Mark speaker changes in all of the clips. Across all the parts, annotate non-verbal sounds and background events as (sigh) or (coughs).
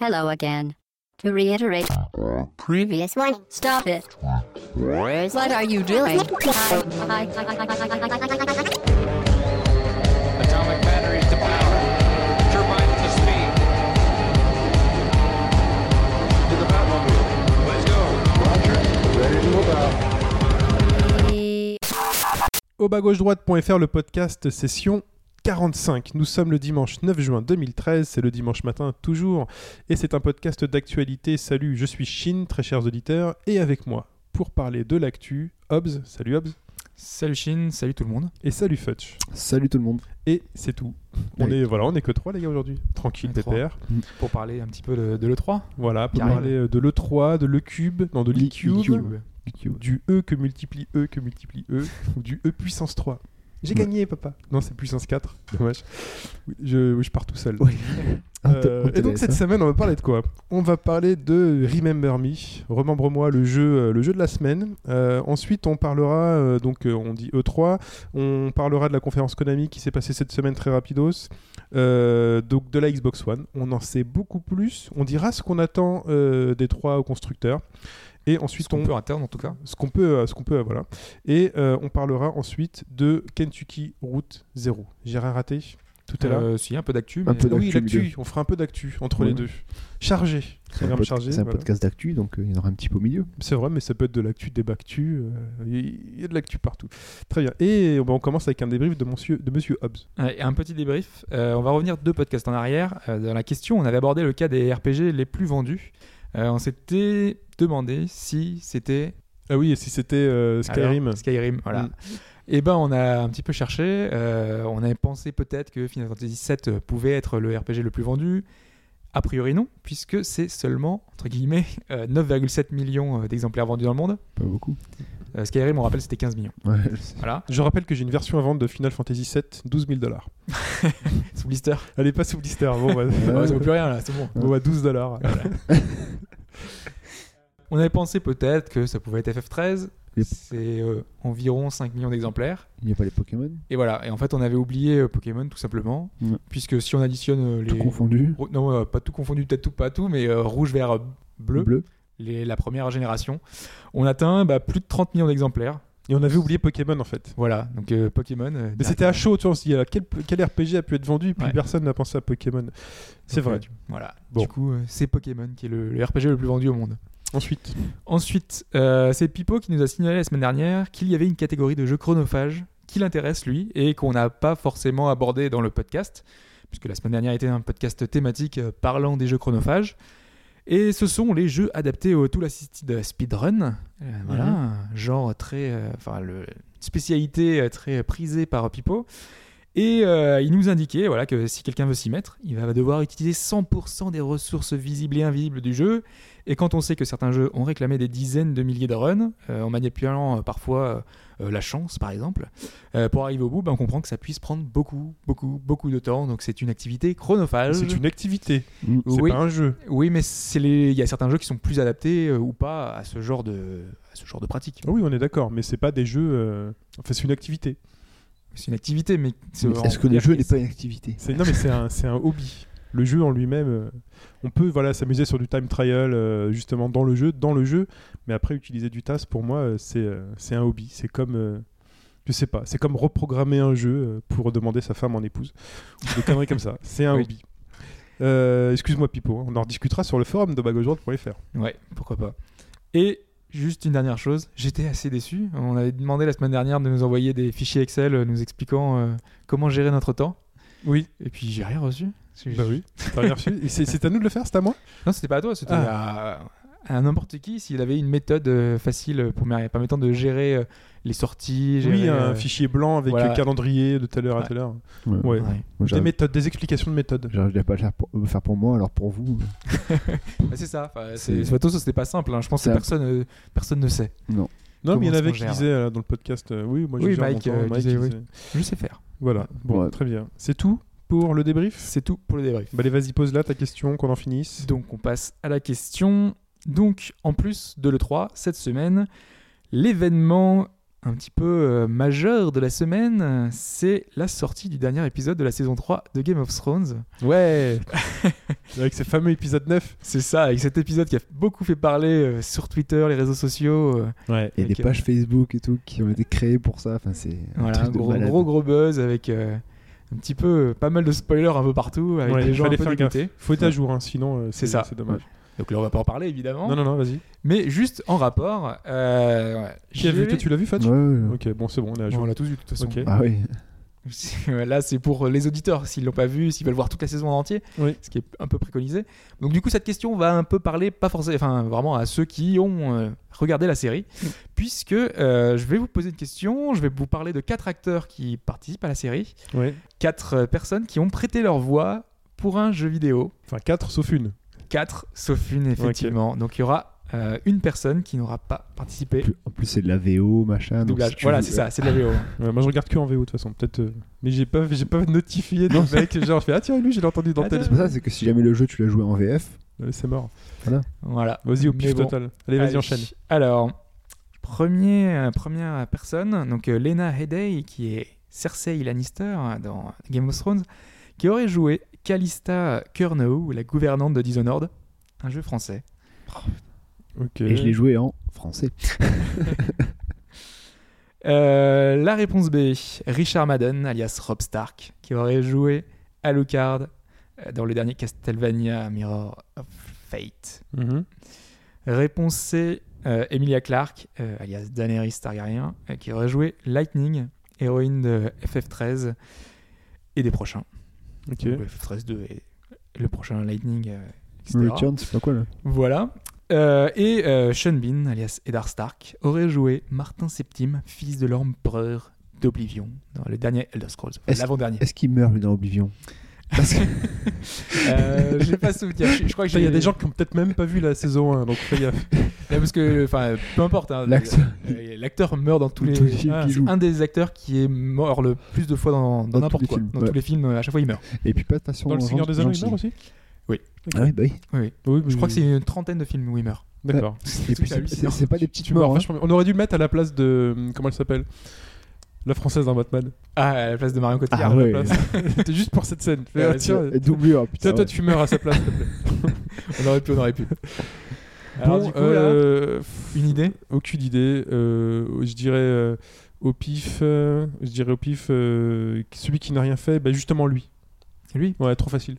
Speaker 1: Hello again. To reiterate, previous one, stop it. What are you doing?
Speaker 2: Atomic batteries to power. Turbines to speed. To the Batmobile. Let's go.
Speaker 3: Au bas gauche droite.fr, le podcast session 45. Nous sommes le dimanche 9 juin 2013, c'est le dimanche matin toujours, et c'est un podcast d'actualité. Salut, je suis Chine, très chers auditeurs, et avec moi, pour parler de l'actu, Hobbs, salut Hobbs,
Speaker 4: Salut Chine, salut tout le monde.
Speaker 3: et salut Futch.
Speaker 5: Salut tout le monde.
Speaker 3: Et c'est tout. On
Speaker 5: Oui.
Speaker 3: est, voilà, on est que trois les gars aujourd'hui. Tranquille,
Speaker 4: On est trois. Mm.
Speaker 3: pépère.
Speaker 4: Pour parler un petit peu de, l'E3.
Speaker 3: Voilà, pour
Speaker 4: Carré.
Speaker 3: parler euh, de l'E3, de l'E-Cube, non, de
Speaker 5: Li-
Speaker 3: l'E-Cube,
Speaker 5: l'E-Cube.
Speaker 3: du E que multiplie E que multiplie E, ou du E puissance 3. J'ai
Speaker 5: Ouais.
Speaker 3: gagné, papa. Non, c'est puissance 4. Dommage. Oui, Je, je pars tout seul.
Speaker 5: Ah,
Speaker 4: Ah,
Speaker 3: Euh, et donc cette semaine, on va parler de quoi On va parler de Remember Me, Remembre-moi, le jeu, euh, le jeu de la semaine. Euh, ensuite, on parlera euh, donc euh, on dit E3, on parlera de la conférence Konami qui s'est passée cette semaine très rapidos, euh, donc de la Xbox One. On en sait beaucoup plus. On dira ce qu'on attend euh, des trois constructeurs. Et ensuite,
Speaker 4: qu'on
Speaker 3: on,
Speaker 4: peut attendre en tout cas.
Speaker 3: ce qu'on peut, euh, ce qu'on peut, euh, voilà. Et euh, on parlera ensuite de Kentucky Route 0. J'ai rien raté tout à l'heure.
Speaker 4: Euh, si, un peu d'actu.
Speaker 5: Un
Speaker 4: mais-
Speaker 5: peu d'actu.
Speaker 3: Oui,
Speaker 5: milieu.
Speaker 3: l'actu, on fera un peu d'actu entre
Speaker 5: Ouais.
Speaker 3: les deux. Chargé,
Speaker 5: c'est un,
Speaker 3: programme
Speaker 5: pod-
Speaker 3: chargé,
Speaker 5: c'est un
Speaker 3: voilà.
Speaker 5: podcast d'actu, donc euh, il y en aura un petit peu au milieu.
Speaker 3: c'est vrai, mais ça peut être de l'actu, des bactus, euh, il y- il y a de l'actu partout. Très bien, et bah, on commence avec un débrief de monsieur, de monsieur Hobbs.
Speaker 4: Ouais, et un petit débrief. Euh, on va revenir deux podcasts en arrière. Euh, dans la question, on avait abordé le cas des RPG les plus vendus. Euh, on s'était demandé si c'était
Speaker 3: Ah oui, et si c'était euh, Skyrim
Speaker 4: Alors, Skyrim, voilà.
Speaker 3: Mm.
Speaker 4: Et ben on a un petit peu cherché, euh, on avait pensé peut-être que Final Fantasy VII pouvait être le RPG le plus vendu. A priori non, puisque c'est seulement entre guillemets euh, 9,7 millions euh, d'exemplaires vendus dans le monde.
Speaker 5: Pas beaucoup.
Speaker 4: Euh, Skyrim, on rappelle, c'était 15 millions. (laughs)
Speaker 5: Ouais, c'est-
Speaker 4: Voilà,
Speaker 3: Je rappelle que j'ai une version à vendre de Final Fantasy VII, 12 000 dollars.
Speaker 4: sous blister.
Speaker 3: Elle est pas sous blister, bon, bah, (laughs)
Speaker 4: Ah,
Speaker 5: (laughs) Ouais.
Speaker 4: ça vaut plus rien là, c'est bon.
Speaker 3: bon, bah, 12 dollars.
Speaker 4: On avait pensé peut-être que ça pouvait être FF13.
Speaker 5: Yep.
Speaker 4: C'est euh, environ 5 millions d'exemplaires.
Speaker 5: (laughs) Il n'y a pas les Pokémon,
Speaker 4: Et voilà, et en fait on avait oublié euh, Pokémon tout simplement,
Speaker 5: Ouais.
Speaker 4: puisque si on additionne euh, les...
Speaker 5: tout confondu.
Speaker 4: Rou- Non, euh, pas tout confondu, peut-être tout, pas tout, mais euh, rouge, vert, euh, bleu, les- la première génération. On atteint bah, plus de 30 millions d'exemplaires.
Speaker 3: Et on avait oublié Pokémon en fait.
Speaker 4: Voilà, donc euh, Pokémon. euh,
Speaker 3: Mais c'était à chaud, tu vois, on s'est dit, alors, quel, quel RPG a pu être vendu, et puis
Speaker 4: Ouais.
Speaker 3: personne n'a pensé à Pokémon. C'est
Speaker 4: Donc,
Speaker 3: vrai.
Speaker 4: euh, du- voilà,
Speaker 3: Bon.
Speaker 4: du coup, euh, c'est Pokémon qui est le, le RPG le plus vendu au monde.
Speaker 3: Ensuite,
Speaker 4: Ensuite, euh, c'est Pipo qui nous a signalé la semaine dernière qu'il y avait une catégorie de jeux chronophages qui l'intéresse lui et qu'on n'a pas forcément abordé dans le podcast, puisque la semaine dernière était un podcast thématique euh, parlant des jeux chronophages. Et ce sont les jeux adaptés au Tool Assisted Speedrun, Euh, voilà, un genre très, euh, enfin le spécialité euh, très prisée par Pipo. Et euh, il nous indiquait voilà, que si quelqu'un veut s'y mettre, il va devoir utiliser 100% des ressources visibles et invisibles du jeu, et quand on sait que certains jeux ont réclamé des dizaines de milliers de runs, euh, en manipulant euh, parfois euh, la chance par exemple, euh, pour arriver au bout, ben, on comprend que ça puisse prendre beaucoup, beaucoup, beaucoup de temps. Donc c'est une activité chronophage.
Speaker 3: c'est une activité,
Speaker 5: Mm.
Speaker 3: c'est
Speaker 4: Euh, Oui.
Speaker 3: pas un jeu.
Speaker 4: Oui, mais c'est les- il y a certains jeux qui sont plus adaptés euh, ou pas à ce genre de, à ce genre de pratique.
Speaker 3: Ah Oui, on est d'accord, mais c'est pas des jeux. euh, Enfin, c'est une activité.
Speaker 4: C'est une activité, mais c'est-
Speaker 5: Mais Est-ce que
Speaker 4: c'est-à-dire
Speaker 5: le jeu
Speaker 4: que
Speaker 5: n'est pas une activité
Speaker 3: C'est non, mais c'est un, c'est un hobby. Le jeu en lui-même, euh, on peut voilà s'amuser sur du time trial euh, justement dans le jeu, dans le jeu, mais après utiliser du TAS pour moi euh, c'est euh, c'est un hobby. C'est comme euh, je sais pas, c'est comme reprogrammer un jeu euh, pour demander sa femme en épouse ou des conneries comme ça. C'est un
Speaker 4: Oui.
Speaker 3: hobby. Euh, Excuse-moi Pipo, hein, on en rediscutera sur le forum de bagagedroit.fr.
Speaker 4: Ouais, pourquoi pas. Et juste une dernière chose, j'étais assez déçu. On avait demandé la semaine dernière de nous envoyer des fichiers Excel euh, nous expliquant euh, comment gérer notre temps.
Speaker 3: Oui,
Speaker 4: Et puis j'ai rien reçu.
Speaker 3: bah oui. T'as rien reçu Et C'est c'est à nous de le faire, c'est à moi
Speaker 4: Non, c'était pas à toi, c'était
Speaker 3: Ah.
Speaker 4: à, à n'importe qui s'il avait une méthode euh, facile pour me- permettant de gérer euh, les sorties. Gérer,
Speaker 3: Oui, un
Speaker 4: euh,
Speaker 3: fichier blanc avec
Speaker 4: voilà.
Speaker 3: euh, calendrier de telle heure à telle heure.
Speaker 5: Ouais.
Speaker 3: Ouais.
Speaker 4: ouais.
Speaker 5: Moi,
Speaker 3: Des
Speaker 5: J'arrive
Speaker 3: méthodes, des explications de méthodes.
Speaker 5: j'arrive pas à faire pour, euh, faire pour moi, alors pour vous. euh,
Speaker 4: Bah, c'est ça. enfin,
Speaker 5: C'est-
Speaker 4: C'est photo, c'était pas simple. hein. Je pense que
Speaker 5: C'est un-
Speaker 4: personne, euh, personne ne sait.
Speaker 3: Non, mais il y en
Speaker 4: Comment
Speaker 3: avait
Speaker 4: est-ce
Speaker 3: qui
Speaker 4: qu'on gère
Speaker 3: disaient euh, dans le podcast. euh, oui, moi je
Speaker 4: Oui,
Speaker 3: gère mon
Speaker 4: Mike,
Speaker 3: temps,
Speaker 4: euh, disait,
Speaker 3: il
Speaker 4: oui. Je sais faire.
Speaker 3: Voilà, bon,
Speaker 5: Ouais.
Speaker 3: très bien. C'est tout pour le débrief
Speaker 4: C'est tout pour le débrief.
Speaker 3: Bah, allez, vas-y, pose là ta question, qu'on en finisse.
Speaker 4: Donc on passe à la question. Donc en plus de l'E3, cette semaine, l'événement un petit peu euh, majeur de la semaine, euh, c'est la sortie du dernier épisode de la saison 3 de Game of Thrones.
Speaker 3: Ouais Avec ces fameux épisode 9.
Speaker 4: C'est ça, avec cet épisode qui a beaucoup fait parler euh, sur Twitter, les réseaux sociaux. euh,
Speaker 3: Ouais.
Speaker 5: Il y a
Speaker 4: Avec,
Speaker 5: des pages Facebook et tout qui ont été créées pour ça. Enfin, c'est un
Speaker 4: voilà,
Speaker 5: truc de
Speaker 4: gros,
Speaker 5: malade.
Speaker 4: gros gros buzz avec euh, un petit peu euh, pas mal de spoilers un peu partout, avec
Speaker 3: Ouais,
Speaker 4: des gens un
Speaker 3: fallait
Speaker 4: peu
Speaker 3: faire gaffe.
Speaker 4: dégoûtés.
Speaker 3: Faut être à jour, hein, sinon euh,
Speaker 4: C'est ça.
Speaker 3: C'est dommage.
Speaker 4: Donc là on va pas en parler évidemment,
Speaker 3: Non, non, non, vas-y.
Speaker 4: mais juste en rapport. euh, ouais,
Speaker 3: Qui a vu
Speaker 4: j'ai-
Speaker 3: Toi, tu l'as vu, Fatch
Speaker 5: Ouais, ouais, ouais.
Speaker 3: Ok, bon, c'est bon, on est à
Speaker 4: Bon,
Speaker 3: jour.
Speaker 4: on l'a tous vu de toute façon.
Speaker 3: Ok.
Speaker 5: Ah oui.
Speaker 4: Là, c'est pour les auditeurs, s'ils l'ont pas vu, s'ils veulent voir toute la saison en entier,
Speaker 3: Oui.
Speaker 4: ce qui est un peu préconisé. Donc du coup, cette question va un peu parler, pas forcément, enfin vraiment à ceux qui ont euh, regardé la série, puisque euh, je vais vous poser une question, je vais vous parler de quatre acteurs qui participent à la série,
Speaker 3: Ouais.
Speaker 4: quatre euh, personnes qui ont prêté leur voix pour un jeu vidéo,
Speaker 3: Enfin, 4 sauf une.
Speaker 4: quatre sauf une effectivement. Donc il y aura euh, une personne qui n'aura pas participé.
Speaker 5: Plus- En plus, c'est de la VO, machin. donc
Speaker 4: Doublage.
Speaker 5: si tu
Speaker 4: Voilà,
Speaker 5: veux-
Speaker 4: c'est ça, c'est de la
Speaker 5: (laughs)
Speaker 4: VO.
Speaker 3: Ouais, moi, je regarde que en VO de toute façon. Peut-être. euh, Mais j'ai pas, j'ai pas notifié de mec. Genre, je fais Ah tiens, lui, je l'ai entendu dans
Speaker 4: Ah,
Speaker 3: tel.
Speaker 5: C'est pour ça, c'est que si jamais le jeu tu l'as joué en VF,
Speaker 3: Ouais, C'est mort.
Speaker 4: Voilà.
Speaker 3: Vas-y, au
Speaker 4: Mais
Speaker 3: pif
Speaker 4: bon.
Speaker 3: total. Allez, vas-y,
Speaker 4: Allez.
Speaker 3: enchaîne.
Speaker 4: Alors, premier, euh, première personne, donc euh, Lena Headey, qui est Cersei Lannister euh, dans Game of Thrones, qui aurait joué Callista Curnow, la gouvernante de Dishonored, un jeu français.
Speaker 3: Ok.
Speaker 5: et je l'ai joué en français.
Speaker 4: Euh, la réponse B, Richard Madden, alias Rob Stark, qui aurait joué Alucard euh, dans le dernier Castlevania Mirror of Fate.
Speaker 3: Mhm.
Speaker 4: Réponse C, euh, Emilia Clarke, euh, alias Daenerys Targaryen, euh, qui aurait joué Lightning, héroïne de FF13 et des prochains.
Speaker 3: Ok.
Speaker 4: Donc, le FF13 2 et le prochain Lightning, euh, etc.
Speaker 5: Return, c'est pas quoi là
Speaker 4: Voilà. Euh, et euh, Sean Bean, alias Eddard Stark, aurait joué Martin Septime, fils de l'empereur d'Oblivion, dans le dernier Elder Scrolls, enfin,
Speaker 5: Est-ce-
Speaker 3: (laughs)
Speaker 4: l'avant-dernier.
Speaker 5: Est-ce qu'il meurt lui dans Oblivion Parce que-
Speaker 4: Euh, J'ai pas souvenir, je, je crois que
Speaker 3: Putain, Bah, Il y a
Speaker 4: j'ai-
Speaker 3: des gens qui ont peut-être même pas vu la saison 1, donc fais gaffe.
Speaker 4: Ouais, parce que, enfin, peu importe. hein,
Speaker 5: L'acteur.
Speaker 4: Euh, L'acteur meurt dans tous
Speaker 5: Dans
Speaker 4: les. Ah,
Speaker 5: tous les films qu'il
Speaker 4: c'est
Speaker 5: joue.
Speaker 4: un des acteurs qui est mort le plus de fois dans dans
Speaker 5: Dans
Speaker 4: n'importe
Speaker 5: tous les
Speaker 4: quoi.
Speaker 5: films,
Speaker 4: dans
Speaker 5: ouais.
Speaker 4: tous les films, euh, à chaque fois il meurt.
Speaker 5: Et puis pas de façon.
Speaker 3: Dans le Seigneur des Anneaux, il
Speaker 5: gentil.
Speaker 3: meurt aussi
Speaker 5: Ah oui, bah oui.
Speaker 4: Oui,
Speaker 3: Oui,
Speaker 4: Je crois que c'est une trentaine de films où il meurt.
Speaker 3: D'accord.
Speaker 5: Et puis c'est-
Speaker 4: hallucinant.
Speaker 5: c'est c'est pas des petites
Speaker 3: Tu meurs
Speaker 5: morts. hein.
Speaker 3: vachement bien. On aurait dû le mettre à la place de. euh, Comment elle s'appelle La française dans Batman.
Speaker 4: Ah, à la place de Marion Cotillard.
Speaker 5: Ah ouais.
Speaker 4: à la place.
Speaker 3: C'était juste pour cette scène. Fais,
Speaker 5: (laughs)
Speaker 3: ah, tiens,
Speaker 5: Euh, Doublure, putain.
Speaker 3: tiens, toi,
Speaker 5: ouais.
Speaker 3: tu meurs à sa place, s'il te plaît.
Speaker 4: On aurait pu, on aurait pu. Alors,
Speaker 3: Bon,
Speaker 4: du coup, là,
Speaker 3: euh,
Speaker 4: une idée
Speaker 3: Aucune idée. Euh, je dirais euh, au pif. euh, je dirais au pif. euh, celui qui n'a rien fait, bah justement lui.
Speaker 4: Lui,
Speaker 3: Ouais, trop facile.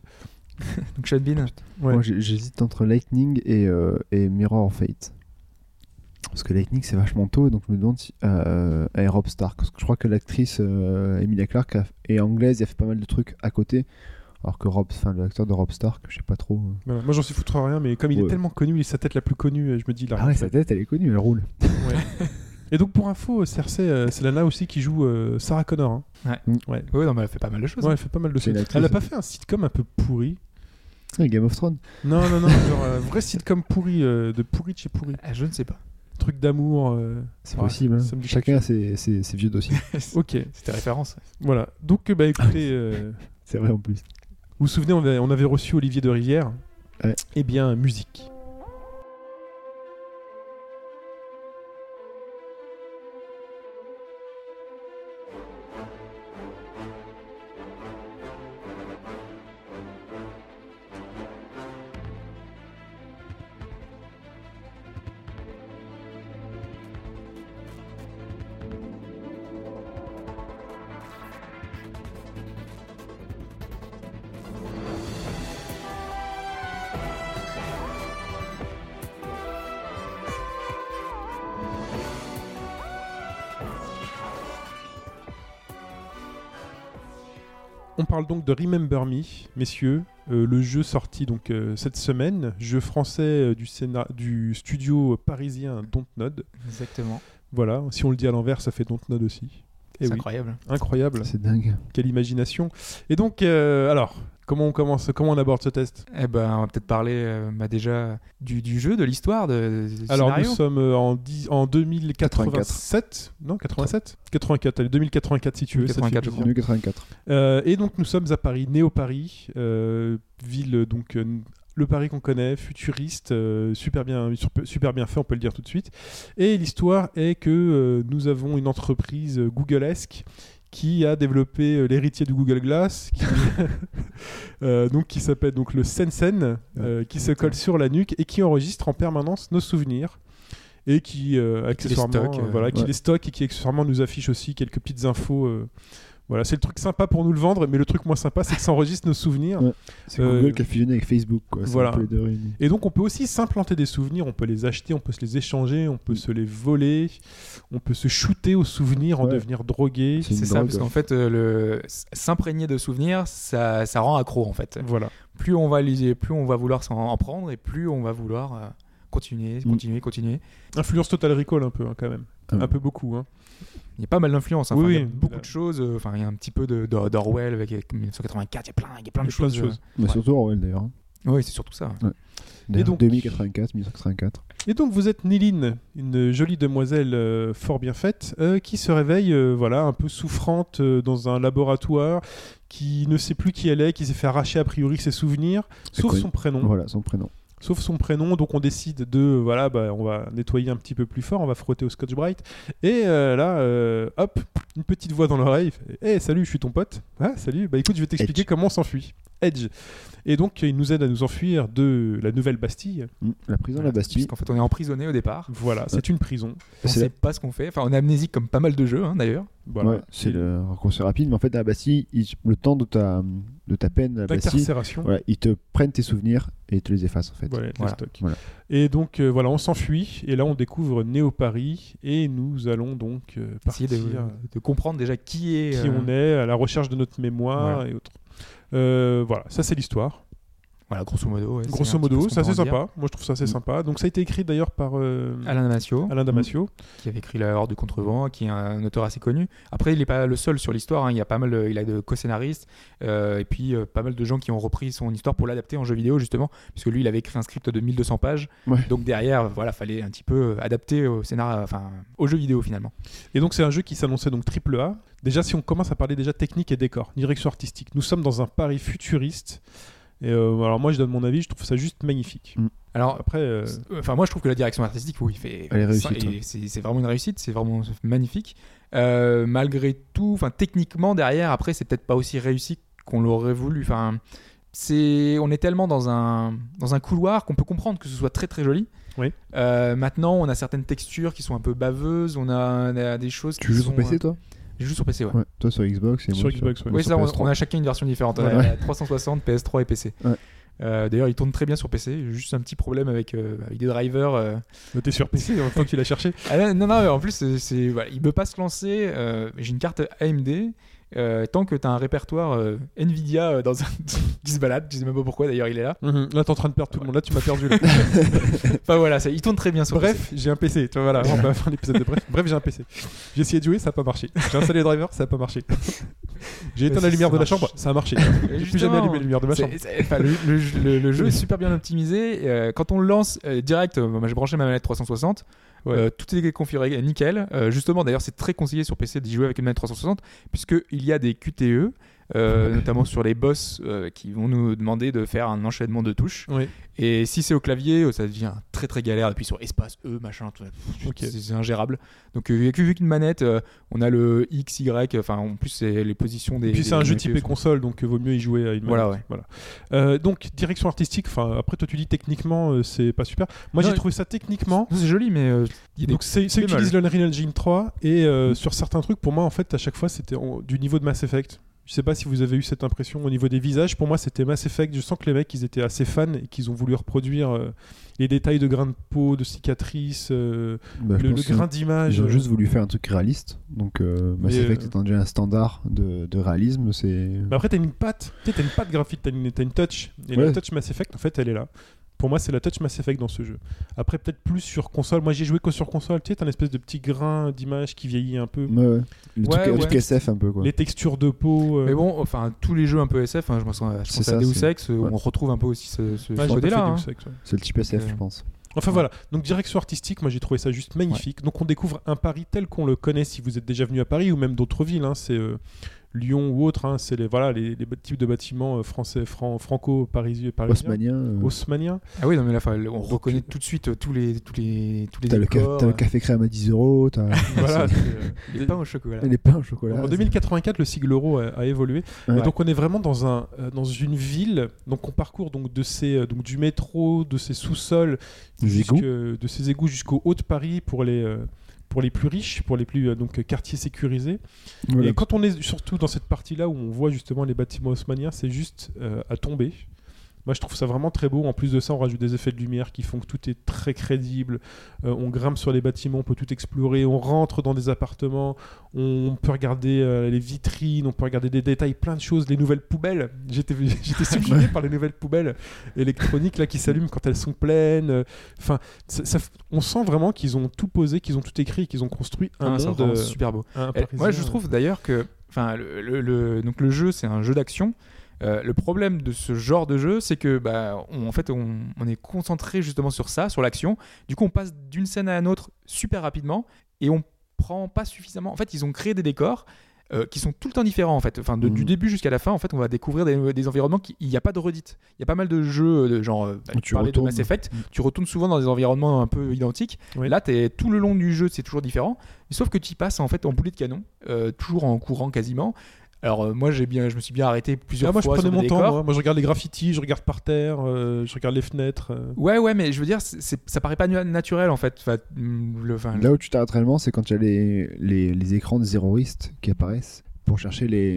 Speaker 4: donc Sean Bean.
Speaker 3: Ouais.
Speaker 5: Moi, j'ai- j'hésite entre Lightning et, euh, et Mirror Fate. Parce que Lightning, c'est vachement tôt, donc je me demande si. Euh, et Rob Stark. Parce que je crois que l'actrice euh, Emilia Clarke a- est anglaise, elle a fait pas mal de trucs à côté. Alors que Rob, enfin, l'acteur de Rob Stark, je sais pas trop. euh.
Speaker 3: Voilà. Moi, j'en sais foutre rien, mais comme il est
Speaker 5: Ouais.
Speaker 3: tellement connu, il est sa tête la plus connue, euh, je me dis. il a
Speaker 5: Ah
Speaker 3: rien
Speaker 5: ouais,
Speaker 3: fait.
Speaker 5: sa tête, elle est connue, elle roule.
Speaker 3: Et donc, pour info, Cersei, euh, c'est la nana aussi qui joue euh, Sarah Connor. hein.
Speaker 4: Oui, non, mais elle fait pas mal de choses. hein.
Speaker 3: Ouais, elle fait pas mal de
Speaker 5: C'est
Speaker 3: choses.
Speaker 5: une actrice,
Speaker 3: Elle a pas
Speaker 5: elle.
Speaker 3: fait un sitcom un peu pourri
Speaker 5: Ouais, Ah, Game of Thrones.
Speaker 3: Non, non, non, genre un vrai sitcom pourri, euh, de pourri de chez pourri.
Speaker 4: Ah, je ne sais pas.
Speaker 3: Truc d'amour. euh,
Speaker 5: C'est
Speaker 3: Ouais,
Speaker 5: possible. hein.
Speaker 3: ça me dit
Speaker 5: Chacun a ses, ses- ses
Speaker 3: (laughs)
Speaker 5: vieux dossiers.
Speaker 3: Ok,
Speaker 4: C'était référence.
Speaker 3: voilà. Donc, euh, bah écoutez. euh,
Speaker 5: c'est vrai en plus.
Speaker 3: Vous vous souvenez, on avait, on avait reçu Olivier de Rivière.
Speaker 5: Ouais.
Speaker 3: Eh bien, musique. On parle donc de Remember Me, messieurs, euh, le jeu sorti donc euh, cette semaine, jeu français euh, du, scénar- du studio parisien Dontnod.
Speaker 4: Exactement.
Speaker 3: Voilà, si on le dit à l'envers, ça fait Dontnod aussi. Eh
Speaker 4: C'est
Speaker 3: oui,
Speaker 4: incroyable.
Speaker 3: incroyable,
Speaker 5: C'est dingue.
Speaker 3: quelle imagination. Et donc, euh, alors, comment on commence, comment on aborde ce test
Speaker 4: Eh ben, on va peut-être parler euh, bah, déjà du, du jeu, de l'histoire, de, du
Speaker 3: Alors,
Speaker 4: scénario.
Speaker 3: nous sommes euh, en, dix- en 2087, non, 87 84, allez, 2084 si tu veux, ça te fait
Speaker 4: 2084, je
Speaker 3: plaisir.
Speaker 4: crois.
Speaker 5: New 84.
Speaker 3: Euh, et donc nous sommes à Paris, né au Paris, euh, ville donc euh, le Paris qu'on connaît, futuriste, euh, super, bien, surp- super bien fait, on peut le dire tout de suite. Et l'histoire est que euh, nous avons une entreprise euh, Googlesque qui a développé euh, l'héritier du Google Glass, qui, (laughs) euh, donc, qui s'appelle donc le Sensen, euh, qui se colle sur la nuque et qui enregistre en permanence nos souvenirs. Et qui, euh, accessoirement,
Speaker 4: stocke,
Speaker 3: euh,
Speaker 4: euh,
Speaker 3: voilà, qui
Speaker 5: ouais.
Speaker 3: les stocke et qui accessoirement nous affiche aussi quelques petites infos. euh. voilà, c'est le truc sympa pour nous le vendre, mais le truc moins sympa, c'est que ça enregistre nos souvenirs.
Speaker 5: Ouais. C'est
Speaker 3: Euh,
Speaker 5: Google qui a fusionné avec Facebook, quoi. C'est
Speaker 3: voilà.
Speaker 5: un peu les deux réunis.
Speaker 3: Et donc on peut aussi s'implanter des souvenirs, on peut les acheter, on peut se les échanger, on peut se les voler, on peut se shooter aux souvenirs, en
Speaker 5: Ouais.
Speaker 3: devenir drogué.
Speaker 5: une
Speaker 4: C'est ça,
Speaker 5: drogue.
Speaker 4: parce qu'en fait, euh, le... s- s'imprégner de souvenirs, ça, ça rend accro en fait.
Speaker 3: Voilà.
Speaker 4: Plus on va liser, plus on va vouloir s'en en prendre et plus on va vouloir euh, continuer,
Speaker 5: Mm.
Speaker 4: continuer, continuer.
Speaker 3: Influence Total Recall un peu hein, quand même.
Speaker 5: Ah.
Speaker 3: Un peu beaucoup. hein.
Speaker 4: Il y a pas mal d'influences. hein.
Speaker 3: Oui,
Speaker 4: Enfin, il y a
Speaker 3: oui.
Speaker 4: beaucoup
Speaker 3: Euh,
Speaker 4: de choses. euh, Enfin, il y a un petit peu de- de- d'Orwell avec avec 1984. Il y a plein, il y a plein
Speaker 3: Il y
Speaker 4: de
Speaker 3: a plein de
Speaker 4: choses.
Speaker 3: choses.
Speaker 5: Mais
Speaker 4: Ouais.
Speaker 5: surtout Orwell d'ailleurs. hein.
Speaker 4: Oui, c'est surtout ça.
Speaker 5: Et
Speaker 3: donc-
Speaker 5: donc 2084, 1984.
Speaker 3: Et donc vous êtes Niline, une jolie demoiselle euh, fort bien faite, euh, qui se réveille euh, voilà un peu souffrante euh, dans un laboratoire, qui ne sait plus qui elle est, qui s'est fait arracher a priori ses souvenirs, sauf
Speaker 5: quoi-
Speaker 3: son prénom.
Speaker 5: Voilà son prénom.
Speaker 3: sauf son prénom. Donc on décide de, euh, voilà, bah, on va nettoyer un petit peu plus fort, on va frotter au Scotch Bright. Et euh, là, euh, hop, une petite voix dans l'oreille. Hé, salut, je suis ton pote. Ah, salut, bah écoute, je vais t'expliquer
Speaker 5: Edge.
Speaker 3: comment on s'enfuit. Edge. Et donc il nous aide à nous enfuir de la nouvelle Bastille.
Speaker 5: Mm. La prison de la Bastille.
Speaker 4: Parce qu'en fait, on est emprisonné au départ.
Speaker 3: Voilà, c'est une prison.
Speaker 4: On
Speaker 5: C'est
Speaker 4: sait pas ce qu'on fait. Enfin, on est amnésique comme pas mal de jeux, hein, d'ailleurs.
Speaker 3: Voilà.
Speaker 5: Ouais, c'est le raccourci rapide, mais en fait, à la Bastille, ils- le temps de ta, de ta peine à la Bastille,
Speaker 3: L'incarcération.
Speaker 5: voilà, ils te prennent tes souvenirs et ils te les effacent en fait.
Speaker 3: Voilà,
Speaker 4: Voilà.
Speaker 3: le stock.
Speaker 5: Voilà.
Speaker 3: Et donc euh, voilà, on s'enfuit et là on découvre Néo Paris et nous allons donc euh,
Speaker 4: Essayer
Speaker 3: partir
Speaker 4: de, de comprendre déjà qui est.
Speaker 3: qui
Speaker 4: euh,
Speaker 3: on est, à la recherche de notre mémoire
Speaker 4: Voilà.
Speaker 3: et autres. Euh, voilà, ça c'est l'histoire.
Speaker 4: Voilà, grosso modo. ouais, c'est un
Speaker 3: Grosso
Speaker 4: petit peu ce
Speaker 3: modo, c'est
Speaker 4: qu'on
Speaker 3: assez
Speaker 4: peut en dire.
Speaker 3: sympa. Moi je trouve ça assez
Speaker 5: Mm.
Speaker 3: sympa. Donc ça a été écrit d'ailleurs par euh, Alain.
Speaker 4: Alain Mm. Damasio,
Speaker 3: Damasio.
Speaker 4: qui avait écrit La Horde du Contrevent, qui est un auteur assez connu. Après, il n'est pas le seul sur l'histoire. hein. Il y a pas mal, de- il a de co-scénaristes euh, et puis euh, pas mal de gens qui ont repris son histoire pour l'adapter en jeu vidéo justement, puisque lui, il avait écrit un script de 1200 pages.
Speaker 5: Ouais.
Speaker 4: Donc derrière, voilà, fallait un petit peu adapter au scénar, enfin au jeu vidéo finalement.
Speaker 3: Et donc c'est un jeu qui s'annonçait donc triple A. Déjà si on commence à parler déjà technique et décor, direction artistique, nous sommes dans un Paris futuriste. Et euh, alors moi je donne mon avis, je trouve ça juste magnifique.
Speaker 4: Alors,
Speaker 3: Après, euh,
Speaker 4: Enfin, moi, je trouve que la direction artistique, oui, fait.
Speaker 5: Elle est réussite,
Speaker 4: et
Speaker 5: ouais.
Speaker 4: C'est c'est vraiment une réussite, c'est vraiment magnifique. Euh, malgré tout, enfin, techniquement derrière, après, c'est peut-être pas aussi réussi qu'on l'aurait voulu. Enfin, c'est, on est tellement dans un dans un couloir qu'on peut comprendre que ce soit très très joli.
Speaker 3: Oui.
Speaker 4: Euh, maintenant, on a certaines textures qui sont un peu baveuses. On a, on a des choses.
Speaker 5: Tu
Speaker 4: qui
Speaker 5: joues
Speaker 4: sont,
Speaker 5: sur PC toi
Speaker 4: euh, Je joue sur PC, ouais.
Speaker 5: ouais. Toi sur Xbox et
Speaker 3: Sur
Speaker 5: moi,
Speaker 3: Xbox, ouais.
Speaker 5: moi,
Speaker 4: Oui,
Speaker 5: sur
Speaker 4: ça, on,
Speaker 5: PS3.
Speaker 4: on a chacun une version différente. On a
Speaker 5: Ouais.
Speaker 4: la 360, PS3 et PC.
Speaker 5: Ouais.
Speaker 4: Euh, D'ailleurs, il tourne très bien sur PC. Juste un petit problème avec, euh, avec des drivers. euh,
Speaker 3: t'es sur PC en même temps que tu l'as cherché.
Speaker 4: ah non, non, non, mais en plus, c'est, c'est- voilà, il peut pas se lancer. euh, j'ai une carte AMD. euh, tant que tu as un répertoire euh, Nvidia euh, dans un... (laughs) qui se balade, je sais même pas pourquoi d'ailleurs il est là.
Speaker 3: Là t'es en train de perdre tout le monde. Là tu m'as
Speaker 4: (laughs)
Speaker 3: perdu. là.
Speaker 4: Enfin voilà, ça, il tourne très bien sur PC.
Speaker 3: Bref, j'ai un PC. Tu vois, voilà, on va faire l'épisode de bref. Bref, j'ai un PC. J'ai essayé de jouer, ça n'a pas marché. J'ai installé le driver, ça n'a pas marché. J'ai
Speaker 4: Mais
Speaker 3: éteint la
Speaker 4: si,
Speaker 3: lumière
Speaker 4: ça
Speaker 3: de la
Speaker 4: marche.
Speaker 3: chambre, ça a marché.
Speaker 4: Et
Speaker 3: J'ai plus
Speaker 4: justement,
Speaker 3: jamais allumé la lumière de ma
Speaker 4: c'est-
Speaker 3: chambre.
Speaker 4: c'est- enfin, le, le- le- le jeu est super bien optimisé. et, euh, quand on le lance euh, direct, euh, moi, j'ai branché ma manette 360.
Speaker 3: Ouais.
Speaker 4: euh, tout est configuré nickel. Euh, justement, d'ailleurs, c'est très conseillé sur PC d'y jouer avec une manette 360, puisqu'il y a des QTE, euh, notamment sur les boss, euh, qui vont nous demander de faire un enchaînement de touches.
Speaker 3: Oui.
Speaker 4: Et si c'est au clavier, euh, ça devient très très galère. Appuyer sur espace, E, machin, tout ça.
Speaker 3: Ok.
Speaker 4: C'est- c'est ingérable. Donc, euh, vu qu'une manette, euh, on a le X, Y, enfin, en plus, c'est les positions des.
Speaker 3: Puis c'est
Speaker 4: des-
Speaker 3: un jeu
Speaker 4: des-
Speaker 3: typé console, donc euh, vaut mieux y jouer à une
Speaker 4: Voilà,
Speaker 3: manette. Euh, donc direction artistique. Enfin, après toi tu dis techniquement euh, c'est pas super. Moi
Speaker 4: Non,
Speaker 3: j'ai trouvé ça techniquement.
Speaker 4: Non, C'est joli, mais euh, il y a des
Speaker 3: Donc c'est ça
Speaker 4: bémols.
Speaker 3: utilise l'Unreal Engine 3 et euh, sur certains trucs pour moi en fait à chaque fois c'était en- du niveau de Mass Effect. Je sais pas si vous avez eu cette impression au niveau des visages. Pour moi c'était Mass Effect. Je sens que les mecs ils étaient assez fans et qu'ils ont voulu reproduire euh, les détails de grains de peau, de cicatrices, euh,
Speaker 5: Bah, je
Speaker 3: le, le
Speaker 5: pense qu'ils ont-
Speaker 3: grain d'image.
Speaker 5: Ils ont
Speaker 3: euh,
Speaker 5: juste voulu faire un truc réaliste. Donc euh, Mass
Speaker 3: Mais,
Speaker 5: Effect
Speaker 3: euh, Bah,
Speaker 5: étant déjà un standard de, de réalisme, c'est.
Speaker 3: Mais après, t'as une patte, tu sais, t'as une patte graphique, t'as une, t'as une touch. Et la
Speaker 5: Ouais.
Speaker 3: touch Mass Effect, en fait, elle est là. Pour moi, c'est la touch Mass Effect dans ce jeu. Après, peut-être plus sur console. Moi, j'ai joué que sur console. Tu sais, t'as un espèce de petit grain d'image qui vieillit un peu.
Speaker 5: Ouais, ouais. Le
Speaker 4: Ouais,
Speaker 5: truc, le
Speaker 4: ouais.
Speaker 5: truc SF un peu quoi.
Speaker 3: Les textures de peau. euh,
Speaker 4: Mais bon, enfin, tous les jeux un peu SF, hein, je, pense, je
Speaker 5: C'est
Speaker 4: pense
Speaker 5: ça,
Speaker 4: à Deus
Speaker 5: c'est-
Speaker 4: Ex, euh,
Speaker 5: ouais.
Speaker 4: on retrouve un peu aussi ce, ce
Speaker 3: ouais, j'ai pas
Speaker 4: côté-là.
Speaker 3: fait
Speaker 4: hein.
Speaker 3: Deus Ex, ouais.
Speaker 5: C'est le type SF,
Speaker 4: Euh,
Speaker 5: je pense.
Speaker 3: Enfin
Speaker 4: Ouais.
Speaker 3: voilà, donc direction artistique, moi j'ai trouvé ça juste magnifique. Donc on découvre un Paris tel qu'on le connaît si vous êtes déjà venu à Paris ou même d'autres villes. hein. C'est euh, Lyon ou autre. hein, c'est les, voilà, les, les types de bâtiments euh, français, fran- franco-parisiens, parisiens,
Speaker 5: Haussmannien. euh,
Speaker 3: haussmanniens.
Speaker 4: Ah oui, non, mais là, enfin, on reconnaît tout de suite euh, tous les, tous les, tous les
Speaker 5: T'as le, ca-
Speaker 4: décors. euh.
Speaker 5: t'as le café crème à 10 euros,
Speaker 4: (laughs)
Speaker 5: t'as (laughs)
Speaker 3: Voilà, (laughs) c'est, euh,
Speaker 4: Les pains au chocolat.
Speaker 5: les pains au chocolat.
Speaker 3: en 2084, le sigle euro a, a évolué.
Speaker 5: Ouais.
Speaker 3: Et donc on est vraiment dans un euh, dans une ville. Donc on parcourt donc de ces euh, donc du métro, de ses sous-sols,
Speaker 5: Des
Speaker 3: jusque- euh,
Speaker 5: égouts.
Speaker 3: de ses égouts jusqu'au haut de Paris pour les euh, pour les plus riches, pour les plus euh, donc quartiers sécurisés.
Speaker 5: Voilà.
Speaker 3: Et quand on est surtout dans cette partie-là où on voit justement les bâtiments haussmanniens, c'est juste euh, à tomber. Moi, je trouve ça vraiment très beau. En plus de ça, on rajoute des effets de lumière qui font que tout est très crédible. Euh, on grimpe sur les bâtiments, on peut tout explorer. On rentre dans des appartements, on peut regarder euh, les vitrines, on peut regarder des détails, plein de choses. Les nouvelles poubelles. J'étais (laughs)
Speaker 4: (laughs)
Speaker 3: j'étais subjugué par les nouvelles poubelles électroniques là qui s'allument quand elles sont pleines. Enfin, ça- ça- on sent vraiment qu'ils ont tout posé, qu'ils ont tout écrit, qu'ils ont construit
Speaker 4: Ah,
Speaker 3: un
Speaker 4: c'est
Speaker 3: monde.
Speaker 4: vraiment
Speaker 3: euh,
Speaker 4: super beau.
Speaker 3: un
Speaker 4: Et Eh, Moi, je
Speaker 3: Parisien.
Speaker 4: trouve d'ailleurs que, enfin, le, le- le- donc le jeu, c'est un jeu d'action. Euh, le problème de ce genre de jeu, c'est que, bah, on- en fait, on, on est concentré justement sur ça, sur l'action. Du coup, on passe d'une scène à une autre super rapidement et on prend pas suffisamment. En fait, ils ont créé des décors. euh, qui sont tout le temps différents en fait. Enfin, de-
Speaker 5: Mhm.
Speaker 4: du début jusqu'à la fin, en fait, on va découvrir des, des environnements qui il n'y a pas de redite. Il y a pas mal de jeux euh, de genre. euh, bah,
Speaker 5: Où
Speaker 4: tu
Speaker 5: tu
Speaker 4: parlais de
Speaker 5: retournes.
Speaker 4: Mass Effect.
Speaker 5: Mhm.
Speaker 4: Tu retournes souvent dans des environnements un peu identiques.
Speaker 3: Ouais.
Speaker 4: Là, es, tout le long du jeu, c'est toujours différent. Sauf que tu y passes en fait en boulet de canon, euh, toujours en courant quasiment. Alors euh, moi, j'ai bien, je me suis bien arrêté plusieurs
Speaker 3: Ah, moi je
Speaker 4: fois
Speaker 3: prenais
Speaker 4: sur des
Speaker 3: mon temps,
Speaker 4: décors.
Speaker 3: moi. Moi, je regarde les graffitis, je regarde par terre, euh, je regarde les fenêtres. euh.
Speaker 4: Ouais, ouais, mais je veux dire, c'est- c'est- ça paraît pas nu- naturel en fait. Enfin, mm, le, enfin,
Speaker 5: Là où tu t'arrêtes réellement, c'est quand tu as les, les, les écrans de zéroistes qui apparaissent pour chercher les,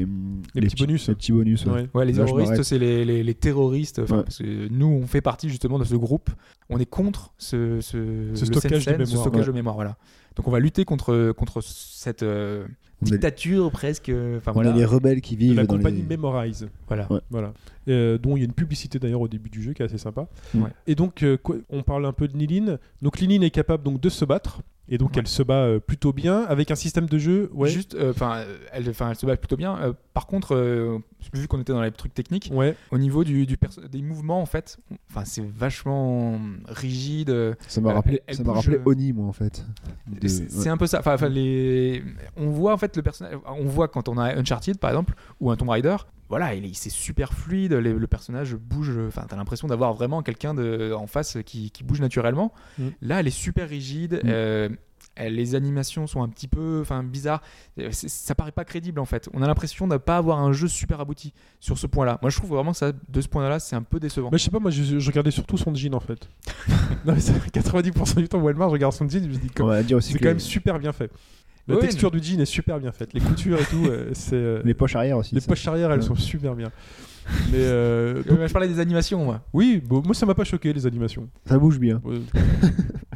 Speaker 3: Les petits bonus.
Speaker 5: Les petits bonus ouais.
Speaker 3: Ouais.
Speaker 4: Ouais, les
Speaker 5: Là, je
Speaker 4: terroristes,
Speaker 5: m'arrête.
Speaker 4: c'est les, les- les terroristes. Enfin,
Speaker 5: Ouais.
Speaker 4: parce que nous, on fait partie justement de ce groupe. On est contre ce, ce,
Speaker 3: Ce
Speaker 4: le
Speaker 3: stockage de
Speaker 4: Sensen, ce
Speaker 3: mémoire,
Speaker 4: stockage
Speaker 5: ouais.
Speaker 4: de mémoire, voilà. Donc, on va lutter contre, contre cette euh,
Speaker 5: On a-
Speaker 4: dictature presque. euh, Enfin,
Speaker 5: on
Speaker 4: voilà.
Speaker 5: a les rebelles qui
Speaker 3: De
Speaker 5: vivent
Speaker 3: la
Speaker 5: dans
Speaker 3: compagnie
Speaker 5: les...
Speaker 3: Memorize,
Speaker 4: voilà.
Speaker 5: Ouais.
Speaker 3: voilà. Euh, dont il y a une publicité d'ailleurs au début du jeu qui est assez sympa.
Speaker 4: Ouais.
Speaker 3: Et donc euh, quoi- on parle un peu de Niline. Donc Niline est capable donc de se battre et donc
Speaker 4: Ouais.
Speaker 3: elle se bat euh, plutôt bien avec un système de jeu. Ouais.
Speaker 4: Juste, euh, enfin, euh, elle, enfin, elle se bat plutôt bien. Euh, par contre, euh, vu qu'on était dans les trucs techniques,
Speaker 3: Ouais.
Speaker 4: au niveau du, du perso- des mouvements, en fait, enfin, c'est vachement rigide. euh,
Speaker 5: Ça m'a
Speaker 4: Elle-
Speaker 5: rappelé,
Speaker 4: elle
Speaker 5: ça m'a
Speaker 4: bouge,
Speaker 5: rappelé
Speaker 4: euh,
Speaker 5: Oni, moi, en fait. De-
Speaker 4: C'est
Speaker 5: ouais.
Speaker 4: c'est un peu ça. Enfin, enfin, les... On voit en fait le personnage. On voit quand on a Uncharted par exemple ou un Tomb Raider. Voilà, il est- c'est super fluide. les- Le personnage bouge. Enfin, t'as l'impression d'avoir vraiment quelqu'un de... en face qui, qui bouge naturellement.
Speaker 3: Mm.
Speaker 4: Là, elle est super rigide.
Speaker 5: Mm.
Speaker 4: euh, elle- Les animations sont un petit peu, enfin, bizarres. Euh, c'est- Ça paraît pas crédible en fait. On a l'impression de pas avoir un jeu super abouti sur ce point-là. Moi, je trouve vraiment que ça, de ce point-là, c'est un peu décevant.
Speaker 3: Mais je sais pas, moi je, je regardais surtout son jean en fait. non, mais c'est 90% du temps où elle marche, je regarde son jean, je me dis
Speaker 5: On
Speaker 3: comme-
Speaker 5: va dire aussi
Speaker 3: c'est
Speaker 5: que
Speaker 3: quand même super bien fait. La
Speaker 4: Ouais,
Speaker 3: texture du jean est super bien faite, les coutures et tout, euh, c'est euh,
Speaker 5: les poches arrière aussi.
Speaker 3: les
Speaker 5: ça.
Speaker 3: poches arrière elles
Speaker 5: Ouais.
Speaker 3: sont super bien. Mais euh,
Speaker 4: Euh, je parlais des animations, moi.
Speaker 3: Oui, bon, moi ça m'a pas choqué les animations.
Speaker 5: Ça bouge bien.
Speaker 3: Euh,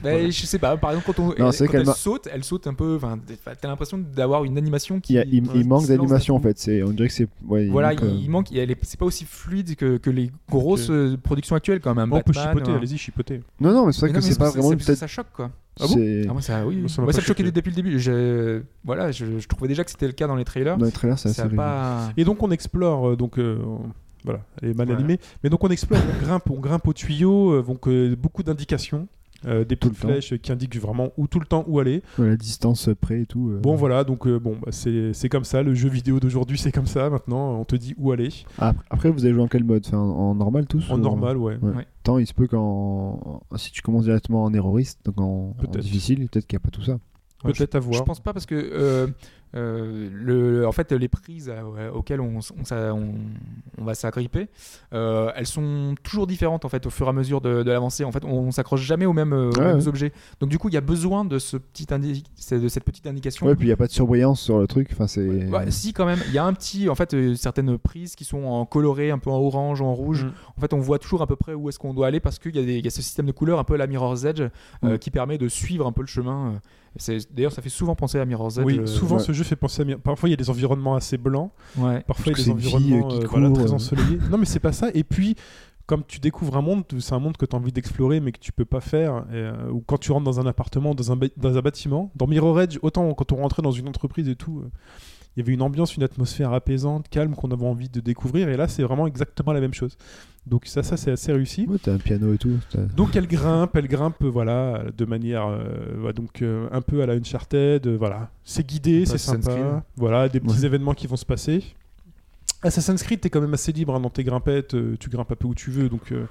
Speaker 4: Ben, Je sais pas, par exemple, quand, on,
Speaker 5: Non,
Speaker 4: elle,
Speaker 5: c'est vrai
Speaker 4: quand
Speaker 5: qu'elle
Speaker 4: elle
Speaker 5: m'a-
Speaker 4: saute, elle saute un peu. enfin, T'as l'impression d'avoir une animation qui.
Speaker 5: Il, y a- il-
Speaker 4: enfin,
Speaker 5: il
Speaker 4: qui
Speaker 5: manque
Speaker 4: se lance
Speaker 5: d'animation, en
Speaker 4: d'un coup.
Speaker 5: fait. C'est, on dirait que c'est. ouais, il
Speaker 4: Voilà,
Speaker 5: manque,
Speaker 4: il,
Speaker 5: euh,
Speaker 4: il manque. elle est- C'est pas aussi fluide que, que les grosses euh, productions actuelles, quand même.
Speaker 3: on peut
Speaker 4: Batman,
Speaker 3: chipoter,
Speaker 4: hein.
Speaker 3: allez-y, chipoter.
Speaker 5: Non, non, mais c'est vrai
Speaker 4: Mais
Speaker 5: que
Speaker 4: non, mais
Speaker 5: c'est pas vraiment une
Speaker 4: ça-
Speaker 5: tête.
Speaker 4: Ça choque, quoi.
Speaker 3: Ah bon
Speaker 5: c'est-
Speaker 4: Ah, moi, ça, oui.
Speaker 3: Moi,
Speaker 4: oui.
Speaker 3: ça m'a
Speaker 4: Moi,
Speaker 3: pas
Speaker 4: ça me choquait
Speaker 3: choqué.
Speaker 4: depuis le début. Je- Voilà, je, je trouvais déjà que c'était le cas dans les trailers.
Speaker 5: Dans les trailers, c'est assez
Speaker 4: ça a
Speaker 5: rigide.
Speaker 4: pas.
Speaker 3: Et donc on explore, euh, donc euh, on- voilà, elle est mal
Speaker 4: Voilà.
Speaker 3: animée, mais donc on explore, on grimpe, on grimpe au tuyau, euh, donc euh, beaucoup d'indications. euh, des
Speaker 5: Tout
Speaker 3: petites
Speaker 5: le temps.
Speaker 3: flèches qui indiquent vraiment où tout le temps où aller.
Speaker 5: Ouais, la distance près et tout. euh.
Speaker 3: Bon voilà, donc euh, bon, bah, c'est c'est comme ça, le jeu vidéo d'aujourd'hui c'est comme ça maintenant, on te dit où aller.
Speaker 5: Après, après, vous avez joué en quel mode Enfin, en, en normal tous
Speaker 3: En
Speaker 5: ou
Speaker 3: normal, ouais.
Speaker 5: Tant il se peut qu'en. en- Si tu commences directement en héroïste, donc en, en
Speaker 3: Peut-être.
Speaker 5: difficile, peut-être qu'il n'y a pas tout ça.
Speaker 3: Peut-être à voir.
Speaker 4: Je pense pas parce que euh, euh, le, en fait les prises euh, auxquelles on, s- on, s'a- on- on va s'agripper, euh, elles sont toujours différentes en fait au fur et à mesure de, de l'avancée. En fait, on, on s'accroche jamais aux mêmes, euh, aux
Speaker 5: Ouais,
Speaker 4: mêmes
Speaker 5: ouais.
Speaker 4: objets. Donc du coup, il y a besoin de ce petit indi- c'est- de cette petite indication.
Speaker 5: Ouais, puis euh, il n'y a pas de surbrillance sur le truc. Enfin, c'est.
Speaker 4: Ouais, si quand même, il y a un petit, en fait, euh, certaines prises qui sont en coloré, un peu en orange, en rouge.
Speaker 3: Mm.
Speaker 4: En fait, on voit toujours à peu près où est-ce qu'on doit aller parce qu'il y, a des- il y a ce système de couleurs, un peu à la Mirror's Edge, euh,
Speaker 5: Mm.
Speaker 4: qui permet de suivre un peu le chemin. euh. C'est- D'ailleurs, ça fait souvent penser à Mirror's Edge.
Speaker 3: Oui,
Speaker 4: euh,
Speaker 3: souvent
Speaker 5: ouais.
Speaker 3: ce jeu fait penser à... mi- Parfois il y a des environnements assez blancs,
Speaker 4: Ouais.
Speaker 3: Parfois, il y a des
Speaker 5: Parce que c'est une fille,
Speaker 3: environnements
Speaker 5: euh, qui
Speaker 3: euh, voilà,
Speaker 5: court,
Speaker 3: très
Speaker 5: euh.
Speaker 3: ensoleillés. Non, mais c'est pas ça. Et puis, comme tu découvres un monde, c'est un monde que tu as envie d'explorer, mais que tu peux pas faire. et, euh, ou quand tu rentres dans un appartement, dans un, ba- dans un bâtiment. Dans Mirror Edge, autant quand on rentrait dans une entreprise et tout, euh, il y avait une ambiance, une atmosphère apaisante, calme, qu'on avait envie de découvrir. Et là, c'est vraiment exactement la même chose. Donc, ça, ça c'est assez réussi.
Speaker 5: Ouais, t'as un piano et tout. t'as-
Speaker 3: Donc elle grimpe, elle grimpe, euh, voilà, de manière euh, ouais, donc euh, un peu à la Uncharted, euh, voilà. C'est guidé, c'est
Speaker 4: Assassin's Creed.
Speaker 3: sympa, voilà, des petits événements qui vont se passer. Assassin's Creed, t'es quand même assez libre hein, dans tes grimpettes, euh, tu grimpes un peu où tu veux, donc euh,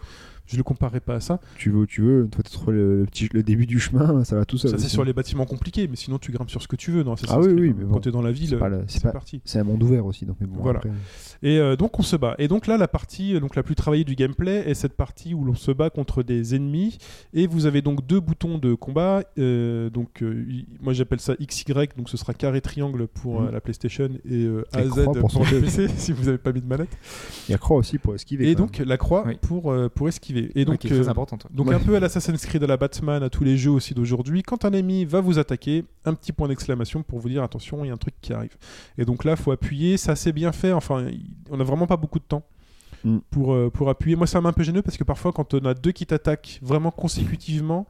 Speaker 3: je le comparerai pas à ça.
Speaker 5: Tu veux où tu veux, une fois que tu trouves le, le petit, le début du chemin, (laughs) ça va tout seul.
Speaker 3: ça, c'est
Speaker 5: aussi.
Speaker 3: sur les bâtiments compliqués, mais sinon, tu grimpes sur ce que tu veux dans Assassin's
Speaker 5: Ah oui,
Speaker 3: Creed,
Speaker 5: oui,
Speaker 3: hein.
Speaker 5: mais
Speaker 3: Quand
Speaker 5: bon,
Speaker 3: t'es dans la ville,
Speaker 5: c'est pas le- c'est
Speaker 3: c'est
Speaker 5: pas-
Speaker 3: parti.
Speaker 5: C'est un monde ouvert aussi, donc mais bon,
Speaker 3: Voilà.
Speaker 5: après,
Speaker 3: Et euh, donc on se bat. Et donc là, la partie euh, donc la plus travaillée du gameplay est cette partie où l'on se bat contre des ennemis. Et vous avez donc deux boutons de combat. Euh, donc euh, y- moi j'appelle ça XY, donc ce sera carré triangle pour euh,
Speaker 5: Mhm.
Speaker 3: la PlayStation et euh,
Speaker 5: Et
Speaker 3: AZ
Speaker 5: croix
Speaker 3: pour,
Speaker 5: pour son
Speaker 3: le
Speaker 5: jeu.
Speaker 3: PC (laughs) si vous n'avez pas mis de manette.
Speaker 5: il y a croix aussi pour esquiver.
Speaker 3: Et
Speaker 5: quoi.
Speaker 3: donc la croix
Speaker 4: Oui.
Speaker 3: pour euh, pour esquiver. Et donc
Speaker 4: donc,
Speaker 3: euh,
Speaker 4: très importante.
Speaker 3: donc
Speaker 5: Ouais.
Speaker 3: un peu à l'Assassin's Creed, à la Batman, à tous les jeux aussi d'aujourd'hui, quand un ennemi va vous attaquer, un petit point d'exclamation pour vous dire attention, il y a un truc qui arrive. Et donc là, faut appuyer, ça c'est bien fait, enfin, il- on n'a vraiment pas beaucoup de temps.
Speaker 5: Mm.
Speaker 3: Pour, euh, pour appuyer. Moi, ça m'a un peu gêneux parce que parfois, quand on a deux qui t'attaquent vraiment consécutivement,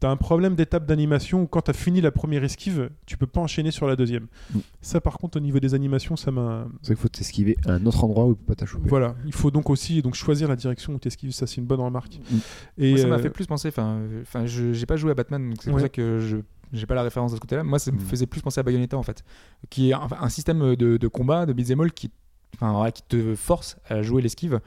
Speaker 3: t'as un problème d'étape d'animation où quand t'as fini la première esquive, tu peux pas enchaîner sur la deuxième.
Speaker 5: Mm.
Speaker 3: Ça, par contre, au niveau des animations, ça m'a,
Speaker 5: C'est qu'il faut t'esquiver à un autre endroit où il peut pas t'achoper.
Speaker 3: voilà, il faut donc aussi donc choisir la direction où t'esquives. Ça, c'est une bonne remarque.
Speaker 5: Mm.
Speaker 3: Et
Speaker 4: Moi, ça m'a
Speaker 3: euh,
Speaker 4: fait plus penser. Enfin, euh, enfin, je j'ai pas joué à Batman, donc c'est
Speaker 3: Ouais.
Speaker 4: pour ça que je j'ai pas la référence de ce côté-là. Moi, ça me
Speaker 5: Mm.
Speaker 4: faisait plus penser à Bayonetta en fait, qui est un, un système de, de combat de beat'em all qui, enfin, voilà, qui te force à jouer l'esquive.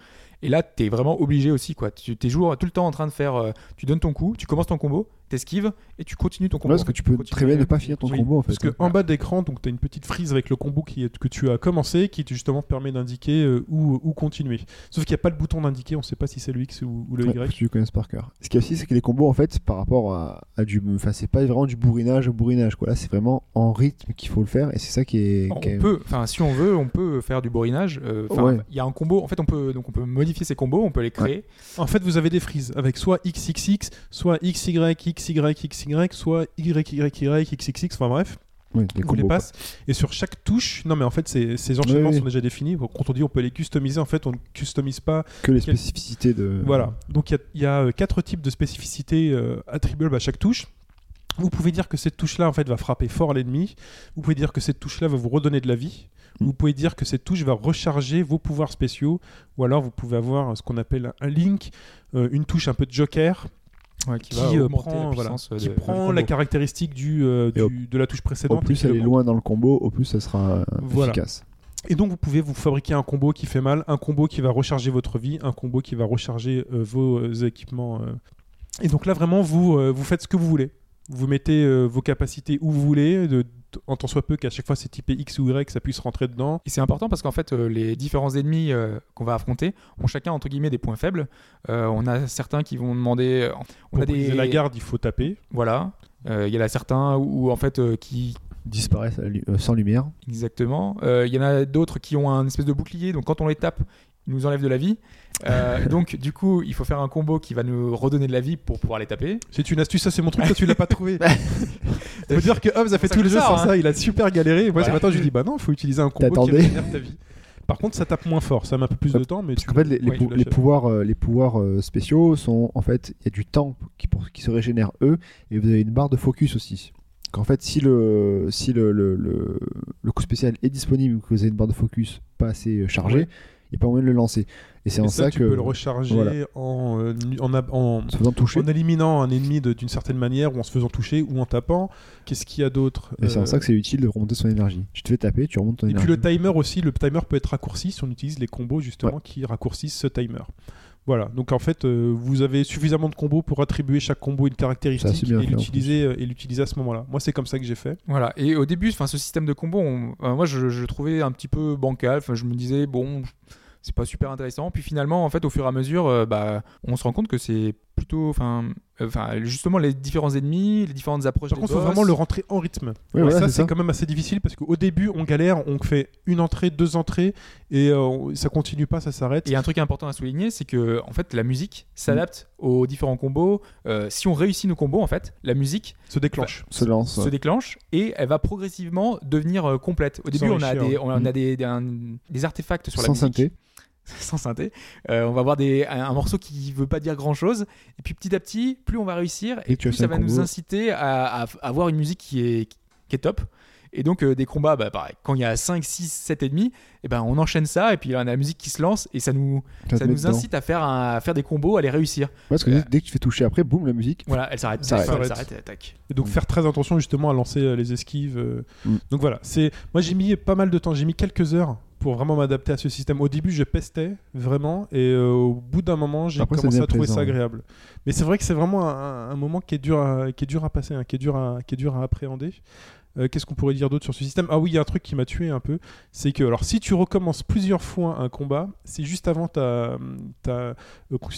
Speaker 4: Et là, t'es vraiment obligé aussi quoi. Tu t'es toujours tout le temps en train de faire. euh, tu donnes ton coup, tu commences ton combo, t'esquives et tu continues ton
Speaker 5: Ouais,
Speaker 4: combo.
Speaker 5: parce que tu peux
Speaker 4: Continuer.
Speaker 5: très bien ne pas finir ton
Speaker 3: Oui,
Speaker 5: combo en fait. hein.
Speaker 3: Parce qu'en bas d'écran, donc tu as une petite frise avec le combo qui est- que tu as commencé, qui justement permet d'indiquer euh, où, où continuer. Sauf qu'il n'y a pas le bouton d'indiquer, on ne sait pas si c'est le X ou, ou le
Speaker 5: Ouais,
Speaker 3: Y.
Speaker 5: faut que tu le connaisses par cœur. Ce qu'il y a aussi, c'est que les combos, en fait, par rapport à, à du. Enfin, c'est pas vraiment du bourrinage au bourrinage, quoi. Là, c'est vraiment en rythme qu'il faut le faire, et c'est ça qui est.
Speaker 4: On
Speaker 5: qui est-
Speaker 4: peut, enfin, si on veut, on peut faire du bourrinage. euh, enfin, Il
Speaker 5: Ouais.
Speaker 4: y a un combo. En fait, on peut donc on peut modifier ces combos, on peut les créer.
Speaker 3: En fait, vous avez des frises avec soit XXX, soit XY, XY, XY, soit YYY, XXX, enfin bref,
Speaker 5: Ouais, les
Speaker 3: vous les
Speaker 5: combos,
Speaker 3: passe. Et sur chaque touche, non mais en fait, ces, ces enchaînements
Speaker 5: Oui, oui.
Speaker 3: sont déjà définis. Quand on dit on peut les customiser, en fait, on ne customise pas
Speaker 5: quoi. Que les
Speaker 3: Quel-
Speaker 5: spécificités de.
Speaker 3: Voilà. Donc il y a- il y, a euh, quatre types de spécificités euh, attribuables à chaque touche. Vous pouvez dire que cette touche-là en fait va frapper fort l'ennemi. Vous pouvez dire que cette touche-là va vous redonner de la vie.
Speaker 5: Mm.
Speaker 3: Vous pouvez dire que cette touche va recharger vos pouvoirs spéciaux. Ou alors vous pouvez avoir euh, ce qu'on appelle un link, euh, une touche un peu de Joker
Speaker 4: Ouais,
Speaker 3: qui,
Speaker 4: qui, va
Speaker 3: euh,
Speaker 4: augmenter
Speaker 3: prend,
Speaker 4: la
Speaker 3: voilà,
Speaker 4: puissance, euh,
Speaker 3: qui
Speaker 4: de-
Speaker 3: prend
Speaker 4: du
Speaker 3: la
Speaker 4: combo.
Speaker 3: caractéristique du, euh,
Speaker 5: Et au-
Speaker 3: du- de la touche
Speaker 5: Au
Speaker 3: précédente. et
Speaker 5: plus
Speaker 3: qui
Speaker 5: elle est
Speaker 3: le-
Speaker 5: loin dans le combo, au plus ça sera euh,
Speaker 3: Voilà.
Speaker 5: efficace.
Speaker 3: Et donc vous pouvez vous fabriquer un combo qui fait mal, un combo qui va recharger votre vie, un combo qui va recharger euh, vos euh, équipements. euh. Et donc là vraiment vous euh, vous faites ce que vous voulez. Vous mettez euh, vos capacités où vous voulez, de, de- en tant soit peu qu'à chaque fois c'est typé X ou Y, ça puisse rentrer dedans.
Speaker 4: Et c'est important parce qu'en fait, euh, les différents ennemis euh, qu'on va affronter ont chacun entre guillemets des points faibles. Euh, on a certains qui vont demander, euh, on
Speaker 3: Pour
Speaker 4: a des
Speaker 3: briser la garde, il faut taper.
Speaker 4: Voilà, Euh, il y en a certains où, où, en fait euh, qui
Speaker 5: Disparaissent à lu- euh, sans lumière.
Speaker 4: exactement. Euh, Il y en a d'autres qui ont un espèce de bouclier, donc quand on les tape, ils nous enlèvent de la vie. (laughs) Euh, donc du coup, il faut faire un combo qui va nous redonner de la vie pour pouvoir les taper.
Speaker 3: C'est une astuce, ça c'est mon truc, toi tu l'as pas (laughs) trouvé. Faut dire que Hobbs a fait
Speaker 4: Ça
Speaker 3: tous les
Speaker 4: fait
Speaker 3: jeux
Speaker 4: ça,
Speaker 3: sans
Speaker 4: hein.
Speaker 3: ça, il a super galéré. Et moi ce
Speaker 4: Voilà.
Speaker 3: matin je lui dis bah non, il faut utiliser un combo qui
Speaker 5: T'attendais.
Speaker 3: régénère ta vie. Par contre ça tape moins fort, ça met un peu plus de temps, mais
Speaker 5: Parce
Speaker 3: tu
Speaker 5: qu'en fait, les, les
Speaker 3: ouais,
Speaker 5: pou-
Speaker 3: tu
Speaker 5: les
Speaker 3: l'achèves.
Speaker 5: pouvoirs, euh, les pouvoirs euh, spéciaux sont en fait, il y a du temps qui, pour, qui se régénère eux, et vous avez une barre de focus aussi. Qu'en fait, si le si le, le, le- le coup spécial est disponible, que vous avez une barre de focus pas assez euh, chargée, il
Speaker 3: Ouais.
Speaker 5: n'y a pas moyen de le lancer. Et c'est en
Speaker 3: Et
Speaker 5: ça,
Speaker 3: ça, tu
Speaker 5: que,
Speaker 3: peux le recharger
Speaker 5: voilà.
Speaker 3: en, euh, nu- en, ab- en-
Speaker 5: en se faisant toucher,
Speaker 3: en éliminant un ennemi de- d'une certaine manière ou en se faisant toucher ou en tapant. Qu'est-ce qu'il y a d'autre
Speaker 5: et c'est
Speaker 3: Euh,
Speaker 5: en ça que c'est utile de remonter son énergie. Tu te fais taper, tu remontes ton
Speaker 3: Et puis
Speaker 5: énergie.
Speaker 3: le timer aussi, le timer peut être raccourci si on utilise les combos justement qui raccourcissent ce timer. Voilà, donc en fait, euh, vous avez suffisamment de combos pour attribuer chaque combo une
Speaker 5: Ça, c'est
Speaker 3: caractéristique
Speaker 5: bien
Speaker 3: et
Speaker 5: fait, en
Speaker 3: l'utiliser euh, et l'utiliser à ce moment-là. Moi, c'est comme ça que j'ai fait.
Speaker 4: Voilà. Et au début, enfin, ce système de combo, on- euh, moi, je, je le trouvais un petit peu bancal. Enfin, je me disais bon, c'est pas super intéressant. Puis finalement, en fait, au fur et à mesure, euh, bah, on se rend compte que c'est plutôt, enfin, euh, enfin, justement, les différents ennemis, les différentes approches.
Speaker 3: Par
Speaker 4: des
Speaker 3: contre, faut
Speaker 4: boss.
Speaker 3: vraiment le rentrer en rythme.
Speaker 5: Oui,
Speaker 3: Et
Speaker 5: voilà,
Speaker 3: ça,
Speaker 5: c'est
Speaker 3: c'est quand même assez difficile parce qu'au début, on galère, on fait une entrée, deux entrées et euh, ça continue pas, ça s'arrête.
Speaker 4: Et un truc important à souligner, c'est que en fait, la musique s'adapte aux différents combos. Euh, si on réussit nos combos, en fait, la musique
Speaker 3: Se déclenche.
Speaker 5: se lance.
Speaker 4: se déclenche et elle va progressivement devenir euh, complète. Au début, on a
Speaker 3: S'enrichir,
Speaker 4: des,
Speaker 3: ouais.
Speaker 4: on a des, des, un- des artefacts sur la
Speaker 5: sans
Speaker 4: musique.
Speaker 5: synthé,
Speaker 4: (laughs) sans synthé. Euh, on va avoir des, un, un morceau qui veut pas dire grand chose. Et puis petit à petit, plus on va réussir, et,
Speaker 5: Et tu as
Speaker 4: plus
Speaker 5: fait
Speaker 4: ça
Speaker 5: un
Speaker 4: va
Speaker 5: combo.
Speaker 4: nous inciter à, à- à avoir une musique qui est, qui est top. Et donc euh, des combats, bah, pareil, quand il y a 5, 6, 7 ennemis, et ben, on enchaîne ça, et puis on a la musique qui se lance, et ça nous,
Speaker 5: tu vas te
Speaker 4: ça nous
Speaker 5: mettre dedans.
Speaker 4: incite à faire, un- à faire des combos, à les réussir.
Speaker 5: Ouais, parce que dès- dès que tu te fais toucher, après, boum, la musique.
Speaker 4: Voilà, elle s'arrête,
Speaker 5: Ça
Speaker 4: elle
Speaker 3: s'arrête.
Speaker 4: s'arrête, elle s'arrête, tac.
Speaker 3: Et donc
Speaker 5: Mm.
Speaker 3: faire très attention justement à lancer euh, les esquives. euh.
Speaker 5: Mm.
Speaker 3: Donc voilà, c'est moi j'ai mis pas mal de temps, j'ai mis quelques heures pour vraiment m'adapter à ce système. Au début, je pestais vraiment, et euh, au bout d'un moment, j'ai
Speaker 5: Après, ça
Speaker 3: commencé
Speaker 5: devient
Speaker 3: à trouver
Speaker 5: plaisant,
Speaker 3: ça
Speaker 5: ouais.
Speaker 3: agréable. Mais c'est vrai que c'est vraiment un, un moment qui est dur à, qui est dur à passer, hein, qui, est dur à, qui est dur à appréhender. Euh, Qu'est-ce qu'on pourrait dire d'autre sur ce système Ah oui, il y a un truc qui m'a tué un peu, c'est que alors si tu recommences plusieurs fois un combat, si juste avant t'as as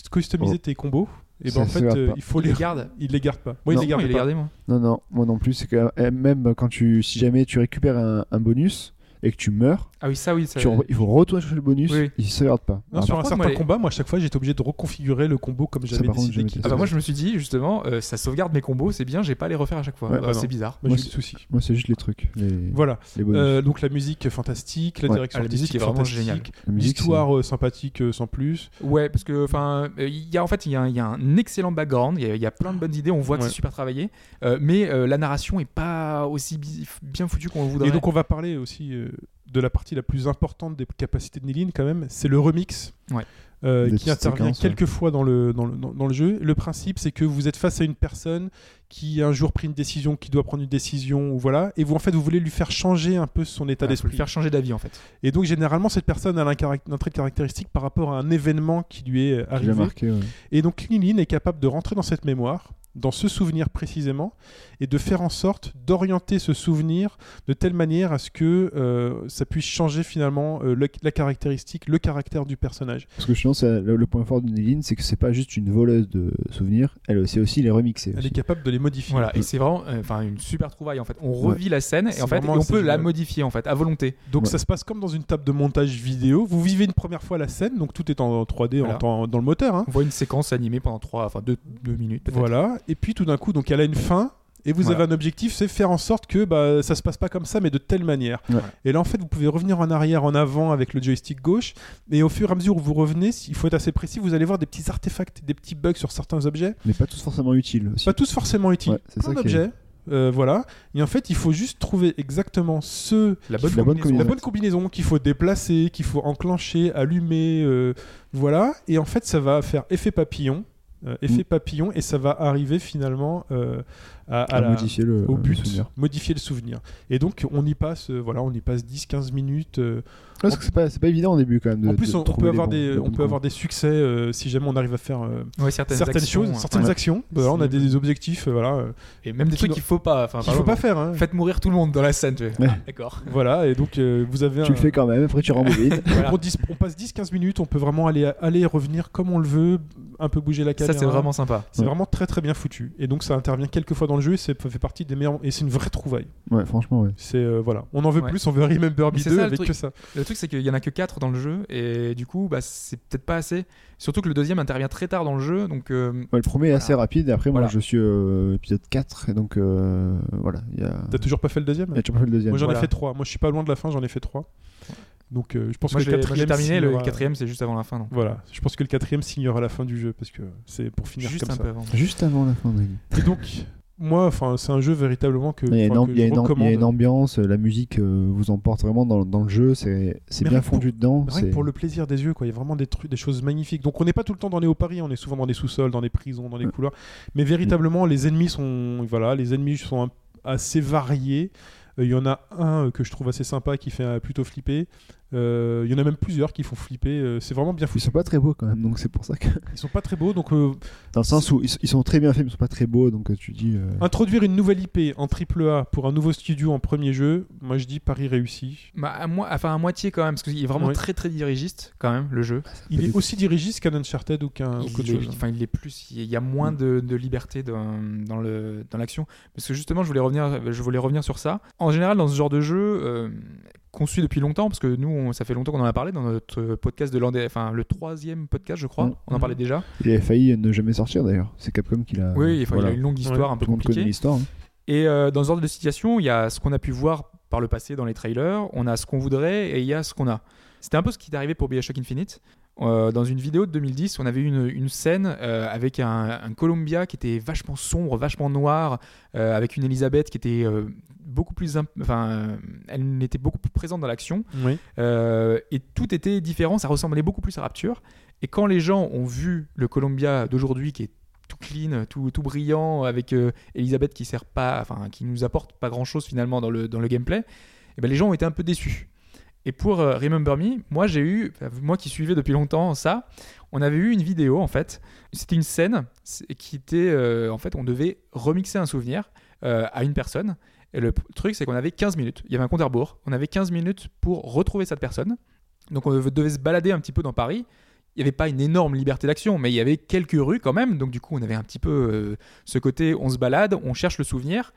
Speaker 3: customisé tes combos, et
Speaker 5: Oh. Ça
Speaker 3: ben en
Speaker 5: se
Speaker 3: fait
Speaker 5: va
Speaker 3: euh,
Speaker 5: pas.
Speaker 3: il faut
Speaker 4: les
Speaker 3: les
Speaker 4: garde.
Speaker 3: il les garde pas. Moi il
Speaker 5: Non,
Speaker 3: les garde
Speaker 4: il est
Speaker 3: pas.
Speaker 4: gardé, moi.
Speaker 5: Non, non, moi non plus. C'est que euh, même quand tu, si jamais tu récupères un, un bonus et que tu meurs,
Speaker 4: Ah oui, ça, oui. Ça...
Speaker 5: tu re- il faut retourner chercher le bonus.
Speaker 4: Oui.
Speaker 5: Il se garde pas.
Speaker 3: Non,
Speaker 5: Ah,
Speaker 3: sur
Speaker 4: par
Speaker 3: un
Speaker 4: contre,
Speaker 3: certain
Speaker 4: moi, les-
Speaker 3: combat, moi à chaque fois j'étais obligé de reconfigurer le combo comme
Speaker 5: Ça,
Speaker 3: j'avais
Speaker 5: par contre, j'ai
Speaker 3: décidé. qu'il
Speaker 5: jamais
Speaker 4: Ah bah
Speaker 5: testé.
Speaker 4: moi je me suis dit justement euh, ça sauvegarde mes combos c'est bien j'ai pas à les refaire à chaque fois
Speaker 5: Ouais,
Speaker 4: Euh,
Speaker 3: bah non.
Speaker 4: c'est bizarre
Speaker 3: Moi,
Speaker 5: Moi,
Speaker 3: j'ai eu
Speaker 5: c'est-
Speaker 3: le souci.
Speaker 5: Moi, c'est juste les trucs. Les,
Speaker 3: Voilà.
Speaker 5: les bonus.
Speaker 3: Euh, donc la musique fantastique, la
Speaker 5: Ouais.
Speaker 3: direction
Speaker 4: Ah, la musique
Speaker 3: artistique
Speaker 4: est vraiment géniale.
Speaker 3: fantastique,
Speaker 5: La musique, c'est-
Speaker 3: l'histoire euh, sympathique euh, sans plus.
Speaker 4: ouais parce que enfin euh, il y a en fait il y, a un- il y a un excellent background il y, a- il y a plein de bonnes idées on voit que
Speaker 3: Ouais.
Speaker 4: c'est super travaillé euh, mais euh, la narration est pas aussi bi- bien foutue qu'on le voudrait
Speaker 3: Et donc on va parler aussi euh, de la partie la plus importante des capacités de Nilin quand même, c'est le remix.
Speaker 4: Ouais.
Speaker 3: euh,
Speaker 5: Des
Speaker 3: qui
Speaker 5: petites
Speaker 3: intervient
Speaker 5: séquences, ouais.
Speaker 3: quelques fois dans le, dans, le, dans- dans le jeu. Le principe, c'est que vous êtes face à une personne qui un jour pris une décision, qui doit prendre une décision, ou voilà, et vous en fait vous voulez lui faire changer un peu son
Speaker 4: Ah,
Speaker 3: état
Speaker 4: faut
Speaker 3: d'esprit.
Speaker 4: le faire changer d'avis en fait
Speaker 3: Et donc généralement cette personne a un, caract- un trait de caractéristique par rapport à un événement qui lui est euh,
Speaker 5: qui l'a
Speaker 3: arrivé.
Speaker 5: marqué. ouais.
Speaker 3: Et donc Lilin est capable de rentrer dans cette mémoire, dans ce souvenir précisément, et de faire en sorte d'orienter ce souvenir de telle manière à ce que euh, ça puisse changer finalement euh, le- la caractéristique, le caractère du personnage.
Speaker 5: Parce que je pense que le, le point fort de Néline, c'est que c'est pas juste une voleuse de souvenirs, elle c'est aussi les remixer.
Speaker 3: Elle
Speaker 5: aussi.
Speaker 3: est capable de les modifier.
Speaker 4: voilà et c'est vraiment euh, enfin une super trouvaille en fait on revit la scène et
Speaker 3: C'est
Speaker 4: en fait et
Speaker 3: vraiment
Speaker 4: on
Speaker 3: assez
Speaker 4: peut la
Speaker 3: génial.
Speaker 4: modifier en fait à volonté
Speaker 3: Donc
Speaker 5: Ouais.
Speaker 3: ça se passe comme dans une table de montage vidéo. Vous vivez une première fois la scène, donc tout est en 3D en
Speaker 4: Voilà.
Speaker 3: temps- dans le moteur. hein.
Speaker 4: on voit une séquence animée pendant 3 enfin 2 minutes peut-être
Speaker 3: Voilà. Et puis tout d'un coup, donc elle a une fin. Et vous
Speaker 4: Voilà.
Speaker 3: avez un objectif, c'est faire en sorte que bah, ça se passe pas comme ça, mais de telle manière.
Speaker 5: Ouais.
Speaker 3: Et là, en fait, vous pouvez revenir en arrière, en avant avec le joystick gauche. Et au fur et à mesure où vous revenez, s- il faut être assez précis, vous allez voir des petits artefacts, des petits bugs sur certains objets.
Speaker 5: Mais pas tous forcément utiles aussi.
Speaker 3: Pas tous forcément utiles.
Speaker 5: Ouais, c'est
Speaker 3: Plein
Speaker 5: ça qui est-
Speaker 3: d'objets. euh, voilà. Et en fait, il faut juste trouver exactement ce,
Speaker 4: la bonne
Speaker 5: La bonne
Speaker 4: combinaison.
Speaker 3: la
Speaker 5: Exact.
Speaker 3: bonne combinaison qu'il faut déplacer, qu'il faut enclencher, allumer, euh, voilà. Et en fait, ça va faire effet papillon, euh, effet
Speaker 5: Mm.
Speaker 3: papillon, et ça va arriver finalement euh, à, à
Speaker 5: à
Speaker 3: la-
Speaker 5: modifier euh, le,
Speaker 3: au
Speaker 5: le
Speaker 3: but,
Speaker 5: souvenir.
Speaker 3: modifier le souvenir. Et donc, on y passe, euh, voilà, on y passe 10-15 minutes. euh.
Speaker 5: Parce que c'est pas, c'est pas évident au début quand même. De,
Speaker 3: en plus,
Speaker 5: de
Speaker 3: on, on
Speaker 5: trouver
Speaker 3: peut
Speaker 5: les
Speaker 3: avoir
Speaker 5: bons-
Speaker 3: des,
Speaker 5: les
Speaker 3: on
Speaker 5: bons
Speaker 3: peut avoir des succès euh, si jamais on arrive à faire euh,
Speaker 4: Ouais, certaines,
Speaker 3: certaines
Speaker 4: actions,
Speaker 3: choses,
Speaker 4: hein.
Speaker 3: certaines
Speaker 4: Ouais.
Speaker 3: actions. Voilà, on a des, des objectifs, euh, voilà, euh,
Speaker 4: et même des
Speaker 3: Qui
Speaker 4: trucs qu'il faut pas enfin
Speaker 3: qu'il faut
Speaker 4: par
Speaker 3: pas
Speaker 4: exemple,
Speaker 3: faire. hein.
Speaker 4: Ah, faites mourir tout le monde dans la scène tu fais,
Speaker 5: Ouais.
Speaker 4: ah, d'accord
Speaker 3: Voilà. Et donc, euh, vous avez.
Speaker 5: Tu
Speaker 3: un-
Speaker 5: le fais quand même, après tu rembobines.
Speaker 4: Voilà.
Speaker 3: On, dis- on passe 10-15 minutes, on peut vraiment aller, aller et revenir comme on le veut, un peu bouger la
Speaker 4: ça
Speaker 3: caméra.
Speaker 4: c'est vraiment sympa
Speaker 3: C'est
Speaker 5: Ouais.
Speaker 3: vraiment très très bien foutu. Et donc ça intervient quelques fois dans le jeu et c'est- ça fait partie des meilleurs. Et c'est une vraie trouvaille.
Speaker 5: ouais, franchement, ouais.
Speaker 3: C'est euh, voilà, on en veut
Speaker 4: Ouais.
Speaker 3: plus, on veut Remember
Speaker 4: Mais
Speaker 3: Me
Speaker 4: c'est
Speaker 3: 2
Speaker 4: ça, le
Speaker 3: avec
Speaker 4: truc.
Speaker 3: que ça.
Speaker 4: Le truc, c'est qu'il y en a que 4 dans le jeu, et du coup, bah, c'est peut-être pas assez. Surtout que le deuxième intervient très tard dans le jeu, donc. euh,
Speaker 5: Ouais, le premier est assez rapide, et après,
Speaker 4: Voilà.
Speaker 5: moi je suis euh, épisode 4, et donc euh, voilà. Il y a.
Speaker 3: T'as toujours pas fait le deuxième
Speaker 5: Il y a toujours pas le deuxième.
Speaker 3: Moi j'en
Speaker 4: voilà.
Speaker 3: ai fait trois. Moi je suis pas loin de la fin, j'en ai fait trois. Donc euh, je pense
Speaker 4: moi,
Speaker 3: que
Speaker 4: je
Speaker 3: le
Speaker 4: l'ai- moi, j'ai
Speaker 3: quatrième
Speaker 4: terminé, le
Speaker 3: signera-
Speaker 4: quatrième, c'est juste avant la fin, donc.
Speaker 3: Voilà, je pense que le quatrième signera la fin du jeu parce que c'est pour finir
Speaker 4: Juste
Speaker 3: comme
Speaker 4: un
Speaker 3: ça.
Speaker 4: peu avant.
Speaker 5: Juste avant la fin, Maggie.
Speaker 3: Et donc moi, enfin c'est un jeu véritablement que,
Speaker 5: Il y a une
Speaker 3: enfin,
Speaker 5: am-
Speaker 3: que
Speaker 5: il y a
Speaker 3: je
Speaker 5: une am- il y
Speaker 3: recommande.
Speaker 5: a une ambiance, euh, la musique euh, vous emporte vraiment dans, dans le jeu, c'est c'est
Speaker 3: Mais
Speaker 5: bien
Speaker 3: rien que
Speaker 5: fondu dedans.
Speaker 3: Rien que
Speaker 5: c'est-
Speaker 3: pour le plaisir des yeux, quoi. Il y a vraiment des trucs, des choses magnifiques. Donc on n'est pas tout le temps dans les hauts paris, on est souvent dans des sous-sols, dans des prisons, dans des
Speaker 4: Euh.
Speaker 5: Ouais.
Speaker 3: couloirs. Mais véritablement, les ennemis sont, voilà, les ennemis sont un- assez variés. Euh, Il y en a un euh, que je trouve assez sympa qui fait euh, plutôt flipper. Euh, Il y en a même plusieurs qui font flipper. Euh, C'est vraiment bien
Speaker 5: Ils
Speaker 3: foutu.
Speaker 5: sont pas très beaux quand même, donc c'est pour ça que. (laughs)
Speaker 3: Ils sont pas très beaux, donc euh,
Speaker 5: Dans le sens où ils sont- ils sont très bien faits, mais ils sont pas très beaux, donc euh, tu dis. euh,
Speaker 3: introduire une nouvelle IP en triple A pour un nouveau studio en premier jeu, moi je dis pari réussi.
Speaker 4: Bah, à moi, enfin, à moitié quand même, parce qu'il est vraiment
Speaker 3: Oui.
Speaker 4: très très dirigiste, quand même, le jeu.
Speaker 3: Il
Speaker 5: Peut-être.
Speaker 3: est aussi dirigiste qu'un Uncharted ou qu'un ou qu'autre
Speaker 4: Il est,
Speaker 3: chose. hein.
Speaker 4: enfin, il est plus, il y a moins
Speaker 3: Mm.
Speaker 4: de, de liberté dans, dans le dans l'action. Parce que justement, je voulais revenir, je voulais revenir sur ça. En général, dans ce genre de jeu euh, qu'on suit depuis longtemps, parce que nous, on- ça fait longtemps qu'on en a parlé dans notre podcast de l'an, dé- enfin le troisième podcast, je
Speaker 3: Mm.
Speaker 4: crois,
Speaker 5: Mhm.
Speaker 4: on en parlait déjà.
Speaker 5: Il avait failli ne jamais sortir d'ailleurs. C'est Capcom qui l'a.
Speaker 4: Oui, enfin,
Speaker 5: Euh, voilà.
Speaker 4: il a une longue histoire un peu
Speaker 5: Tout le monde connaît
Speaker 4: compliquée.
Speaker 5: l'histoire. hein.
Speaker 4: Et euh, dans ce genre de situation, il y a ce qu'on a pu voir par le passé dans les trailers, on a ce qu'on voudrait et il y a ce qu'on a. C'était un peu ce qui est arrivé pour Bioshock Infinite. Euh, dans une vidéo de 2010, on avait eu une, une scène euh, avec un, un Columbia qui était vachement sombre, vachement noir, euh, avec une Elisabeth qui était euh, beaucoup plus... imp- Enfin, euh, elle était beaucoup plus présente dans l'action.
Speaker 3: Oui.
Speaker 4: Euh, et tout était différent, ça ressemblait beaucoup plus à Rapture. Et quand les gens ont vu le Columbia d'aujourd'hui qui est tout clean, tout, tout brillant, avec euh, Elisabeth qui sert eh pas, enfin qui nous apporte pas grand chose finalement dans le, dans le gameplay, et ben les gens ont été un peu déçus. Et pour euh, Remember Me, moi j'ai eu, enfin, moi qui suivais depuis longtemps ça, on avait eu une vidéo en fait. C'était une scène c'est- qui était, euh, en fait, on devait remixer un souvenir euh, à une personne. Et le p- truc, c'est qu'on avait 15 minutes. Il y avait un compte à rebours. On avait 15 minutes pour retrouver cette personne. Donc on dev- devait se balader un petit peu dans Paris. Il n'y avait pas une énorme liberté d'action, mais il y avait quelques rues quand même. Donc du coup, on avait un petit peu euh, ce côté, on se balade, on cherche le souvenir.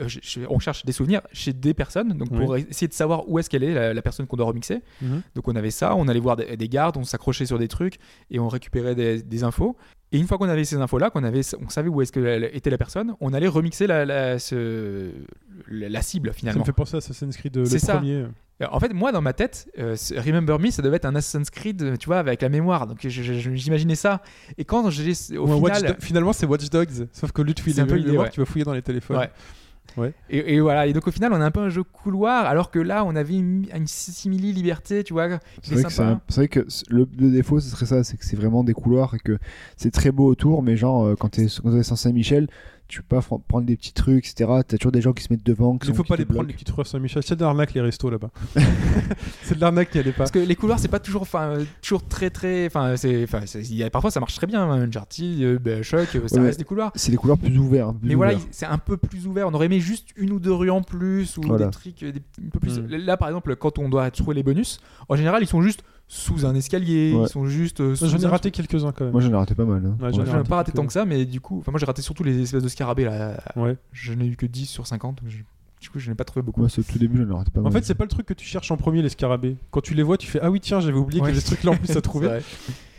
Speaker 4: Euh, je- je- on cherche des souvenirs chez des personnes, donc pour essayer de savoir où est-ce qu'elle est, la, la personne qu'on doit remixer.
Speaker 3: Mhm.
Speaker 4: Donc on avait ça, on allait voir des, des gardes, on s'accrochait sur des trucs et on récupérait des, des infos. Et une fois qu'on avait ces infos-là, qu'on avait, on savait où est-ce que la- était la personne, on allait remixer la, la, ce- la- la cible
Speaker 3: Ça me
Speaker 4: finalement.
Speaker 3: fait penser à Assassin's Creed euh, le
Speaker 4: C'est ça.
Speaker 3: premier.
Speaker 4: Euh, En fait, moi, dans ma tête, euh, ce Remember Me, ça devait être un Assassin's Creed, euh, tu vois, avec la mémoire. Donc, je- je- je- j'imaginais ça. Et quand j'ai, au
Speaker 3: Ou un Watch
Speaker 4: final,
Speaker 3: Do- Finalement, c'est Watch Dogs, sauf que lui, tu fais
Speaker 4: C'est un peu l'idée, ouais.
Speaker 3: tu vas fouiller dans les téléphones.
Speaker 4: Ouais. et, et voilà. Et donc, au final, on a un peu un jeu couloir, alors que là, on avait une, une simili liberté, tu vois.
Speaker 5: C'est vrai, que c'est
Speaker 4: sympa.
Speaker 3: hein.
Speaker 5: un- c'est vrai que c- le, le défaut, ce serait ça, c'est que c'est vraiment des couloirs et que c'est très beau autour, mais genre, euh, quand t'es quand t'es sur Saint-Michel, tu peux pas fr- prendre des petits trucs, etc. T'as toujours des gens qui se mettent devant. qui
Speaker 3: Il
Speaker 5: sont-
Speaker 3: faut
Speaker 5: qui
Speaker 3: pas
Speaker 5: te
Speaker 3: les prendre, les
Speaker 5: bloquent.
Speaker 3: petites rues à Saint-Michel. C'est de l'arnaque, les restos là-bas. (laughs) c'est de l'arnaque, n'y allez pas.
Speaker 4: Parce que les couloirs, c'est pas toujours, enfin, euh, toujours très, très, enfin, c'est, enfin, c'est- il y a- parfois, ça marche très bien. hein, Uncharted, euh, ben, Shock, euh, ça
Speaker 5: Ouais, mais-
Speaker 4: reste des couloirs.
Speaker 5: C'est des couloirs plus ouverts. hein, plus
Speaker 4: Mais voilà,
Speaker 5: ouverts.
Speaker 4: il- c'est un peu plus ouvert. On aurait aimé juste une ou deux rues en plus ou
Speaker 5: Voilà.
Speaker 4: des trucs euh, des petits- un peu plus.
Speaker 3: Mm.
Speaker 4: Là, par exemple, quand on doit trouver les bonus, en général, ils sont juste sous un escalier,
Speaker 5: Ouais.
Speaker 4: ils sont juste. euh, sous
Speaker 3: J'en ai
Speaker 4: un-
Speaker 3: raté quelques-uns quand même.
Speaker 5: Moi, j'en ai raté pas mal. hein.
Speaker 3: Ouais,
Speaker 4: J'en
Speaker 3: j'en
Speaker 5: Ouais.
Speaker 3: ai
Speaker 4: ai
Speaker 3: raté
Speaker 4: pas raté
Speaker 3: quelques-
Speaker 4: tant que ça, mais du coup, enfin, moi j'ai raté surtout les espèces de scarabées là.
Speaker 3: Ouais.
Speaker 4: Je n'ai eu que 10 sur 50, donc je- du coup, je n'ai pas trouvé beaucoup.
Speaker 5: Moi, c'est au tout début, j'en ai raté pas
Speaker 3: En
Speaker 5: mal.
Speaker 3: fait, c'est pas le truc que tu cherches en premier, les scarabées. Quand tu les vois, tu fais Ah oui, tiens, j'avais oublié
Speaker 4: Ouais.
Speaker 3: qu'il y avait ce truc-là en (laughs) plus à trouver.
Speaker 4: Ouais.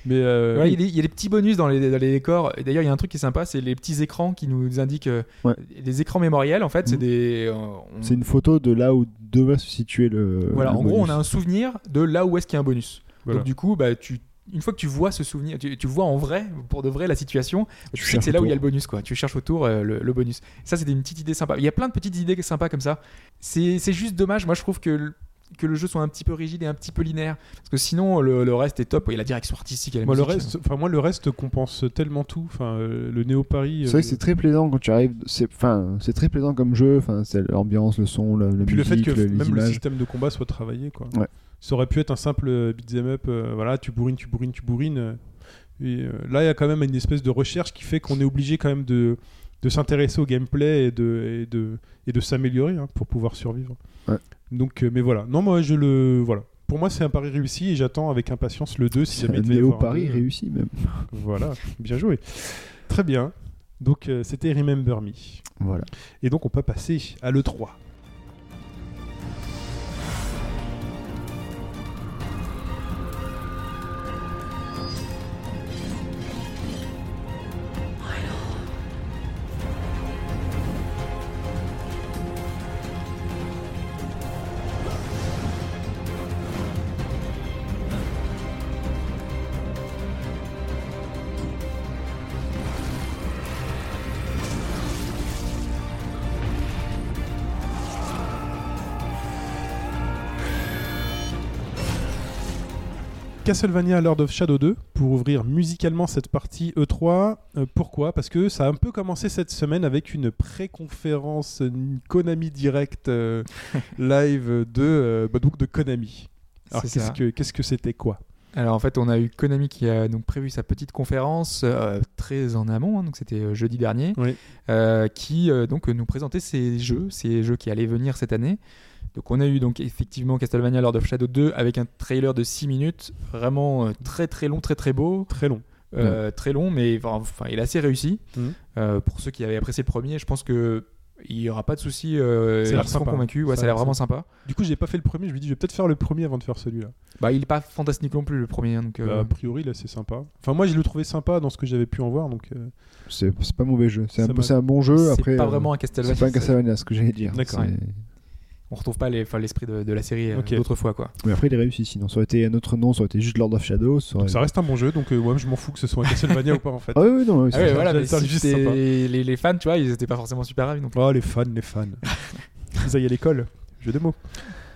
Speaker 3: Mais euh,
Speaker 4: Voilà, il y a des- il y a des petits bonus dans les, dans les décors. Et D'ailleurs, il y a un truc qui est sympa, c'est les petits écrans qui nous indiquent euh,
Speaker 5: Ouais.
Speaker 4: des écrans mémoriels. En fait, c'est
Speaker 5: Mhm.
Speaker 4: des. euh, on-
Speaker 5: C'est une photo de là où devrait se situer le.
Speaker 4: Voilà,
Speaker 5: euh, le
Speaker 4: en gros,
Speaker 5: bonus.
Speaker 4: on a un souvenir de là où est-ce qu'il y a un bonus.
Speaker 3: Voilà.
Speaker 4: Donc du coup, bah, tu, une fois que tu vois ce souvenir, tu, tu vois en vrai, pour de vrai, la situation, bah, tu, sais que
Speaker 5: cherches
Speaker 4: c'est là où il y a le
Speaker 5: autour.
Speaker 4: bonus, quoi. Tu cherches autour euh, le, le bonus. Ça, c'était une petite idée sympa. Il y a plein de petites idées sympas comme ça. C'est c'est juste dommage, moi je trouve que le, que le jeu soit un petit peu rigide et un petit peu linéaire. Parce que sinon, le, le reste est top. Il y a la direction artistique, il y a la
Speaker 3: moi, le
Speaker 4: musique.
Speaker 3: reste, enfin, moi, le reste compense tellement tout. Enfin, euh, le Néo Paris.
Speaker 5: C'est vrai
Speaker 3: euh,
Speaker 5: que c'est très plaisant quand tu arrives. C'est enfin, c'est très plaisant comme jeu. Enfin, c'est l'ambiance, le son, la, la
Speaker 3: Puis le fait
Speaker 5: musique,
Speaker 3: que
Speaker 5: le- les
Speaker 3: même le
Speaker 5: images.
Speaker 3: système de combat soit travaillé, quoi.
Speaker 5: Ouais.
Speaker 3: Ça aurait pu être un simple euh, beat'em up, euh, voilà, tu bourrines, tu bourrines, tu bourrines. euh, et euh, là, il y a quand même une espèce de recherche qui fait qu'on est obligé quand même de, de s'intéresser au gameplay et de, et de, et de s'améliorer hein, pour pouvoir survivre.
Speaker 5: Ouais.
Speaker 3: Donc, euh, mais voilà. Non, moi, je le. Voilà. Pour moi, c'est un pari réussi et j'attends avec impatience le 2
Speaker 5: (laughs)
Speaker 3: si
Speaker 5: C'est
Speaker 3: jamais
Speaker 5: un
Speaker 3: il devait y
Speaker 5: Néo
Speaker 3: avoir un
Speaker 5: Paris
Speaker 3: deux.
Speaker 5: réussi même.
Speaker 3: Voilà, bien joué. Très bien. Donc, euh, c'était Remember Me.
Speaker 5: Voilà.
Speaker 3: Et donc, on peut passer à l'E3. Castlevania Lord of Shadow 2 pour ouvrir musicalement cette partie E3. Euh, pourquoi Parce que ça a un peu commencé cette semaine avec une pré-conférence euh, Konami
Speaker 4: (laughs)
Speaker 3: Direct euh, live de, euh, bah, donc de Konami. Alors
Speaker 4: C'est
Speaker 3: qu'est-ce
Speaker 4: ça.
Speaker 3: que qu'est-ce que c'était quoi
Speaker 4: Alors en fait, on a eu Konami qui a donc prévu sa petite conférence euh, très en amont, hein, donc c'était euh, jeudi dernier,
Speaker 3: Oui.
Speaker 4: euh, qui euh, donc nous présentait ses jeux, ces jeux qui allaient venir cette année. Donc on a eu donc effectivement Castlevania Lord of Shadow 2 avec un trailer de 6 minutes, vraiment euh, très très long, très très beau,
Speaker 3: Très long.
Speaker 4: euh, très long, mais enfin, enfin, il est assez réussi.
Speaker 3: Mhm.
Speaker 4: Euh, pour ceux qui avaient apprécié le premier, je pense que il y aura pas de souci, euh,
Speaker 3: Ça a
Speaker 4: ils
Speaker 3: l'air
Speaker 4: seront
Speaker 3: sympa.
Speaker 4: convaincus. Ouais, ça,
Speaker 3: Ça a
Speaker 4: a l'air
Speaker 3: l'air
Speaker 4: vraiment sympa.
Speaker 3: Du coup, j'ai pas fait le premier. Je me dis, je vais peut-être faire le premier avant de faire celui-là.
Speaker 4: Bah, il est pas fantastique non plus le premier, hein, donc euh,
Speaker 3: Bah, a priori, là, c'est sympa. Enfin, moi, je le trouvais sympa dans ce que j'avais pu en voir. Donc, euh,
Speaker 5: C'est c'est pas mauvais jeu. C'est
Speaker 3: Ça
Speaker 5: un,
Speaker 3: m'a-
Speaker 5: c'est un bon jeu.
Speaker 4: c'est
Speaker 5: Après,
Speaker 4: pas
Speaker 5: euh,
Speaker 4: vraiment un
Speaker 5: C'est
Speaker 4: Castlevania.
Speaker 5: pas un
Speaker 4: ça-
Speaker 5: Castlevania, ce que j'allais dire.
Speaker 3: D'accord.
Speaker 5: C'est-
Speaker 4: on retrouve pas les- enfin, l'esprit de, de la série euh,
Speaker 3: Ok.
Speaker 4: d'autrefois quoi.
Speaker 5: Mais après, il est réussi. Sinon, ça aurait été un autre nom, ça aurait été juste Lord of Shadow. Ça aurait...
Speaker 3: donc, ça reste un bon jeu. Donc, euh, ouais, je m'en fous que ce soit un Castlevania ou pas, en fait.
Speaker 5: Ah oui, oui, non, oui,
Speaker 4: Ah (laughs)
Speaker 5: c'est- (laughs)
Speaker 4: ouais, voilà,
Speaker 3: ça,
Speaker 4: mais
Speaker 3: ça,
Speaker 4: si
Speaker 3: juste
Speaker 4: t'es-
Speaker 3: sympa.
Speaker 4: les, les fans, tu vois, ils étaient pas forcément super ravis non plus.
Speaker 3: Oh, les fans,
Speaker 4: (laughs)
Speaker 3: les fans. Vous aillez à l'école. Jeu de mots.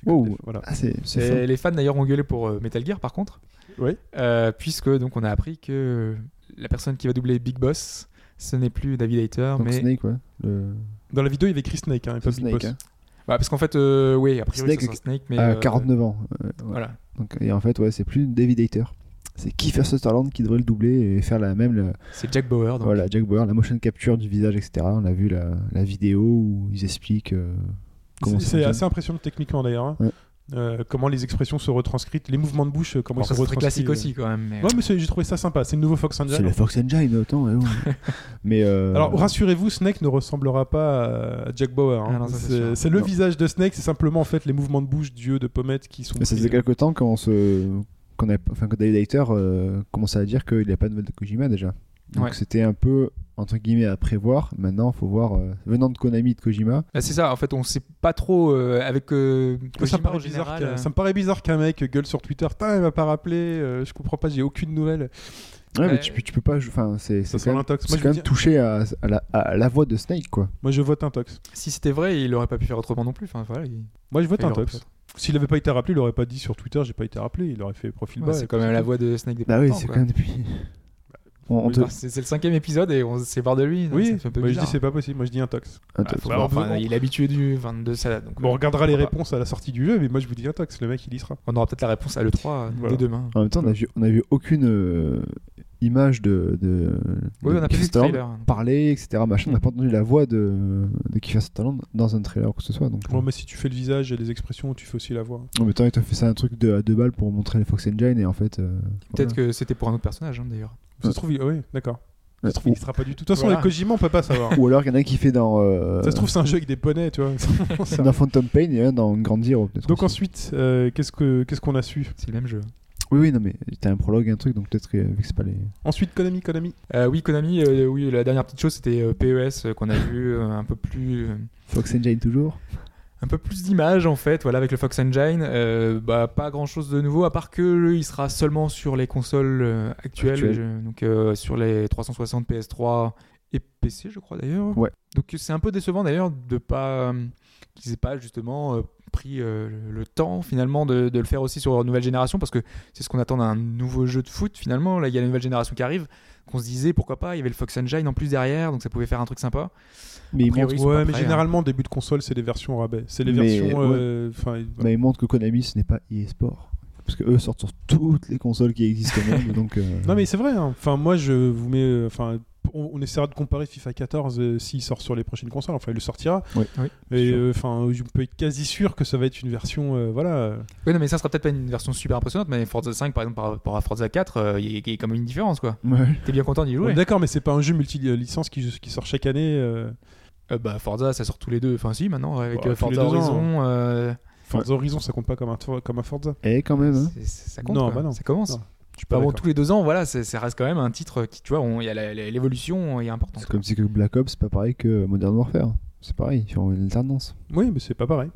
Speaker 5: Oh.
Speaker 3: Voilà.
Speaker 5: Ah, c'est
Speaker 4: Et
Speaker 5: c'est fort.
Speaker 4: les fans d'ailleurs ont gueulé pour euh, Metal Gear par contre,
Speaker 3: Oui.
Speaker 4: Euh, puisque donc on a appris que la personne qui va doubler Big Boss, ce n'est plus David Hayter,
Speaker 5: Donc
Speaker 4: mais
Speaker 5: Snake, ouais. Le...
Speaker 3: Dans la vidéo, il y avait Chris Snake, hein, et pas
Speaker 5: c'est
Speaker 3: Big
Speaker 5: Snake,
Speaker 3: Boss.
Speaker 5: hein.
Speaker 4: Bah, parce qu'en fait, euh, oui, a priori,
Speaker 5: Snake, Ah,
Speaker 4: c'est un Snake, mais.
Speaker 5: à
Speaker 4: euh,
Speaker 5: 49 ans. euh, ouais.
Speaker 4: Voilà.
Speaker 5: Donc, et en fait, ouais, c'est plus David Hater. C'est Kiefer Sutherland qui devrait le doubler et faire la même, la-
Speaker 4: C'est Jack Bauer. donc.
Speaker 5: voilà, Jack Bauer, la motion capture du visage, etc. On a vu la, la vidéo où ils expliquent euh, comment
Speaker 3: C'est-
Speaker 5: ça
Speaker 3: C'est
Speaker 5: fonctionne.
Speaker 3: assez impressionnant techniquement d'ailleurs. hein.
Speaker 5: Ouais.
Speaker 3: Euh, comment les expressions se retranscrites, les mouvements de bouche, euh, comment
Speaker 4: Bon,
Speaker 3: ils se
Speaker 4: c'est très
Speaker 3: retranscrivent.
Speaker 4: classique
Speaker 3: euh.
Speaker 4: aussi, quand même. mais-
Speaker 3: Ouais, mais c'est- j'ai trouvé ça sympa. C'est le nouveau Fox
Speaker 5: C'est
Speaker 3: Engine.
Speaker 5: le Fox Engine, autant. ouais, ouais. mais euh,
Speaker 3: Alors rassurez-vous, Snake ne ressemblera pas à Jack Bauer. hein.
Speaker 4: Ah non, ça, c'est
Speaker 3: c'est
Speaker 4: sûr.
Speaker 3: c'est le
Speaker 5: Non.
Speaker 3: visage de Snake, c'est simplement en fait les mouvements de bouche d'yeux, de pommettes qui sont.
Speaker 5: Mais ça
Speaker 3: pris,
Speaker 5: faisait
Speaker 3: euh,
Speaker 5: quelque temps qu'on se, qu'on avait- enfin, que David Hater euh, commençait à dire qu'il n'y a pas de nouvelle de Kojima déjà. Donc
Speaker 4: Ouais.
Speaker 5: c'était un peu entre guillemets à prévoir. Maintenant, faut voir euh, venant de Konami et de Kojima.
Speaker 4: Bah, c'est ça, en fait, on sait pas trop euh, avec. euh,
Speaker 3: ça,
Speaker 4: Kojima,
Speaker 3: me paraît
Speaker 4: en
Speaker 3: bizarre
Speaker 4: général,
Speaker 3: qu'un-
Speaker 4: euh,
Speaker 3: ça me paraît bizarre qu'un mec gueule sur Twitter. Putain, il m'a pas rappelé. euh, je comprends pas, j'ai aucune nouvelle.
Speaker 5: Ouais, mais
Speaker 4: Ouais.
Speaker 5: tu, peux- tu peux pas. Enfin, c'est
Speaker 3: Ça
Speaker 5: c'est
Speaker 3: sent
Speaker 5: quand même,
Speaker 3: l'intox.
Speaker 5: c'est
Speaker 3: Moi, je
Speaker 5: quand
Speaker 3: veux
Speaker 5: même
Speaker 3: dire-
Speaker 5: touché à, à la, à la voix de Snake quoi.
Speaker 3: moi, je vote intox.
Speaker 4: Si c'était vrai, il aurait pas pu faire autrement non plus. Enfin, voilà, il-
Speaker 3: Moi, je vote
Speaker 4: il aurait
Speaker 3: intox. S'il avait pas été rappelé, il aurait pas dit sur Twitter, j'ai pas été rappelé. Il aurait fait profil
Speaker 4: Ouais,
Speaker 3: bas.
Speaker 4: c'est
Speaker 3: et
Speaker 4: quand
Speaker 3: puis
Speaker 4: même la
Speaker 3: tout.
Speaker 4: voix de Snake depuis
Speaker 5: Bah oui,
Speaker 4: longtemps,
Speaker 5: c'est
Speaker 4: quoi.
Speaker 5: quand même depuis. On, on
Speaker 4: Oui,
Speaker 5: te-
Speaker 4: bah, c'est c'est le cinquième épisode et on se sépare de lui. donc
Speaker 3: Oui,
Speaker 4: ça fait un peu
Speaker 3: moi, je
Speaker 4: bizarre.
Speaker 3: dis c'est pas possible. Moi, je dis intox.
Speaker 5: on
Speaker 4: Bah,
Speaker 5: te-
Speaker 4: faut
Speaker 3: Bah,
Speaker 4: voir,
Speaker 3: on peut-
Speaker 4: enfin,
Speaker 3: on-
Speaker 4: Il est habitué du 22 salade. Donc,
Speaker 3: Bon, on
Speaker 4: euh,
Speaker 3: regardera les
Speaker 4: pourquoi
Speaker 3: réponses à la sortie du jeu, mais moi, je vous dis intox. Le mec, il y sera.
Speaker 4: pas. On aura peut-être la réponse à l'E3 euh,
Speaker 3: Voilà.
Speaker 4: dès demain.
Speaker 5: En même temps, on a vu, on a vu aucune euh, image de. de
Speaker 4: Oui,
Speaker 5: de
Speaker 4: on a plus de
Speaker 5: Sutherland
Speaker 4: trailer.
Speaker 5: parler, etc. Machin. On n'a pas entendu la voix de, de Kiefer Sutherland dans un trailer ou que ce soit. Donc.
Speaker 3: Bon, mais si tu fais le visage et les expressions, tu fais aussi la voix.
Speaker 5: En même temps, ils t'ont fait ça un truc de, à deux balles pour montrer les Fox Engine et en fait. euh,
Speaker 4: Peut-être
Speaker 5: voilà.
Speaker 4: que c'était pour un autre personnage, hein, d'ailleurs.
Speaker 3: Ça se trouve, il- oui, d'accord. Ça se trouve, il y sera pas du tout. De toute façon,
Speaker 4: Voilà.
Speaker 3: avec Kojima, on peut
Speaker 4: (laughs)
Speaker 3: pas savoir.
Speaker 5: Ou alors, il y en a un qui fait dans. euh,
Speaker 3: Ça se trouve, c'est un jeu avec des poneys, tu vois. (laughs)
Speaker 5: dans Phantom Pain et un dans Grand Hero. peut-être
Speaker 3: Donc
Speaker 5: aussi.
Speaker 3: ensuite, euh, qu'est-ce que qu'est-ce qu'on a su
Speaker 4: C'est le même jeu.
Speaker 5: Oui, oui, non, mais t'as un prologue, un truc, donc peut-être que vu que c'est pas les.
Speaker 3: Ensuite, Konami, Konami.
Speaker 4: Euh, oui, Konami, euh, oui, la dernière petite chose, c'était euh, PES euh, qu'on a vu euh, un peu plus. euh,
Speaker 5: Fox Engine toujours.
Speaker 4: un peu plus d'images en fait, voilà, avec le Fox Engine. Euh, bah, pas grand chose de nouveau, à part que le- il sera seulement sur les consoles euh, actuelles,
Speaker 5: Actuelles.
Speaker 4: je- donc euh, sur les 360, PS3 et PC, je crois d'ailleurs.
Speaker 5: Ouais.
Speaker 4: Donc c'est un peu décevant d'ailleurs de pas euh, qu'ils aient pas justement euh, pris euh, le- le temps finalement de, de le faire aussi sur nouvelle génération parce que c'est ce qu'on attend d'un nouveau jeu de foot finalement. Là, il y a la nouvelle génération qui arrive. Qu'on se disait pourquoi pas, il y avait le Fox Engine en plus derrière, donc ça pouvait faire un truc sympa.
Speaker 5: Mais
Speaker 4: A
Speaker 5: ils
Speaker 4: priori,
Speaker 5: montrent,
Speaker 4: ils sont pas
Speaker 3: Ouais, mais
Speaker 4: prêts, hein.
Speaker 3: généralement, début de console, c'est des versions au rabais. C'est les
Speaker 5: Mais,
Speaker 3: versions.
Speaker 5: ouais.
Speaker 3: euh, enfin, voilà.
Speaker 5: mais ils montrent que Konami ce n'est pas EA Sport. Parce que eux sortent sur toutes les consoles qui existent
Speaker 3: (laughs)
Speaker 5: au monde. donc, euh,
Speaker 3: Non, mais c'est vrai. hein. Enfin, moi, je vous mets. euh, Enfin, on, on essaiera de comparer FIFA 14 euh, s'il sort sur les prochaines consoles. Enfin, il le sortira.
Speaker 5: Oui.
Speaker 4: Oui,
Speaker 3: Et
Speaker 5: sûr.
Speaker 3: euh, enfin, je peux être quasi sûr que ça va être une version. euh, voilà.
Speaker 4: Oui, non, mais ça sera peut-être pas une version super impressionnante, mais Forza 5, par exemple, par rapport à Forza 4, euh, il y, a- il y a quand même une différence, quoi.
Speaker 5: ouais.
Speaker 4: T'es bien content d'y
Speaker 3: On est
Speaker 4: jouer
Speaker 3: D'accord, mais c'est pas un jeu multi-licence qui, qui sort chaque année. euh,
Speaker 4: Euh, Bah, Forza, ça sort tous les deux, enfin, si, maintenant, avec
Speaker 3: Ouais,
Speaker 4: euh,
Speaker 3: tous les
Speaker 4: Forza
Speaker 3: deux ans. hein.
Speaker 4: Horizon, euh,
Speaker 3: Forza Horizon, ça compte pas comme un, Tor- comme un Forza.
Speaker 5: Et quand même. hein.
Speaker 4: c'est- c'est- ça compte,
Speaker 3: Mmh. Non,
Speaker 4: quoi.
Speaker 3: bah non.
Speaker 4: ça commence.
Speaker 3: Non,
Speaker 4: tu
Speaker 3: pas
Speaker 4: peux bon,
Speaker 3: d'accord.
Speaker 4: tous les deux ans, voilà, c'est- ça reste quand même un titre qui, tu vois, on- il y a la- la- l'évolution est importante.
Speaker 5: C'est comme si que Black Ops, c'est pas pareil que Modern Warfare. C'est pareil, ils font une alternance.
Speaker 3: Oui, mais c'est pas pareil.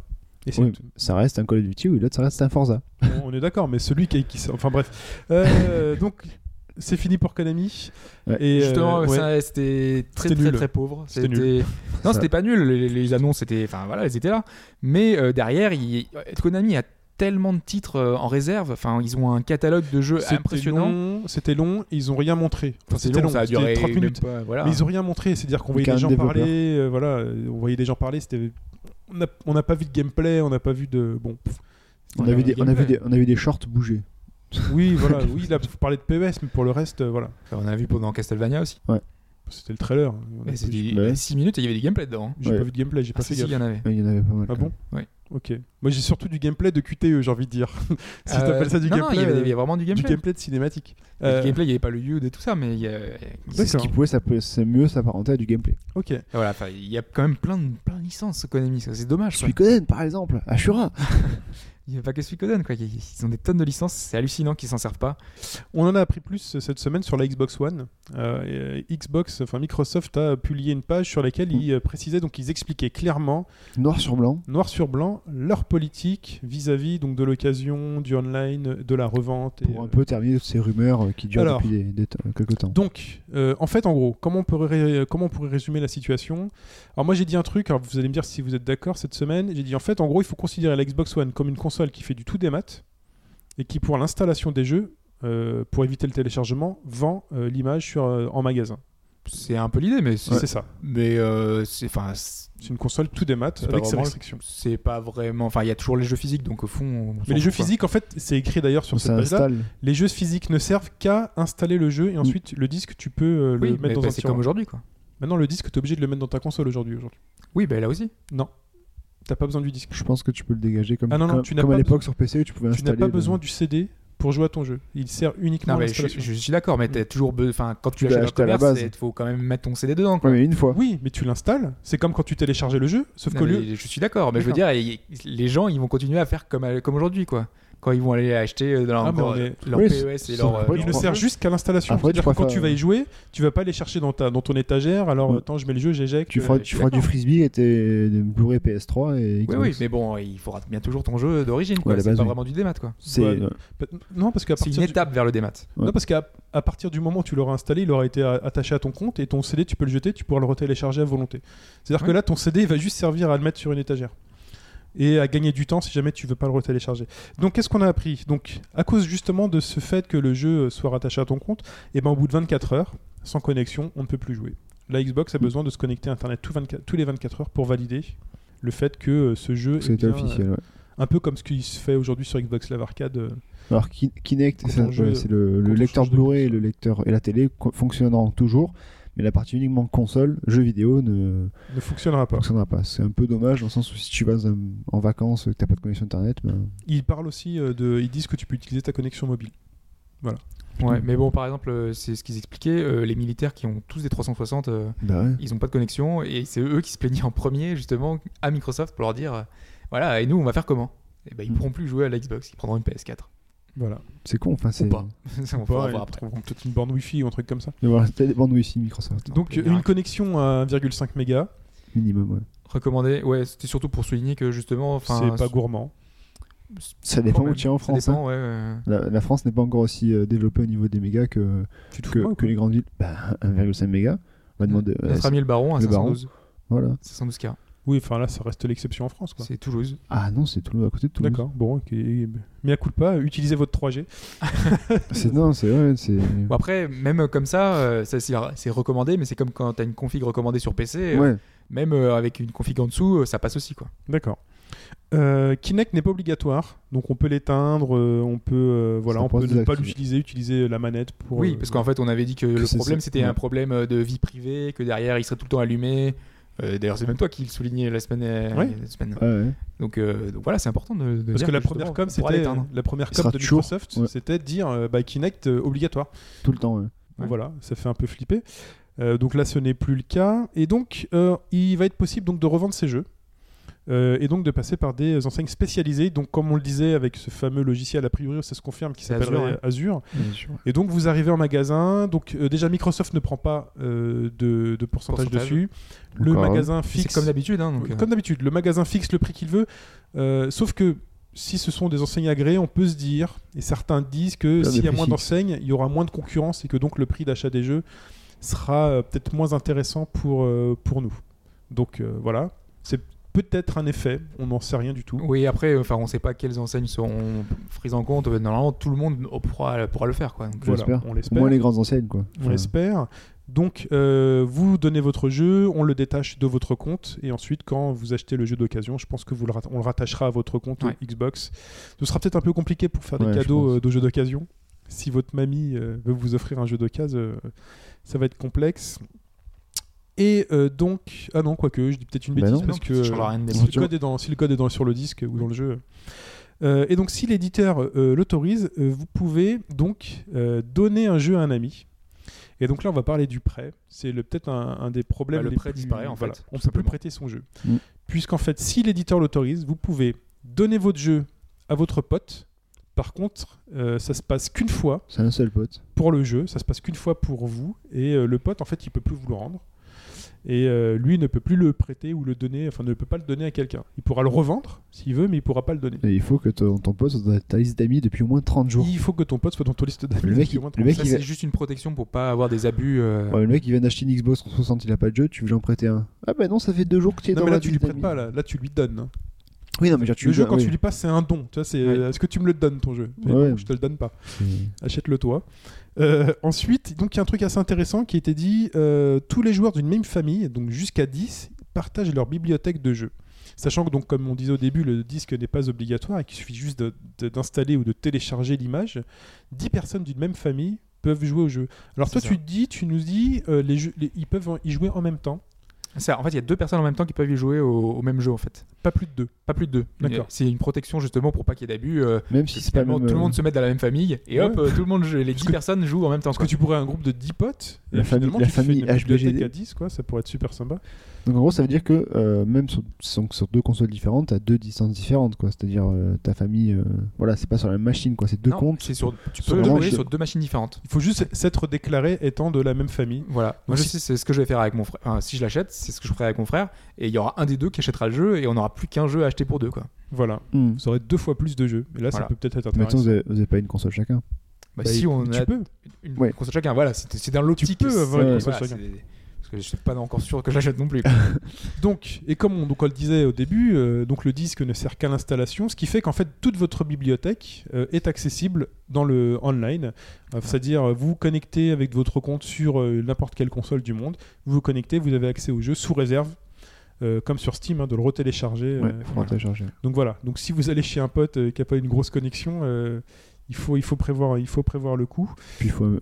Speaker 3: Et c'est
Speaker 5: Oui,
Speaker 3: tout.
Speaker 5: Ça reste un Call of Duty ou l'autre, ça reste un Forza.
Speaker 3: On- On est d'accord, mais celui qui, qui sort- Enfin bref. Euh, donc, c'est fini pour Konami.
Speaker 5: Ouais.
Speaker 3: Et, euh,
Speaker 4: Justement,
Speaker 3: ouais.
Speaker 4: ça, c'était très,
Speaker 3: C'était
Speaker 4: très,
Speaker 3: nul.
Speaker 4: très pauvre.
Speaker 3: C'était (laughs)
Speaker 4: C'était- Non,
Speaker 5: Ça-
Speaker 4: c'était pas nul. Les, les annonces étaient. Enfin, voilà, elles étaient là. Mais euh, derrière, il... Konami a tellement de titres euh, en réserve. Enfin, ils ont un catalogue de jeux
Speaker 3: C'était
Speaker 4: impressionnant.
Speaker 3: long, C'était long, ils ont rien montré. Enfin,
Speaker 4: Enfin,
Speaker 3: c'était long,
Speaker 4: ça a
Speaker 3: c'était
Speaker 4: duré
Speaker 3: 30
Speaker 4: même
Speaker 3: minutes.
Speaker 4: pas, voilà.
Speaker 3: Mais ils ont rien montré, c'est-à-dire qu'on voyait
Speaker 5: Aucun
Speaker 3: des gens
Speaker 5: développeur.
Speaker 3: parler, euh, voilà, euh, on voyait des gens parler, c'était on n'a on n'a pas vu de gameplay, on n'a pas vu de bon.
Speaker 5: On,
Speaker 4: Ouais,
Speaker 5: a
Speaker 4: le
Speaker 5: vu des, on, a vu
Speaker 4: gameplay.
Speaker 5: des, on a vu des shorts bouger.
Speaker 3: Oui, voilà, oui, là vous parlez de PES, mais pour le reste, euh, voilà,
Speaker 4: Enfin, on a vu pendant Castlevania aussi.
Speaker 3: c'était le trailer. On a
Speaker 4: Mais
Speaker 3: pas
Speaker 4: c'est
Speaker 3: vu-
Speaker 4: des-
Speaker 5: Ouais.
Speaker 4: des 6 minutes et il y avait du gameplay dedans.
Speaker 3: J'ai
Speaker 5: Ouais.
Speaker 3: pas vu de gameplay, j'ai
Speaker 4: Ah,
Speaker 3: pas
Speaker 4: si,
Speaker 3: fait
Speaker 4: si, il y
Speaker 3: gaffe.
Speaker 4: en avait.
Speaker 5: Il y en avait pas mal.
Speaker 3: Ah
Speaker 5: quand
Speaker 3: bon
Speaker 4: Ouais.
Speaker 3: Ok. Moi j'ai surtout du gameplay de QTE, j'ai envie de dire.
Speaker 4: Euh,
Speaker 3: (laughs) si t'appelles ça du
Speaker 4: non, non,
Speaker 3: gameplay,
Speaker 4: il y, avait, il y
Speaker 3: euh,
Speaker 4: avait vraiment du
Speaker 3: du
Speaker 4: gameplay.
Speaker 3: gameplay de cinématique.
Speaker 4: Mais
Speaker 3: Euh,
Speaker 4: Du gameplay, il n'y avait pas le Yud et tout ça, mais il y a-
Speaker 5: même. C'est ce
Speaker 3: D'accord.
Speaker 5: qui pouvait, ça peut- c'est mieux s'apparenter à du gameplay.
Speaker 3: Ok.
Speaker 4: voilà, enfin, il y a quand même plein de, plein de licences Konami. ça, C'est dommage. quoi.
Speaker 5: Suikoden, par exemple, Ashura.
Speaker 4: Il n'y a pas que Suikoden. Quoi. Ils ont des tonnes de licences. C'est hallucinant qu'ils s'en servent pas.
Speaker 3: On en a appris plus euh, cette semaine sur la Xbox One. Euh, et, euh, Xbox, enfin Microsoft a publié une page sur laquelle
Speaker 4: Mm.
Speaker 3: ils euh, précisaient, donc ils expliquaient clairement,
Speaker 5: Noir sur blanc.
Speaker 3: noir sur blanc, leur politique vis-à-vis donc de l'occasion, du online, euh, de la revente. et,
Speaker 5: Pour
Speaker 3: euh,
Speaker 5: un peu terminer toutes ces rumeurs euh, qui durent
Speaker 3: Alors.
Speaker 5: depuis des, des temps- quelques temps.
Speaker 3: Donc, euh, en fait, en gros, comment on, pourrait, ré- euh, comment on pourrait résumer la situation Alors moi j'ai dit un truc, alors vous allez me dire si vous êtes d'accord cette semaine, j'ai dit en fait en gros il faut considérer la Xbox One comme une console qui fait du tout des maths et qui pour l'installation des jeux, euh, pour éviter le téléchargement, vend euh, l'image sur, euh, en magasin.
Speaker 4: c'est un peu l'idée, mais c'est,
Speaker 3: C'est ça.
Speaker 4: mais euh, c'est, enfin, c'est
Speaker 3: C'est une console tout des maths
Speaker 4: pas
Speaker 3: avec ses
Speaker 4: vraiment-
Speaker 3: restrictions.
Speaker 4: c'est pas vraiment. Enfin, il y a toujours les jeux physiques, donc au fond. on s'en
Speaker 3: Mais les
Speaker 4: fout,
Speaker 3: jeux
Speaker 4: quoi.
Speaker 3: physiques, en fait, c'est écrit d'ailleurs sur
Speaker 5: ça
Speaker 3: cette page-là.
Speaker 5: installe.
Speaker 3: Les jeux physiques ne servent qu'à installer le jeu et ensuite le disque, tu peux euh, le
Speaker 4: oui, mais
Speaker 3: mettre dans
Speaker 4: bah,
Speaker 3: un
Speaker 4: c'est
Speaker 3: tiroir.
Speaker 4: comme aujourd'hui, quoi.
Speaker 3: Maintenant, le disque, t'es obligé de le mettre dans ta console aujourd'hui. Aujourd'hui,
Speaker 4: Oui, bah, là aussi.
Speaker 3: t'as pas besoin du disque.
Speaker 5: Je pense que tu peux le dégager comme,
Speaker 3: Ah non, non,
Speaker 5: comme,
Speaker 3: tu n'as
Speaker 5: comme à
Speaker 3: pas
Speaker 5: l'époque sur PC où tu pouvais
Speaker 3: Tu n'as
Speaker 5: installer.
Speaker 3: pas
Speaker 5: le-
Speaker 3: besoin du CD pour jouer à ton jeu. Il sert uniquement
Speaker 4: Non,
Speaker 3: à
Speaker 4: mais je,
Speaker 3: l'installation.
Speaker 4: je suis d'accord, mais t'as toujours. be- Enfin, quand tu
Speaker 5: l'as
Speaker 4: l'achètes
Speaker 5: acheté Bah, à
Speaker 4: au
Speaker 5: la
Speaker 4: commerce,
Speaker 5: base.
Speaker 4: il faut quand même mettre ton CD dedans, quoi.
Speaker 5: Ouais, mais une fois.
Speaker 3: Oui, mais tu l'installes. C'est comme quand tu téléchargeais le jeu, sauf
Speaker 4: Non,
Speaker 3: qu'au
Speaker 4: mais
Speaker 3: lieu.
Speaker 4: Je suis d'accord, mais je veux dire, il- les gens, ils vont continuer à faire comme, à- comme aujourd'hui, quoi. Quand ils vont aller acheter euh, leur,
Speaker 3: Ah, mais on
Speaker 4: leur,
Speaker 3: est-
Speaker 4: leur
Speaker 5: Oui,
Speaker 4: PES
Speaker 5: c'est-
Speaker 4: et leur. euh,
Speaker 5: après,
Speaker 4: leur-
Speaker 3: Il ne sert juste qu'à l'installation.
Speaker 5: Après, tu
Speaker 3: C'est-à-dire que
Speaker 5: pourras
Speaker 3: quand
Speaker 5: faire-
Speaker 4: euh,
Speaker 3: tu vas y jouer, tu vas pas les chercher dans, ta, dans ton étagère. Alors,
Speaker 5: Ouais.
Speaker 3: attends, je mets le jeu, j'éjecte.
Speaker 5: Tu
Speaker 3: euh,
Speaker 5: feras,
Speaker 4: je suis
Speaker 5: tu feras du
Speaker 4: d'accord.
Speaker 5: frisbee et tes des Blu-ray PS3 et
Speaker 4: Oui,
Speaker 5: Xbox.
Speaker 4: oui, mais bon, il faudra bien toujours ton jeu d'origine,
Speaker 5: Ouais, à
Speaker 4: quoi.
Speaker 5: la
Speaker 4: C'est
Speaker 5: base,
Speaker 4: pas
Speaker 5: oui.
Speaker 4: vraiment du démat, quoi.
Speaker 5: C'est
Speaker 3: Ouais. Bah, Non, parce qu'à
Speaker 4: C'est
Speaker 3: partir,
Speaker 4: une
Speaker 3: du...
Speaker 4: étape vers le démat.
Speaker 5: Ouais.
Speaker 3: non, parce qu'à à partir du moment où tu l'auras installé, il aura été a- attaché à ton compte et ton CD, tu peux le jeter, tu pourras le retélécharger à volonté. C'est-à-dire que
Speaker 4: Ouais.
Speaker 3: là, ton CD va juste servir à le mettre sur une étagère et à gagner du temps si jamais tu veux pas le retélécharger. Donc, qu'est-ce qu'on a appris Donc, à cause justement de ce fait que le jeu soit rattaché à ton compte, et ben au bout de 24 heures, sans connexion, on ne peut plus jouer. La Xbox a besoin de se connecter à Internet tous 24 tous les 24 heures pour valider le fait que euh, ce jeu est
Speaker 5: c'était
Speaker 3: bien, euh,
Speaker 5: officiel. Ouais.
Speaker 3: un peu comme ce qui se fait aujourd'hui sur Xbox Live Arcade. euh,
Speaker 5: Alors Ki- Kinect,
Speaker 3: Quand
Speaker 5: ça,
Speaker 3: on
Speaker 5: ouais,
Speaker 3: joue- euh,
Speaker 5: c'est le, le
Speaker 3: quand on
Speaker 5: lecteur
Speaker 3: change de
Speaker 5: Blu-ray et
Speaker 3: console.
Speaker 5: le lecteur et la télé co- fonctionneront toujours, mais la partie uniquement console, jeux vidéo ne
Speaker 3: ne fonctionnera pas.
Speaker 5: fonctionnera pas. C'est un peu dommage dans le sens où si tu vas euh, en vacances et que t'as pas de connexion internet, ben,
Speaker 3: Ils parlent aussi euh, de. Ils disent que tu peux utiliser ta connexion mobile.
Speaker 4: Ouais, mais bon, par exemple, euh, c'est ce qu'ils expliquaient. euh, les militaires qui ont tous des 360, euh,
Speaker 5: bah ouais.
Speaker 4: ils n'ont pas de connexion. Et c'est eux qui se plaignaient en premier, justement, à Microsoft pour leur dire euh, voilà, et nous, on va faire comment Et ben, ils
Speaker 5: Mm.
Speaker 4: pourront plus jouer à la Xbox, ils prendront une PS4.
Speaker 3: Voilà.
Speaker 5: c'est con. Enfin c'est.
Speaker 4: Ou pas. (laughs) Ça, on pourra voir
Speaker 3: Bah, ils
Speaker 4: après.
Speaker 3: trouveront peut-être une borne Wi-Fi ou un truc comme ça.
Speaker 5: Mais voilà, c'était des bandes ici Microsoft hein,
Speaker 3: Donc
Speaker 4: puis, il y a un-
Speaker 3: une connexion à 1,5 mégas,
Speaker 5: minimum. Ouais.
Speaker 4: Recommandé, ouais, c'était surtout pour souligner que justement. enfin,
Speaker 3: c'est pas gourmand.
Speaker 5: Ça dépend
Speaker 4: quand
Speaker 5: où
Speaker 4: même,
Speaker 5: tu es en
Speaker 4: ça
Speaker 5: France. hein.
Speaker 4: dépend, ouais, ouais.
Speaker 5: La, la France n'est pas encore aussi euh, développée au niveau des mégas que,
Speaker 3: Tu te fous de moi
Speaker 5: que,
Speaker 3: ou
Speaker 5: que les grandes villes. Bah, 1,5 mégas. On va demander. euh,
Speaker 4: Mmh. Notre ami le baron à
Speaker 5: le
Speaker 4: 512,
Speaker 5: Voilà.
Speaker 4: 512 k
Speaker 3: quoi Oui, enfin là, ça reste l'exception en France. Quoi.
Speaker 4: C'est Toulouse.
Speaker 5: Ah non, c'est Toulouse à côté de Toulouse.
Speaker 3: D'accord, bon, ok. Mais à coup de pas, utilisez votre 3G.
Speaker 5: C'est non, c'est ouais, c'est.
Speaker 4: Bon, après, même comme ça, euh, ça, c'est c'est recommandé, mais c'est comme quand t'as une config recommandée sur PC, euh,
Speaker 5: Ouais.
Speaker 4: même euh, avec une config en dessous, euh, ça passe aussi, quoi.
Speaker 3: D'accord. Euh, Kinect n'est pas obligatoire, donc on peut l'éteindre, euh, on peut, euh, voilà,
Speaker 5: Ça
Speaker 3: on
Speaker 5: pense
Speaker 3: peut ne pas
Speaker 5: désactiver.
Speaker 3: l'utiliser, utiliser la manette pour.
Speaker 4: oui,
Speaker 3: euh,
Speaker 4: parce qu'en fait, on avait dit que, le
Speaker 5: c'est-
Speaker 4: problème,
Speaker 5: c'est-
Speaker 4: c'était
Speaker 5: ouais.
Speaker 4: un problème euh, de vie privée, que derrière, il serait tout le temps allumé. Euh, D'ailleurs, c'est même toi qui le soulignais la semaine. euh,
Speaker 3: Ouais.
Speaker 4: la semaine.
Speaker 5: Ouais, ouais.
Speaker 4: Donc, euh, donc voilà, c'est important de, de
Speaker 3: Parce
Speaker 4: dire
Speaker 3: que la
Speaker 4: justement,
Speaker 3: première com,
Speaker 4: on pourra
Speaker 3: c'était
Speaker 4: l'éteindre.
Speaker 3: la première
Speaker 5: Il
Speaker 3: com
Speaker 5: sera
Speaker 3: de
Speaker 5: toujours-
Speaker 3: Microsoft,
Speaker 5: ouais.
Speaker 3: c'était de dire euh, bah, Kinect euh, obligatoire.
Speaker 5: Tout le temps. ouais.
Speaker 4: Ouais.
Speaker 3: Voilà, ça fait un peu flipper. Euh, donc là, ce n'est plus le cas. Et donc, euh, il va être possible donc de revendre ces jeux. Euh, et donc de passer par des enseignes spécialisées. Donc, comme on le disait avec ce fameux logiciel, a priori, ça se confirme, qui
Speaker 4: C'est Azure,
Speaker 3: s'appelle Azure, euh, Et donc, vous arrivez en magasin. Donc, euh, déjà, Microsoft ne prend pas euh, de, de pourcentage,
Speaker 4: Pourcentage.
Speaker 3: dessus. Le
Speaker 5: Encore.
Speaker 3: magasin
Speaker 4: C'est
Speaker 3: fixe.
Speaker 4: comme d'habitude, hein, donc, euh,
Speaker 3: Comme d'habitude, le magasin fixe le prix qu'il veut. Euh, sauf que si ce sont des enseignes agréées, on peut se dire, et certains disent que
Speaker 5: Faire des
Speaker 3: s'il y a
Speaker 5: prix
Speaker 3: moins
Speaker 5: fixes.
Speaker 3: d'enseignes, il y aura moins de concurrence et que donc le prix d'achat des jeux sera euh, peut-être moins intéressant pour, euh, pour nous. Donc euh, voilà, c'est peut-être un effet, on n'en sait rien du tout.
Speaker 4: Oui, après, enfin, on ne sait pas quelles enseignes seront prises en compte. Euh, Normalement, tout le monde pourra, pourra le faire, quoi. Donc, euh,
Speaker 5: Je
Speaker 3: Voilà,
Speaker 5: l'espère.
Speaker 3: on
Speaker 5: Au
Speaker 3: l'espère.
Speaker 5: moins les grandes enseignes quoi.
Speaker 3: On
Speaker 5: Enfin,
Speaker 3: l'espère. Donc, euh, vous donnez votre jeu, on le détache de votre compte, et ensuite, quand vous achetez le jeu d'occasion, je pense que vous le rat- on le rattachera à votre compte
Speaker 4: Ouais.
Speaker 3: Xbox. Ce sera peut-être un peu compliqué pour faire des
Speaker 5: Ouais, je
Speaker 3: cadeaux
Speaker 5: pense.
Speaker 3: euh, de jeux d'occasion. Si votre mamie euh, veut vous offrir un jeu d'occasion, euh, ça va être complexe. Et euh, donc, ah non, quoique, je dis peut-être une
Speaker 5: Bah
Speaker 3: bêtise
Speaker 5: non,
Speaker 3: parce
Speaker 4: non,
Speaker 3: que euh,
Speaker 4: ça changera rien de
Speaker 3: si, le
Speaker 5: décision.
Speaker 3: code est dans, si le code est dans- sur le disque ou dans le jeu. euh, et donc, si l'éditeur euh, l'autorise, euh, vous pouvez donc euh, donner un jeu à un ami. Et donc là, on va parler du prêt. C'est le- peut-être un, un des problèmes.
Speaker 4: Bah, le
Speaker 3: les
Speaker 4: prêt
Speaker 3: plus-
Speaker 4: disparaît, en
Speaker 3: voilà.
Speaker 4: fait, tout
Speaker 3: On peut plus
Speaker 4: simplement.
Speaker 3: prêter son jeu.
Speaker 5: Mm.
Speaker 3: Puisqu'en fait, si l'éditeur l'autorise, vous pouvez donner votre jeu à votre pote. Par contre, euh, ça se passe qu'une fois
Speaker 5: C'est un seul pote.
Speaker 3: pour le jeu, ça se passe qu'une fois pour vous, et euh, le pote, en fait, il peut plus vous le rendre. Et euh, lui ne peut plus le prêter ou le donner, enfin ne peut pas le donner à quelqu'un. Il pourra le revendre s'il veut, mais il pourra pas le donner.
Speaker 5: Et il faut que ton, ton pote soit dans ta liste d'amis depuis au moins 30 jours.
Speaker 3: Il faut que ton pote soit dans ton liste d'amis.
Speaker 5: Le mec,
Speaker 3: depuis au
Speaker 5: il-
Speaker 3: moins
Speaker 5: le mec,
Speaker 4: ça,
Speaker 5: il
Speaker 4: c'est
Speaker 5: va-
Speaker 4: juste une protection pour pas avoir des abus. euh,
Speaker 5: Ouais, le mec il vient d'acheter une Xbox 360, il a pas de jeu, tu veux lui en prêter un. Ah bah non, ça fait deux jours que tu es
Speaker 3: Non,
Speaker 5: dans
Speaker 3: mais là,
Speaker 5: la
Speaker 3: tu lui
Speaker 5: liste
Speaker 3: prêtes
Speaker 5: d'amis.
Speaker 3: pas, là, là, tu lui donnes. hein.
Speaker 5: Oui, non, mais genre, tu
Speaker 3: le jeu, quand
Speaker 5: oui.
Speaker 3: tu lis pas, c'est un don. Tu vois, c'est
Speaker 4: Ouais.
Speaker 3: euh, est-ce que tu me le donnes ton jeu Et
Speaker 5: Ouais.
Speaker 3: non, Je te le donne pas.
Speaker 5: Mm.
Speaker 3: Achète-le toi. Euh, ensuite, donc il y a un truc assez intéressant qui était dit euh, tous les joueurs d'une même famille, donc jusqu'à 10, partagent leur bibliothèque de jeux. Sachant que, donc, comme on disait au début, le disque n'est pas obligatoire et qu'il suffit juste de- de- d'installer ou de télécharger l'image, 10 personnes d'une même famille peuvent jouer au jeu. Alors toi,
Speaker 4: C'est ça.
Speaker 3: tu te dis, tu nous dis, euh, les jeux, les- ils peuvent en- y jouer en même temps,
Speaker 4: C'est- En fait, il y a deux personnes en même temps qui peuvent y jouer au, au même jeu, en fait.
Speaker 3: pas plus de deux.
Speaker 4: Pas plus de deux.
Speaker 3: D'accord.
Speaker 4: C'est une protection justement pour pas qu'il y ait d'abus. euh,
Speaker 5: Même si c'est pas le
Speaker 4: finalement,
Speaker 5: même.
Speaker 4: tout le
Speaker 5: euh,
Speaker 4: monde se met dans la même famille et hop,
Speaker 3: Ouais.
Speaker 4: euh, tout le monde, joue- les 10
Speaker 3: que-
Speaker 4: personnes jouent en même temps.
Speaker 3: Parce que
Speaker 4: quoi.
Speaker 3: tu pourrais un groupe de 10 potes,
Speaker 5: La
Speaker 3: et
Speaker 5: famille-
Speaker 3: finalement,
Speaker 5: la
Speaker 3: tu te fais
Speaker 5: famille
Speaker 3: une
Speaker 5: HBGD.
Speaker 3: bibliothèque à 10, quoi, ça pourrait être super sympa.
Speaker 5: Donc en gros, ça veut dire que euh, même sur, donc, sur deux consoles différentes, t'as deux distances différentes, quoi. C'est-à-dire euh, ta famille, euh, voilà, c'est pas sur la même machine, quoi. C'est deux
Speaker 4: Non,
Speaker 5: comptes.
Speaker 4: c'est sur- tu
Speaker 5: sur
Speaker 4: peux
Speaker 5: la
Speaker 4: jouer
Speaker 5: machine.
Speaker 4: sur deux machines différentes.
Speaker 3: Il faut juste s'être déclaré étant de la même famille.
Speaker 4: Voilà. Moi,
Speaker 3: Donc,
Speaker 4: je
Speaker 3: si-
Speaker 4: sais, c'est ce que je vais faire avec mon frère. Enfin, si je l'achète, c'est ce que je ferai avec mon frère. Et il y aura un des deux qui achètera le jeu et on n'aura plus qu'un jeu à acheter pour deux, quoi.
Speaker 3: Voilà.
Speaker 5: Mm.
Speaker 3: Vous aurez deux fois plus de jeux. Et là, ça
Speaker 4: Voilà.
Speaker 3: peut peut-être être
Speaker 5: Mais attends,
Speaker 3: intéressant.
Speaker 5: vous avez, vous avez pas une console chacun.
Speaker 4: Bah,
Speaker 3: Bah,
Speaker 4: si
Speaker 3: il-
Speaker 4: on
Speaker 3: tu
Speaker 4: a
Speaker 3: peux.
Speaker 4: une
Speaker 5: Ouais.
Speaker 4: console chacun, voilà, c'est c'est dans l'optique.
Speaker 3: Tu peux avoir
Speaker 5: une
Speaker 4: Ouais,
Speaker 3: console
Speaker 4: voilà,
Speaker 3: chacun.
Speaker 4: c'est- Parce que je suis pas encore sûr que je l'achète non plus. quoi.
Speaker 3: Donc, et comme on, donc on le disait au début, euh, donc le disque ne sert qu'à l'installation, ce qui fait qu'en fait toute votre bibliothèque euh, est accessible dans le online. Euh, C'est-à-dire, euh, vous vous connectez avec votre compte sur euh, n'importe quelle console du monde, vous vous connectez, vous avez accès au jeu sous réserve. euh, comme sur Steam, hein, de le retélécharger.
Speaker 5: Ouais,
Speaker 3: euh,
Speaker 5: faut
Speaker 3: voilà.
Speaker 5: télécharger.
Speaker 3: Donc voilà. Donc si vous allez chez un pote euh, qui n'a pas une grosse connexion, euh, il faut il faut prévoir il faut prévoir le coup.
Speaker 5: Puis il faut. euh,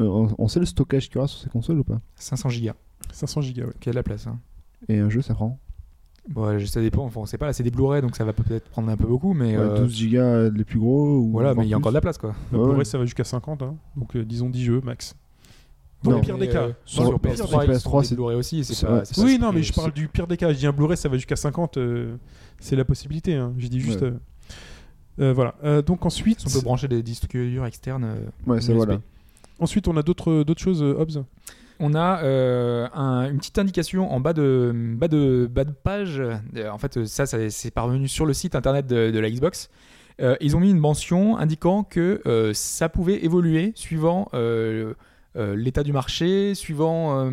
Speaker 5: euh, on on sait le stockage qu'il y aura sur ces consoles ou pas
Speaker 4: 500 gigas,
Speaker 3: 500 gigas. ouais.
Speaker 4: qui a de la place. hein.
Speaker 5: Et un jeu, ça prend
Speaker 4: Bon, je- ça dépend, enfin, on sait pas, là c'est des Blu-ray donc ça va peut-être prendre un peu beaucoup, mais
Speaker 5: Ouais,
Speaker 4: euh,
Speaker 5: 12 gigas les plus gros ou
Speaker 4: voilà,
Speaker 5: voire
Speaker 4: mais il y a
Speaker 5: plus.
Speaker 4: encore de la place quoi.
Speaker 3: Bah,
Speaker 5: Ouais,
Speaker 3: pour
Speaker 5: ouais.
Speaker 3: vrai, ça va jusqu'à 50, hein. donc euh, disons 10 jeux max. Dans
Speaker 5: Non.
Speaker 3: le pire des
Speaker 4: Mais,
Speaker 3: cas.
Speaker 4: euh,
Speaker 5: sur
Speaker 4: sur
Speaker 5: le
Speaker 4: PS3,
Speaker 5: PS3,
Speaker 4: ils font des
Speaker 5: c'est-
Speaker 4: Blu-ray aussi, c'est
Speaker 5: c'est-
Speaker 4: pas.
Speaker 5: ouais.
Speaker 4: c'est pas-
Speaker 3: Oui,
Speaker 4: c'est-
Speaker 3: non, mais je
Speaker 4: c'est-
Speaker 3: parle du pire des cas. Je dis un Blu-ray, ça va jusqu'à 50, euh, c'est la possibilité. hein. Je dis juste.
Speaker 5: Ouais.
Speaker 3: euh, euh, voilà. Euh, donc ensuite,
Speaker 4: On peut brancher des disques durs externes. euh,
Speaker 5: Ouais, ça
Speaker 4: USB.
Speaker 5: voilà.
Speaker 3: ensuite, on a d'autres d'autres choses, euh, Hobbs.
Speaker 4: On a euh, un- une petite indication en bas de, bas de, bas de page. Euh, En fait, ça, ça- c'est parvenu sur le site internet de, de la Xbox. Euh, ils ont mis une mention indiquant que euh, ça pouvait évoluer suivant euh, euh, l'état du marché, suivant euh,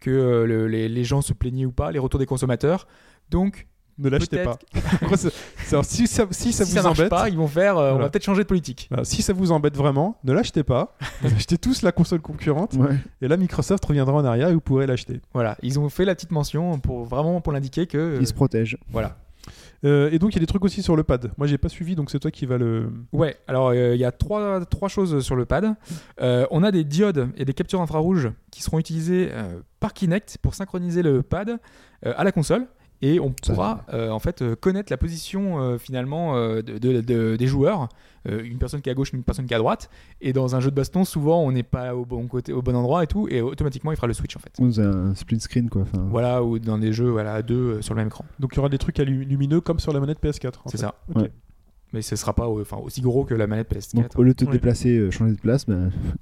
Speaker 4: que euh, le- les, les gens se plaignaient ou pas, les retours des consommateurs. Donc,
Speaker 3: Ne l'achetez pas.
Speaker 4: peut-être
Speaker 3: En gros, c'est- c'est- alors, si ça, si ça
Speaker 4: si
Speaker 3: vous
Speaker 4: ça marche
Speaker 3: embête,
Speaker 4: pas, ils vont faire. euh, On
Speaker 3: Voilà.
Speaker 4: va peut-être changer de politique.
Speaker 3: voilà, si ça vous embête vraiment, ne
Speaker 4: (laughs)
Speaker 3: l'achetez pas. Vous achetez tous la console concurrente
Speaker 5: Ouais.
Speaker 3: et là, Microsoft reviendra en arrière et vous pourrez l'acheter.
Speaker 4: Voilà, ils ont fait la petite mention pour vraiment pour l'indiquer que. euh,
Speaker 5: Ils se protègent.
Speaker 4: voilà.
Speaker 3: Euh, et donc, il y a des trucs aussi sur le pad. Moi, j'ai pas suivi, donc c'est toi qui va le.
Speaker 4: Ouais, alors euh, il y a trois, trois choses sur le pad. Euh, on a des diodes et des captures infrarouges qui seront utilisées euh, par Kinect pour synchroniser le pad euh, à la console. Et on
Speaker 5: Ça,
Speaker 4: pourra euh, en fait euh, connaître la position euh, finalement euh, de, de- de- des joueurs, Euh, une personne qui est à gauche, une personne qui est à droite. Et dans un jeu de baston, souvent on n'est pas au bon côté, au bon endroit et tout, et automatiquement il fera le switch en fait.
Speaker 5: On a un split screen quoi. Enfin,
Speaker 4: Voilà, ou dans des jeux voilà, à deux euh, sur le même écran.
Speaker 3: Donc, il y aura des trucs allu- lumineux comme sur la manette PS4. en
Speaker 4: C'est
Speaker 3: fait.
Speaker 4: ça.
Speaker 3: Ok.
Speaker 5: Ouais.
Speaker 4: Mais ce sera pas euh, enfin, aussi gros que la manette PS4.
Speaker 5: Donc au lieu de te
Speaker 3: Ouais.
Speaker 5: déplacer, euh, changer de place, bah,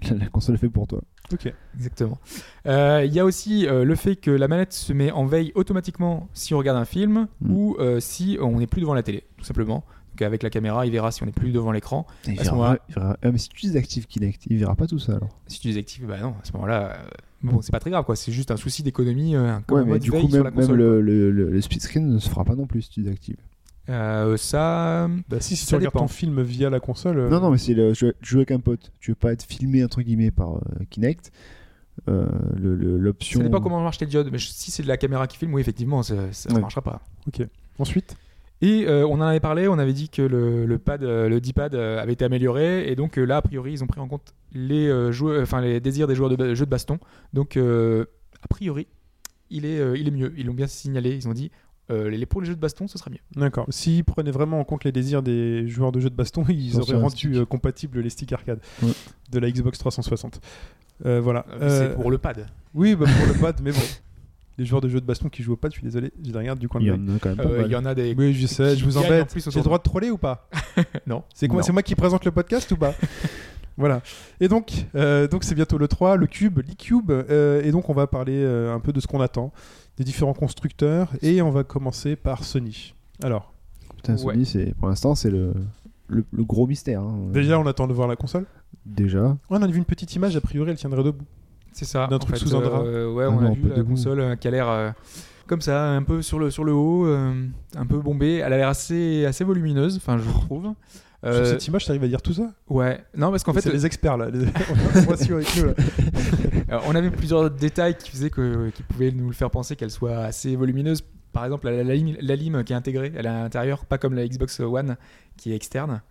Speaker 5: (laughs) la console est faite pour toi.
Speaker 3: Ok.
Speaker 4: Exactement. Euh, Il y a aussi euh, le fait que la manette se met en veille automatiquement si on regarde un film
Speaker 5: Mm.
Speaker 4: ou euh, si on n'est plus devant la télé, tout simplement. Donc avec la caméra, il verra si on n'est plus devant l'écran.
Speaker 5: Il
Speaker 4: À ce
Speaker 5: verra,
Speaker 4: moment-là-
Speaker 5: il verra- Ah, mais si tu désactives Kinect, il verra pas tout ça alors.
Speaker 4: Si tu désactives, bah non, à ce moment-là, euh, bon, c'est pas très grave, quoi. C'est juste un souci d'économie, euh, un
Speaker 5: Mm. Ouais,
Speaker 4: commande
Speaker 5: mais du
Speaker 4: veille
Speaker 5: coup,
Speaker 4: sur la
Speaker 5: même, même
Speaker 4: console.
Speaker 5: le, le, le- le split screen ne se fera pas non plus si tu désactives.
Speaker 4: Euh, ça,
Speaker 3: Bah, si, si
Speaker 4: Ça
Speaker 3: tu regardes
Speaker 4: dépend.
Speaker 3: ton film via la console. euh,
Speaker 5: Non, non, mais c'est le jeu, jouer avec un pote. Tu veux pas être filmé entre guillemets par euh, Kinect. Euh, le- le- L'option.
Speaker 4: ça dépend comment marchent les diodes, mais je- si c'est de la caméra qui filme, oui, effectivement, ça, ça
Speaker 5: Ouais.
Speaker 4: marchera pas.
Speaker 3: Ensuite.
Speaker 4: Et euh, on en avait parlé, on avait dit que le, le pad, euh, le D-pad euh, avait été amélioré, et donc euh, là, a priori, ils ont pris en compte les, euh, joueurs, enfin, les désirs des joueurs de ba- jeux de baston. Donc, euh, a priori, il est, euh, il est mieux. Ils l'ont bien signalé, ils ont dit, euh, les, pour les jeux de baston, ce sera mieux.
Speaker 3: D'accord. S'ils prenaient vraiment en compte les désirs des joueurs de jeux de baston, (laughs) ils
Speaker 5: Ça
Speaker 3: auraient
Speaker 5: serait un
Speaker 3: rendu
Speaker 5: stick.
Speaker 3: euh, compatible les sticks arcade
Speaker 5: Ouais.
Speaker 3: de la Xbox 360. Euh, voilà.
Speaker 4: Euh,
Speaker 3: Euh,
Speaker 4: C'est pour le pad.
Speaker 3: Oui, bah, pour le pad, mais bon. Les joueurs de jeux de baston qui jouent au pad, je suis désolé, je les regarde du coin
Speaker 5: Il
Speaker 3: de
Speaker 5: y
Speaker 3: l'œil.
Speaker 5: en a quand même
Speaker 4: Euh,
Speaker 5: pas
Speaker 4: Il
Speaker 5: mal.
Speaker 4: y en a des...
Speaker 3: Oui, je sais, je vous
Speaker 4: Qui gagnent en
Speaker 3: embête.
Speaker 4: plus
Speaker 3: J'ai
Speaker 4: autour
Speaker 3: le droit de troller ou (laughs) pas
Speaker 4: Non.
Speaker 3: C'est quoi
Speaker 5: Non.
Speaker 3: C'est moi qui présente le podcast ou pas (laughs) Voilà. Et donc, euh, donc c'est bientôt le 3, le cube, l'e-cube. euh, et donc, on va parler euh, un peu de ce qu'on attend, des différents constructeurs. Et on va commencer par Sony. Alors,
Speaker 5: Putain, Sony, c'est- pour l'instant, c'est le, le, le gros mystère. hein.
Speaker 3: déjà, on attend de voir la console.
Speaker 5: Déjà.
Speaker 3: On a vu une petite image, a priori, elle tiendrait debout.
Speaker 4: C'est ça.
Speaker 3: D'un
Speaker 4: en
Speaker 3: truc
Speaker 4: fait,
Speaker 3: sous un drap.
Speaker 4: euh, ouais,
Speaker 5: Ah
Speaker 4: on a
Speaker 5: non,
Speaker 4: vu
Speaker 5: pas
Speaker 4: la
Speaker 5: debout.
Speaker 4: console euh, qui a l'air euh, comme ça, un peu sur le, sur le haut, euh, un peu bombée. Elle a l'air assez, assez volumineuse, enfin, je trouve.
Speaker 3: Oh. Sur
Speaker 4: Euh,
Speaker 3: cette image, t'arrives à dire tout ça
Speaker 4: ouais, non, parce qu'en fait,
Speaker 3: c'est les experts (laughs) là. Les... On va suivre avec nous là.
Speaker 4: euh, on avait plusieurs détails qui faisaient que, qui pouvaient nous le faire penser qu'elle soit assez volumineuse. Par exemple, elle a la lime, la lime qui est intégrée, elle est à l'intérieur, pas comme la Xbox One qui est externe.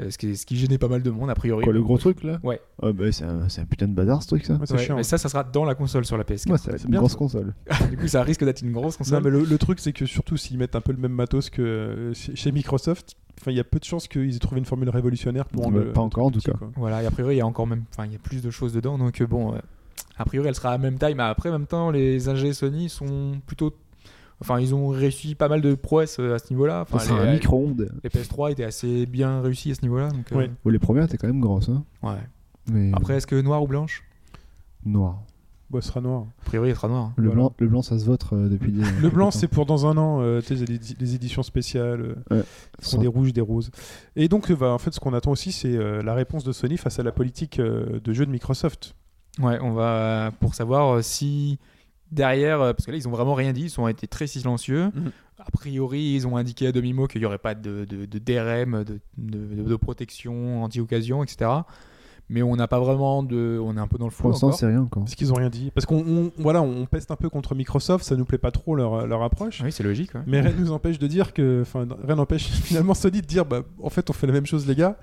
Speaker 4: Euh, ce, qui, ce qui gênait pas mal de monde, a priori.
Speaker 5: (laughs) Quoi, le gros truc là
Speaker 4: Ouais.
Speaker 5: Ah bah, c'est un, c'est un putain de bazar ce truc ça.
Speaker 3: Ouais, c'est
Speaker 4: Ouais,
Speaker 3: chiant.
Speaker 4: mais ça, ça sera dans la console sur la PS4.
Speaker 5: Ouais, ça va
Speaker 3: c'est
Speaker 5: être une
Speaker 3: bien,
Speaker 5: grosse
Speaker 3: ça.
Speaker 5: console.
Speaker 4: du coup, ça risque d'être une grosse
Speaker 3: Non,
Speaker 4: console.
Speaker 3: mais le, le truc, c'est que surtout s'ils mettent un peu le même matos que euh, chez chez Microsoft, enfin, il y a peu de chances qu'ils aient trouvé une formule révolutionnaire pour
Speaker 5: Bah,
Speaker 3: le.
Speaker 5: pas encore en tout cas.
Speaker 3: quoi.
Speaker 4: Voilà, et a priori, il y a encore même, enfin, il y a plus de choses dedans, donc euh, bon, euh, a priori, elle sera à même taille, mais après, en même temps, les ingés Sony sont plutôt, enfin, ils ont réussi pas mal de prouesses euh, à ce niveau-là. Enfin,
Speaker 5: Ça, c'est un
Speaker 4: les,
Speaker 5: micro-ondes.
Speaker 4: les PS3 étaient assez bien réussis à ce niveau-là, donc. euh,
Speaker 3: Ouais.
Speaker 5: Bon, les premières étaient quand même grosses. Hein.
Speaker 4: ouais.
Speaker 5: Mais
Speaker 4: Après, est-ce que noir ou blanche
Speaker 5: noir.
Speaker 3: Bah, ce sera noir.
Speaker 4: A priori, elle sera hein. noire.
Speaker 5: Le,
Speaker 3: Voilà.
Speaker 5: blanc, le blanc, ça se vote euh, depuis des.
Speaker 3: Le blanc, c'est pour dans un an, euh, tu sais, les, les éditions spéciales, euh, qui sont des rouges, des roses. Et donc, euh, bah, en fait, ce qu'on attend aussi, c'est euh, la réponse de Sony face à la politique euh, de jeu de Microsoft.
Speaker 4: Ouais, on va pour savoir euh, si derrière, euh, parce que là ils ont vraiment rien dit, ils ont été très silencieux.
Speaker 3: Mhm.
Speaker 4: A priori, ils ont indiqué à demi mot qu'il n'y aurait pas de, de, de DRM, de, de, de protection anti-occasion, etc. Mais on n'a pas vraiment de, on est un peu dans le
Speaker 5: Pour
Speaker 4: flou
Speaker 5: l'instant,
Speaker 4: encore.
Speaker 5: c'est rien encore.
Speaker 3: Parce qu'ils ont rien dit. Parce qu'on on- voilà, on peste un peu contre Microsoft, ça nous plaît pas trop leur, leur approche.
Speaker 4: Oui, c'est logique. ouais.
Speaker 3: Mais rien ne nous empêche de dire que, enfin, rien n'empêche (laughs) finalement Sony de dire, bah, en fait, on fait la même chose, les gars.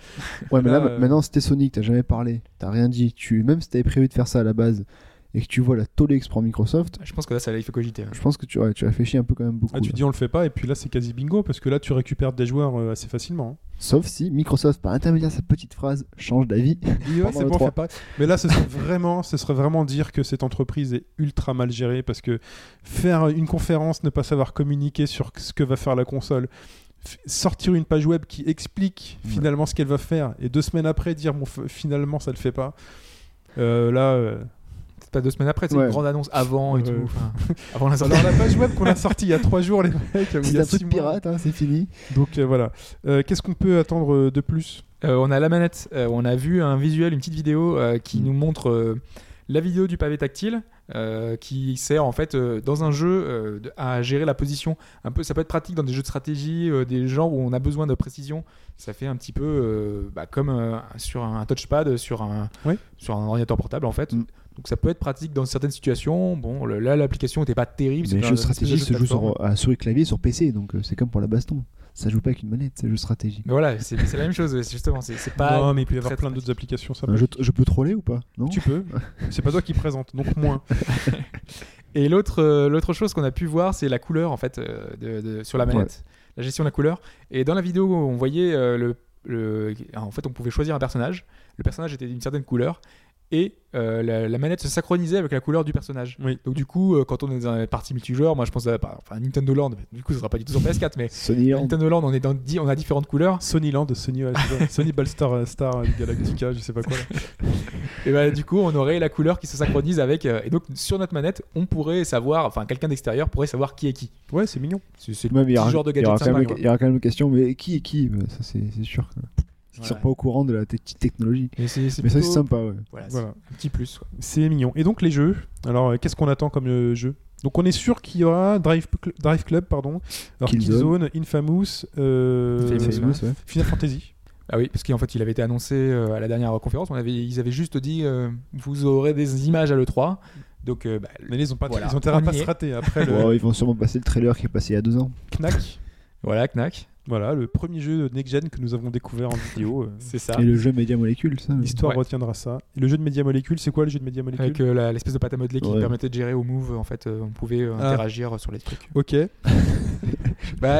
Speaker 5: Ouais, mais là,
Speaker 3: Là, euh,
Speaker 5: maintenant, c'était Sonic, t'as jamais parlé, t'as rien dit. Tu... Même si t'avais prévu de faire ça à la base et que tu vois la tollée que se prend Microsoft,
Speaker 4: Je pense que là, ça il faut cogiter. hein.
Speaker 5: je pense que tu, ouais, tu réfléchis un peu quand même beaucoup. hein.
Speaker 3: Ah, tu
Speaker 5: là.
Speaker 3: dis on le fait pas, et puis là c'est quasi bingo, parce que là tu récupères des joueurs euh, assez facilement.
Speaker 5: Sauf si Microsoft, par intermédiaire de sa petite phrase,
Speaker 3: (laughs)
Speaker 5: change d'avis.
Speaker 3: hein.
Speaker 5: Pendant
Speaker 3: c'est
Speaker 5: le
Speaker 3: bon, on
Speaker 5: 3.
Speaker 3: fait pas. Mais là ce serait, (laughs) vraiment, ce serait vraiment dire que cette entreprise est ultra mal gérée, parce que faire une conférence, ne pas savoir communiquer sur ce que va faire la console, f- sortir une page web qui explique
Speaker 5: Ouais.
Speaker 3: finalement ce qu'elle va faire, et deux semaines après dire bon, f- finalement ça le fait pas. Euh, là, euh,
Speaker 4: C'est pas deux semaines après, c'est
Speaker 5: Ouais.
Speaker 4: une grande annonce avant et
Speaker 3: Ouais.
Speaker 5: (laughs)
Speaker 4: tout. enfin, avant la sortie.
Speaker 3: alors la page web qu'on a sortie il y a trois jours, les mecs, ou il y
Speaker 5: C'est
Speaker 3: a
Speaker 5: un
Speaker 3: six
Speaker 5: truc
Speaker 3: mois.
Speaker 5: pirate, hein, c'est fini.
Speaker 3: Donc euh, voilà. Euh, Qu'est-ce qu'on peut attendre euh, de plus
Speaker 4: Euh, on a la manette, euh, on a vu un visuel, une petite vidéo euh, qui
Speaker 5: Mm.
Speaker 4: nous montre euh, la vidéo du pavé tactile euh, qui sert en fait euh, dans un jeu euh, de- à gérer la position. Un peu, ça peut être pratique dans des jeux de stratégie, euh, des genres où on a besoin de précision. Ça fait un petit peu euh, bah, comme euh, sur un touchpad, sur un,
Speaker 3: Oui.
Speaker 4: sur un ordinateur portable en fait.
Speaker 5: Mm.
Speaker 4: Donc ça peut être pratique dans certaines situations. Bon, le- là l'application n'était pas terrible.
Speaker 5: Les
Speaker 4: c'était
Speaker 5: jeux
Speaker 4: un- un espèce
Speaker 5: stratégiques
Speaker 4: de
Speaker 5: se jouent
Speaker 4: plateforme.
Speaker 5: sur, à souris clavier sur PC, donc euh, c'est comme pour la baston. Ça joue pas avec une manette, c'est jeu stratégie.
Speaker 4: Mais voilà, c'est c'est la même chose justement. C'est c'est
Speaker 5: (laughs)
Speaker 4: pas.
Speaker 3: Non, mais il peut y avoir
Speaker 4: Bah, très
Speaker 3: plein
Speaker 4: très
Speaker 3: d'autres applications. Ça
Speaker 5: Euh, Je, je peux troller ou pas Non
Speaker 3: Tu
Speaker 5: (laughs)
Speaker 3: peux. C'est pas toi qui présente, donc moins.
Speaker 4: Et l'autre, euh, l'autre chose qu'on a pu voir, c'est la couleur en fait euh, de- de- sur la manette, la gestion de la couleur. Et dans la vidéo, on voyait euh, le, le- en fait, on pouvait choisir un personnage. Le personnage était d'une certaine couleur et euh, la, la manette se synchronisait avec la couleur du personnage.
Speaker 3: Oui.
Speaker 4: Donc du coup, euh, quand on est dans une partie multijoueur, moi je pense à bah, enfin, Nintendo Land. mais Du coup, ce sera pas du tout sur PS4, mais
Speaker 5: Sony Land.
Speaker 4: Nintendo Land, on est dans di- on a différentes couleurs.
Speaker 3: Sony Land, Sony, ouais, c'est ça. Sony Ballstar euh, Star euh, Galactica, je sais pas quoi. là.
Speaker 4: Et bah, du coup, on aurait la couleur qui se synchronise avec. euh, et donc sur notre manette, on pourrait savoir, enfin quelqu'un d'extérieur pourrait savoir qui est qui.
Speaker 3: Ouais, c'est mignon.
Speaker 4: C'est c'est le
Speaker 5: Même, il y
Speaker 4: petit
Speaker 5: aura-
Speaker 4: genre de
Speaker 5: il y
Speaker 4: gadget
Speaker 5: aura quand
Speaker 4: sympa,
Speaker 5: même
Speaker 4: quoi.
Speaker 5: il y aura quand même une question, mais qui est qui Bah, Ça, c'est c'est sûr. quoi. Ils sont
Speaker 4: Ouais.
Speaker 5: pas au courant de la petite technologie.
Speaker 4: Mais c'est c'est
Speaker 5: Mais ça, c'est
Speaker 4: plutôt-
Speaker 5: sympa, ouais.
Speaker 4: Voilà,
Speaker 3: Voilà.
Speaker 4: c'est un petit plus. quoi.
Speaker 3: C'est mignon. Et donc les jeux. Alors, euh, qu'est-ce qu'on attend comme euh, jeu Donc, on est sûr qu'il y aura Drive, Cl- Drive Club, pardon. Alors, Killzone,
Speaker 5: Killzone.
Speaker 3: Infamous, euh,
Speaker 4: Infamous,
Speaker 5: C'est
Speaker 4: ouais.
Speaker 5: beau, ça.
Speaker 3: Final Fantasy.
Speaker 4: Ah oui, parce qu'en fait, il avait été annoncé euh, à la dernière conférence. On avait, ils avaient juste dit, euh, vous aurez des images à l'E3. Donc, euh, bah, le-
Speaker 3: Mais ils ont pas,
Speaker 4: Voilà.
Speaker 3: ils ont intérêt à
Speaker 4: On
Speaker 3: pas
Speaker 4: y
Speaker 3: se
Speaker 4: est.
Speaker 3: rater après le
Speaker 5: Ouais, ils vont sûrement passer le trailer qui est passé il y a deux ans.
Speaker 3: Knack.
Speaker 4: voilà, Knack.
Speaker 3: Voilà, le premier jeu de Next Gen que nous avons découvert en
Speaker 4: (laughs)
Speaker 3: vidéo. euh,
Speaker 4: C'est ça.
Speaker 5: Et le jeu Media Molecule, ça. le-
Speaker 3: L'histoire
Speaker 4: Ouais.
Speaker 3: retiendra ça. Et le jeu de Media Molecule, c'est quoi le jeu de Media Molecule
Speaker 4: Avec euh, la- l'espèce de pâte à modeler qui
Speaker 5: Ouais.
Speaker 4: permettait de gérer au move, en fait, euh, on pouvait euh,
Speaker 3: Ah.
Speaker 4: interagir sur les (laughs) trucs.
Speaker 3: Ok.
Speaker 4: Bah,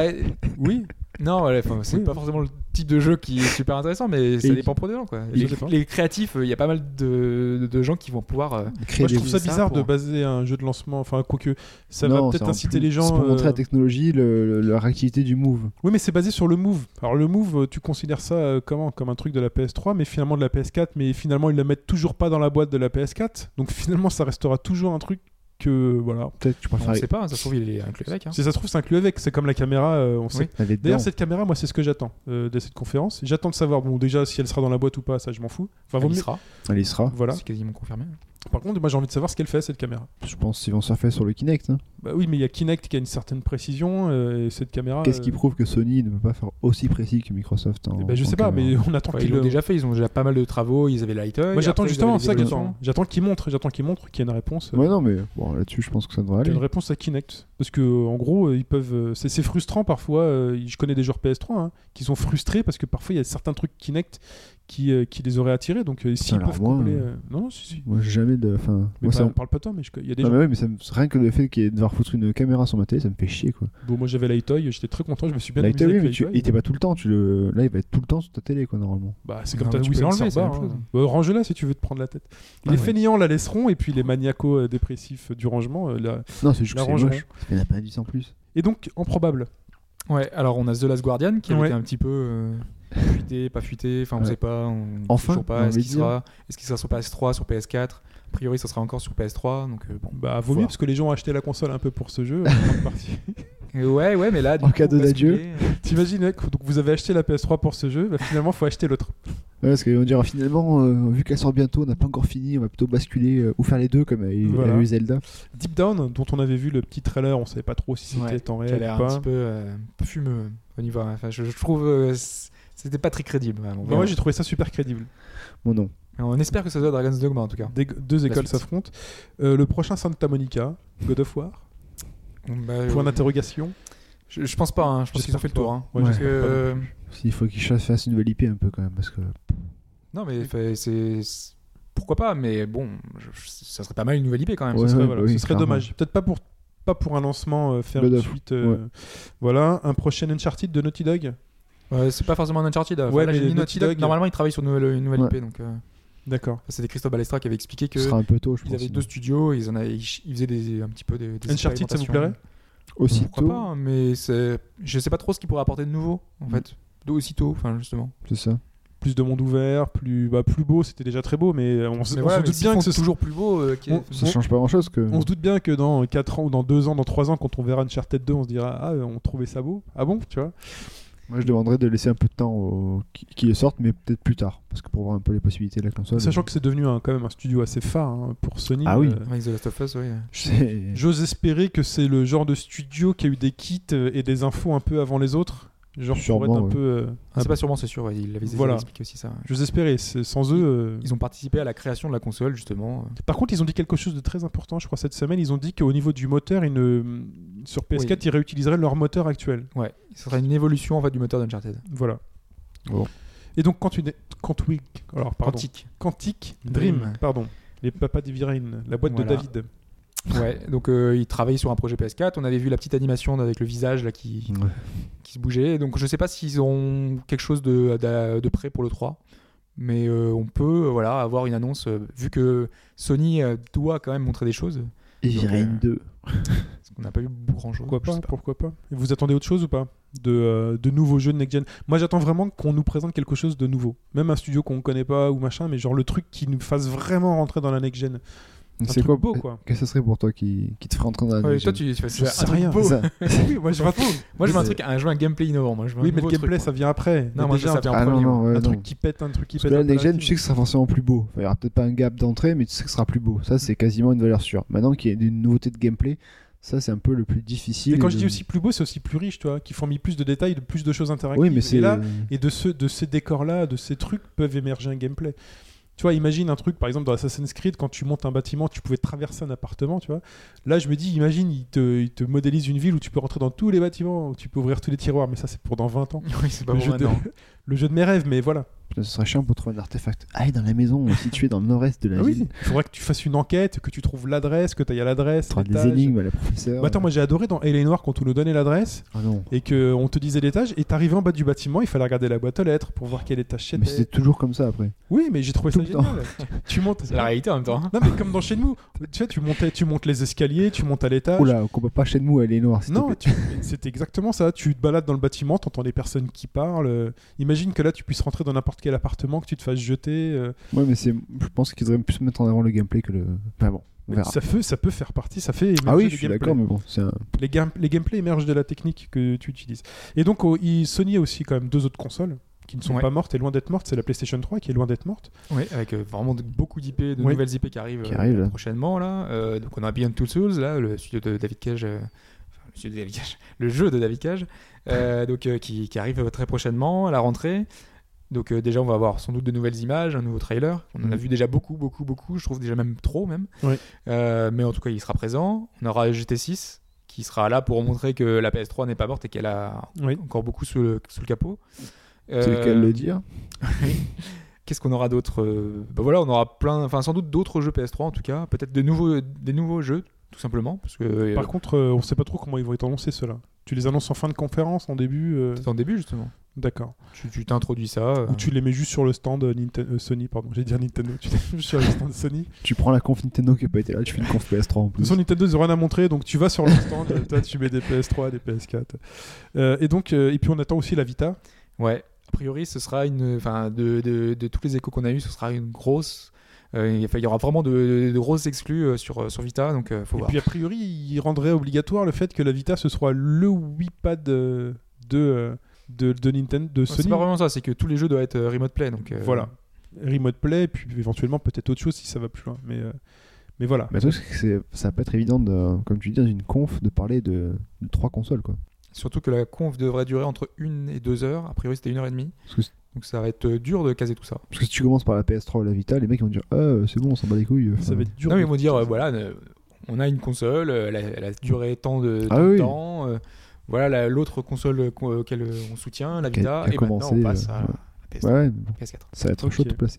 Speaker 3: Oui.
Speaker 4: non, ouais, enfin, c'est
Speaker 3: Oui.
Speaker 4: pas forcément le type de jeu qui est super intéressant, mais ça
Speaker 5: il-
Speaker 4: dépend pour des gens, quoi.
Speaker 3: il-
Speaker 4: Les, les créatifs, euh, il y a pas mal de, de gens qui vont pouvoir. euh,
Speaker 5: Créer
Speaker 3: Moi, je
Speaker 5: des-
Speaker 3: trouve ça
Speaker 4: ça
Speaker 3: bizarre
Speaker 4: pour-
Speaker 3: de baser un jeu de lancement. Enfin, quoique, ça
Speaker 5: Non,
Speaker 3: va peut-être
Speaker 5: en
Speaker 3: inciter
Speaker 5: plus-
Speaker 3: les gens.
Speaker 5: C'est pour
Speaker 3: euh,
Speaker 5: montrer la technologie, le- le- leur activité du move.
Speaker 3: Oui, mais c'est basé sur le Move. Alors le Move, euh, tu considères ça euh, comment Comme un truc de la PS3, mais finalement de la PS4, mais finalement ils le mettent toujours pas dans la boîte de la PS4. Donc finalement, ça restera toujours un truc que voilà.
Speaker 5: Peut-être que tu
Speaker 4: on
Speaker 5: préfères
Speaker 4: sait pas, hein, ça se trouve, il est inclus avec. hein.
Speaker 3: Si ça se trouve, c'est inclus avec. C'est comme la caméra. euh, on sait.
Speaker 4: Oui.
Speaker 5: aller dedans.
Speaker 3: D'ailleurs, cette caméra, moi, c'est ce que j'attends euh, de cette conférence. J'attends de savoir, bon, déjà, si elle sera dans la boîte ou pas, ça, je m'en fous. Enfin, vaut
Speaker 4: Il
Speaker 3: mieux.
Speaker 4: sera,
Speaker 5: Elle y sera.
Speaker 3: Voilà.
Speaker 4: c'est quasiment confirmé.
Speaker 3: Par contre, moi, j'ai envie de savoir ce qu'elle fait, cette caméra.
Speaker 5: Je pense qu'ils vont surfer sur le Kinect. hein.
Speaker 3: Bah oui, mais il y a Kinect qui a une certaine précision euh, et cette caméra.
Speaker 5: Qu'est-ce qui
Speaker 3: euh,
Speaker 5: prouve que Sony ne peut pas faire aussi précis que Microsoft en,
Speaker 3: eh ben, Je
Speaker 5: en
Speaker 3: sais pas,
Speaker 5: caméra
Speaker 3: mais on attend
Speaker 4: Enfin, ils
Speaker 3: qu'il
Speaker 4: l'ont
Speaker 3: le-
Speaker 4: déjà fait, ils ont déjà pas mal de travaux, ils avaient Lighter.
Speaker 3: Moi j'attends justement ça que
Speaker 5: évaluations.
Speaker 3: j'attends. J'attends qu'il montre, j'attends qu'il montre qu'il y ait une réponse. euh,
Speaker 5: Ouais, non, mais bon, là-dessus, je pense que ça
Speaker 3: qu'il y
Speaker 5: devrait aller.
Speaker 3: ait une réponse à Kinect parce que euh, en gros euh, ils peuvent euh, c'est c'est frustrant parfois euh, je connais des joueurs PS3 hein, qui sont frustrés parce que parfois il y a certains trucs Kinect qui, euh, qui les auraient attirés donc euh, s'ils
Speaker 5: Alors,
Speaker 3: peuvent
Speaker 5: moi,
Speaker 3: combler
Speaker 5: euh,
Speaker 3: euh, non non si si
Speaker 5: Moi, j'ai jamais de. Enfin,
Speaker 3: mais
Speaker 5: moi,
Speaker 3: pas-
Speaker 5: ça.
Speaker 3: on parle pas de toi mais je- il y a des
Speaker 5: Non,
Speaker 3: gens
Speaker 5: mais ouais, mais ça me- rien que le fait qu'il y ait de devoir foutre une caméra sur ma télé, ça me fait chier quoi.
Speaker 3: Bon, moi j'avais Lightoy, j'étais très content, je me suis bien
Speaker 5: Lighter,
Speaker 3: amusé
Speaker 5: oui,
Speaker 3: avec
Speaker 5: mais tu... il
Speaker 3: Lightoy.
Speaker 5: était pas tout le temps. Tu le... Là, il va être tout le temps sur ta télé quoi, normalement.
Speaker 3: Bah, c'est comme
Speaker 4: Non,
Speaker 3: ta
Speaker 4: Ah, mais tu
Speaker 3: Wii
Speaker 4: peux
Speaker 3: Sans
Speaker 4: l'enlever, c'est la
Speaker 3: barre,
Speaker 4: même
Speaker 3: hein.
Speaker 4: chose.
Speaker 3: Bah, range-la si tu veux te prendre la tête.
Speaker 5: Ah
Speaker 3: les
Speaker 5: ouais.
Speaker 3: fainéants la laisseront, et puis les maniacos euh, dépressifs du rangement euh, la-
Speaker 5: Non, c'est juste que
Speaker 3: la
Speaker 5: c'est
Speaker 3: rangeront.
Speaker 5: moche. Il n'y en a pas 10 en plus.
Speaker 3: Et donc, improbable.
Speaker 4: Ouais, alors on a The Last Guardian qui a
Speaker 3: Ouais.
Speaker 4: été un petit peu euh, fuité, pas fuité, enfin on
Speaker 5: Ouais.
Speaker 4: sait pas, on
Speaker 5: Enfin,
Speaker 4: toujours
Speaker 5: j'ai
Speaker 4: pas, est-ce
Speaker 5: envie
Speaker 4: qu'il
Speaker 5: de dire.
Speaker 4: sera, est-ce qu'il sera sur PS3, sur PS4 A priori, ça sera encore sur PS3, donc euh, bon.
Speaker 3: Bah, vaut mieux,
Speaker 4: Voir.
Speaker 3: parce que les gens ont acheté la console un peu pour ce jeu. euh,
Speaker 4: (laughs)
Speaker 3: c'est parti.
Speaker 4: Et ouais, ouais, mais là, du
Speaker 5: En
Speaker 4: coup,
Speaker 5: cadeau
Speaker 4: on va se
Speaker 5: d'adieu.
Speaker 4: mouiller, euh,
Speaker 3: T'imagines, mec, donc vous avez acheté la PS3 pour ce jeu, bah, finalement, faut acheter l'autre.
Speaker 5: Ouais, parce qu'on dira finalement, euh, vu qu'elle sort bientôt, on n'a pas encore fini, on va plutôt basculer euh, ou faire les deux comme a eu
Speaker 3: Voilà.
Speaker 5: a eu Zelda.
Speaker 3: Deep Down, dont on avait vu le petit trailer, on savait pas trop si
Speaker 4: Ouais,
Speaker 3: c'était en
Speaker 4: qui a
Speaker 3: réel
Speaker 4: l'air
Speaker 3: ou
Speaker 4: un
Speaker 3: pas.
Speaker 4: petit peu euh, fumeux euh, au niveau. Enfin, je, je trouve euh, c- c'était pas très crédible. ouais, on
Speaker 3: Bah,
Speaker 4: verra.
Speaker 3: moi j'ai trouvé ça super crédible.
Speaker 5: Bon, non.
Speaker 4: On espère que ça soit Dragon's Dogma en tout cas.
Speaker 3: Des- deux
Speaker 4: La
Speaker 3: écoles
Speaker 4: suite.
Speaker 3: s'affrontent. Euh, le prochain Santa Monica, God of War,
Speaker 4: Bah,
Speaker 3: point
Speaker 4: euh,
Speaker 3: d'interrogation.
Speaker 4: je, je pense pas. hein, je pense qu'ils ont
Speaker 3: J'espère
Speaker 4: fait le
Speaker 3: pas.
Speaker 4: tour. hein.
Speaker 3: Ouais,
Speaker 4: Parce
Speaker 3: j'espère
Speaker 4: que,
Speaker 3: pas.
Speaker 4: euh,
Speaker 5: Il faut qu'il chasse- fasse une nouvelle IP un peu quand même, parce que
Speaker 4: non, mais fait, c'est c'est- pourquoi pas. Mais bon, je- je- ça serait pas mal une nouvelle IP quand même.
Speaker 5: Ouais,
Speaker 4: ça
Speaker 3: Ce
Speaker 4: serait-
Speaker 3: serait, voilà,
Speaker 5: oui,
Speaker 3: ce serait
Speaker 5: clairement.
Speaker 3: dommage. Peut-être pas pour pas pour un lancement euh, faire
Speaker 5: God
Speaker 3: une
Speaker 5: of,
Speaker 3: suite. euh, Voilà, un prochain Uncharted de Naughty Dog.
Speaker 4: Euh, c'est pas forcément un Uncharted. Enfin,
Speaker 3: Ouais,
Speaker 4: là,
Speaker 3: mais
Speaker 4: j'ai mis
Speaker 3: Naughty
Speaker 4: Naughty Dog.
Speaker 3: Dog-
Speaker 4: Normalement, ils travaillent sur une nouvelle, une nouvelle
Speaker 5: Ouais.
Speaker 4: IP. Donc, euh,
Speaker 3: D'accord.
Speaker 4: c'était Christophe Balestra qui avait expliqué que
Speaker 5: ce sera un peu tôt, je
Speaker 4: ils
Speaker 5: pense.
Speaker 4: avaient deux studios. Ils en avaient, ils ils faisaient des, un petit peu des, des
Speaker 3: Uncharted, ça vous
Speaker 4: expérimentations.
Speaker 3: plairait
Speaker 5: Aussitôt,
Speaker 4: Pourquoi
Speaker 3: hein.
Speaker 4: pas, mais c'est... je sais pas trop ce qu'il pourrait apporter de nouveau,
Speaker 3: Mm.
Speaker 4: en fait. Aussitôt, enfin, justement.
Speaker 5: c'est ça.
Speaker 3: Plus de monde ouvert, plus bah, plus beau. C'était déjà très beau, mais on, s- on se doute bien que ce
Speaker 4: toujours plus beau. euh,
Speaker 3: on- on-
Speaker 5: Ça change pas grand chose que.
Speaker 3: on se doute bien que dans 4 ans ou dans 2 ans, dans 3 ans, quand on verra Uncharted 2, on se dira ah on trouvait ça beau. Ah bon, tu vois.
Speaker 5: Moi, je demanderais de laisser un peu de temps au... qui- qui le sortent, mais peut-être plus tard, parce que pour voir un peu les possibilités de la console.
Speaker 3: Sachant que c'est devenu un- quand même un studio assez phare hein, pour Sony.
Speaker 5: Ah oui.
Speaker 4: Avec The Last of Us, oui.
Speaker 5: c'est
Speaker 3: J'ose espérer que c'est le genre de studio qui a eu des kits euh, et des infos un peu avant les autres. Genre pour être
Speaker 5: Sûrement,
Speaker 3: un
Speaker 5: ouais.
Speaker 3: peu. euh,
Speaker 4: Ah,
Speaker 3: un-
Speaker 4: c'est pas sûrement, c'est sûr, ouais, il avait ils avaient
Speaker 3: Voilà.
Speaker 4: expliqué aussi ça. ouais.
Speaker 3: J'ose espérer. c'est- Sans eux. euh,
Speaker 4: Ils ont participé à la création de la console, justement.
Speaker 3: Par contre, ils ont dit quelque chose de très important, je crois, cette semaine. Ils ont dit qu'au niveau du moteur, ils ne- sur PS4,
Speaker 4: Oui.
Speaker 3: ils réutiliseraient leur moteur actuel.
Speaker 4: Ouais, ce sera une évolution en fait du moteur d'Uncharted.
Speaker 3: Voilà.
Speaker 5: Bon.
Speaker 3: Et donc, quand une... Quantic, alors, pardon.
Speaker 4: Quantique.
Speaker 3: Quantic
Speaker 4: Mmh.
Speaker 3: Dream,
Speaker 4: Dream.
Speaker 3: pardon. Les papas d'Ivirain, la boîte
Speaker 4: Voilà.
Speaker 3: de David.
Speaker 4: Ouais, donc euh, ils travaillent sur un projet PS4. On avait vu la petite animation avec le visage là qui,
Speaker 5: (laughs) Ouais.
Speaker 4: qui se bougeait. Donc je sais pas s'ils ont quelque chose de, de, de prêt pour le 3. Mais euh, on peut euh, voilà, avoir une annonce, euh, vu que Sony euh, doit quand même montrer des choses.
Speaker 5: Et
Speaker 4: Donc,
Speaker 5: Virine
Speaker 4: euh,
Speaker 5: 2.
Speaker 4: On n'a pas eu grand chose.
Speaker 3: Pourquoi pas, Pourquoi pas Et Vous attendez autre chose ou pas de, euh, de nouveaux jeux de next-gen Moi, j'attends vraiment qu'on nous présente quelque chose de nouveau. Même un studio qu'on connaît pas ou machin, mais genre le truc qui nous fasse vraiment rentrer dans la next-gen. Un
Speaker 5: C'est
Speaker 3: truc
Speaker 5: quoi
Speaker 3: beau,
Speaker 5: (laughs)
Speaker 3: quoi.
Speaker 5: Qu'est-ce que ce serait pour toi qui, qui te ferait entrer dans la
Speaker 4: Ouais,
Speaker 5: next
Speaker 4: toi,
Speaker 5: gen
Speaker 4: tu, tu fais- tu
Speaker 3: Je
Speaker 4: fais un
Speaker 3: sais
Speaker 4: truc
Speaker 3: rien.
Speaker 4: beau.
Speaker 5: C'est ça.
Speaker 3: Oui, moi, je veux un truc-
Speaker 4: Moi, je veux un
Speaker 5: C'est-
Speaker 4: truc, un, je veux un gameplay innovant. Moi, je veux un
Speaker 3: Oui, mais le
Speaker 4: nouveau truc,
Speaker 3: gameplay,
Speaker 4: moi.
Speaker 3: ça vient après.
Speaker 4: Non, moi,
Speaker 3: Déjà,
Speaker 4: ça,
Speaker 3: un
Speaker 4: ça vient
Speaker 5: Ah
Speaker 4: en
Speaker 5: non,
Speaker 4: premier.
Speaker 5: non, ouais,
Speaker 3: un
Speaker 5: non.
Speaker 3: truc qui pète, un truc qui
Speaker 5: Parce
Speaker 3: pète.
Speaker 5: que là,
Speaker 3: un peu
Speaker 5: next
Speaker 3: la
Speaker 5: gen, tu sais
Speaker 3: team.
Speaker 5: que ce sera forcément plus beau. Enfin, il n'y aura peut-être pas un gap d'entrée, mais tu sais que ce sera plus beau. Ça, c'est quasiment une valeur sûre. Maintenant qu'il y a des nouveautés de gameplay, ça, c'est un peu le plus difficile.
Speaker 3: Mais quand je
Speaker 5: de-
Speaker 3: dis aussi plus beau, c'est aussi plus riche, tu vois, qui fournit plus de détails, de plus de choses interactives.
Speaker 5: Oui, mais c'est.
Speaker 3: Et là, et de, ce, de ces décors-là, de ces trucs, peuvent émerger un gameplay. Tu vois, imagine un truc, par exemple, dans Assassin's Creed, quand tu montes un bâtiment, tu pouvais traverser un appartement, tu vois. Là, je me dis, imagine, ils te, ils te modélisent une ville où tu peux rentrer dans tous les bâtiments, où tu peux ouvrir tous les tiroirs, mais ça, c'est pour dans 20 ans.
Speaker 4: Oui, (laughs)
Speaker 5: Bah,
Speaker 4: c'est pas
Speaker 3: le,
Speaker 4: pour
Speaker 3: jeu de,
Speaker 4: maintenant.
Speaker 3: (laughs) le jeu de mes rêves, mais voilà.
Speaker 5: Putain, ce serait chiant pour trouver un artefact. Ah, il est dans
Speaker 3: (laughs)
Speaker 5: la maison située dans le nord-est de la
Speaker 3: Ah
Speaker 5: ville.
Speaker 3: Il faudrait que tu fasses une enquête, que tu trouves l'adresse, que tu ailles à l'adresse.
Speaker 5: Tu auras des
Speaker 3: l'étage.
Speaker 5: énigmes à la professeure.
Speaker 3: Bah attends, moi j'ai adoré dans Alien Noir quand on nous donnait l'adresse
Speaker 5: Ah non.
Speaker 3: et qu'on te disait l'étage et t'arrivais en bas du bâtiment, il fallait regarder la boîte aux lettres pour voir quel étage
Speaker 5: Mais c'était
Speaker 3: c'était.
Speaker 5: toujours comme ça après.
Speaker 3: Oui, mais j'ai trouvé
Speaker 5: Tout
Speaker 3: ça
Speaker 5: le temps.
Speaker 3: génial. tu montes.
Speaker 4: C'est la réalité en même temps. hein.
Speaker 3: Non, mais comme dans chez nous, tu sais, tu, montais, tu montes les escaliers, tu montes à l'étage.
Speaker 5: Oula, on combat pas chez nous, elle est noire. s'il te
Speaker 3: Non,
Speaker 5: plaît.
Speaker 3: tu- c'était exactement ça. Tu te balades dans le bâtiment, t'entends les personnes qui parlent. euh, Imagine que là, tu puisses rentrer dans n'importe quel appartement, que tu te fasses jeter. euh,
Speaker 5: Ouais, mais c'est. Je pense qu'ils devraient plus mettre en avant le gameplay que le. Enfin bon, on verra.
Speaker 3: ça, fait, ça peut faire partie, ça fait
Speaker 5: Ah
Speaker 3: émerger
Speaker 5: oui,
Speaker 3: le
Speaker 5: je suis
Speaker 3: gameplay. Euh,
Speaker 5: d'accord, mais bon, c'est un.
Speaker 3: Les, game- les gameplays émergent de la technique que tu utilises. Et donc, oh, il- Sony a aussi quand même deux autres consoles. qui ne sont
Speaker 4: Ouais.
Speaker 3: pas mortes et loin d'être mortes. C'est la PlayStation 3 qui est loin d'être morte.
Speaker 4: Oui, avec euh, vraiment de- beaucoup d'IP, de
Speaker 3: Oui.
Speaker 4: nouvelles IP qui arrivent,
Speaker 5: Qui
Speaker 4: euh,
Speaker 5: arrivent, là.
Speaker 4: prochainement. Là. Euh, donc on a Beyond Two Souls, là, le studio de David Cage. euh, enfin, le, studio de David Cage (laughs) le jeu de David Cage, euh, donc, euh, qui, qui arrive euh, très prochainement à la rentrée. Donc euh, déjà on va avoir sans doute de nouvelles images, un nouveau trailer. On en a
Speaker 5: Mhm.
Speaker 4: vu déjà beaucoup, beaucoup, beaucoup. Je trouve déjà même trop même.
Speaker 3: Ouais.
Speaker 4: Euh, mais en tout cas il sera présent. On aura GT6 qui sera là pour montrer que la PS3 n'est pas morte et qu'elle a
Speaker 3: Oui.
Speaker 4: encore beaucoup sous le, sous le capot.
Speaker 5: C'est le cas de
Speaker 4: Euh,
Speaker 5: le dire.
Speaker 4: Qu'est-ce qu'on aura d'autre Euh, ben voilà, on aura plein, enfin sans doute d'autres jeux PS3 en tout cas, peut-être de nouveaux, des nouveaux jeux tout simplement, parce que euh,
Speaker 3: Par contre, euh, on ne sait pas trop comment ils vont être annoncés ceux-là. Tu les annonces en fin de conférence, en début. euh,
Speaker 4: c'est en début justement.
Speaker 3: D'accord.
Speaker 4: Tu tu t'introduis ça. euh,
Speaker 3: Ou tu les mets juste sur le stand euh, Ninten- euh, Sony, pardon. J'ai dit Nintendo. Tu les mets (laughs) sur le stand Sony.
Speaker 5: Tu prends la conf Nintendo qui n'a pas été là, tu fais une conf PS3 en
Speaker 3: De toute
Speaker 5: plus.
Speaker 3: façon, Nintendo, ils ont rien à montrer, donc tu vas sur le stand, euh, toi, tu mets des PS3, des PS4. Euh, et donc, euh, et puis on attend aussi la Vita.
Speaker 4: Ouais. A priori, ce sera une, enfin de, de, de tous les échos qu'on a eu, ce sera une grosse. euh, il y a- il y aura vraiment de, de- de grosses exclus euh, sur euh, sur Vita, donc euh, faut
Speaker 3: et
Speaker 4: voir.
Speaker 3: puis, a priori, ils rendraient obligatoire le fait que la Vita, ce soit le Wiipad euh, de, euh, de, de Nintendo, de
Speaker 4: c'est
Speaker 3: Sony.
Speaker 4: pas vraiment ça, c'est que tous les jeux doivent être euh, remote play, donc euh,
Speaker 3: Voilà. Remote Play, puis éventuellement peut-être autre chose si ça va plus loin. Mais, euh, mais voilà.
Speaker 5: Mais le truc, c'est que c'est- ça va pas être évident, de, comme tu dis, dans une conf, de parler de, de trois consoles. quoi.
Speaker 4: Surtout que la conf devrait durer entre une et deux heures. A priori, c'était une heure et demie.
Speaker 5: Parce que,
Speaker 4: Donc ça va être euh, dur de caser tout ça.
Speaker 5: parce que si tu commences par la PS3 ou la Vita, les mecs ils vont dire Ah, c'est bon, on s'en bat les couilles.
Speaker 3: Ça va être dur.
Speaker 4: Non, mais
Speaker 3: de-
Speaker 4: ils vont dire, euh, voilà, euh, on a une console, euh, elle a, elle a duré tant de,
Speaker 5: Ah
Speaker 4: tant de
Speaker 5: oui.
Speaker 4: temps, euh, voilà la- l'autre console euh, qu'on- auquel euh, on soutient, la
Speaker 5: Qui a-
Speaker 4: Vita,
Speaker 5: qui
Speaker 4: et
Speaker 5: a
Speaker 4: maintenant on
Speaker 5: commencé,
Speaker 4: passe à
Speaker 5: euh,
Speaker 4: la PS3,
Speaker 5: Ouais, ouais, mais bon,
Speaker 4: PS4.
Speaker 5: ça va être
Speaker 3: Ok.
Speaker 5: chaud de placer.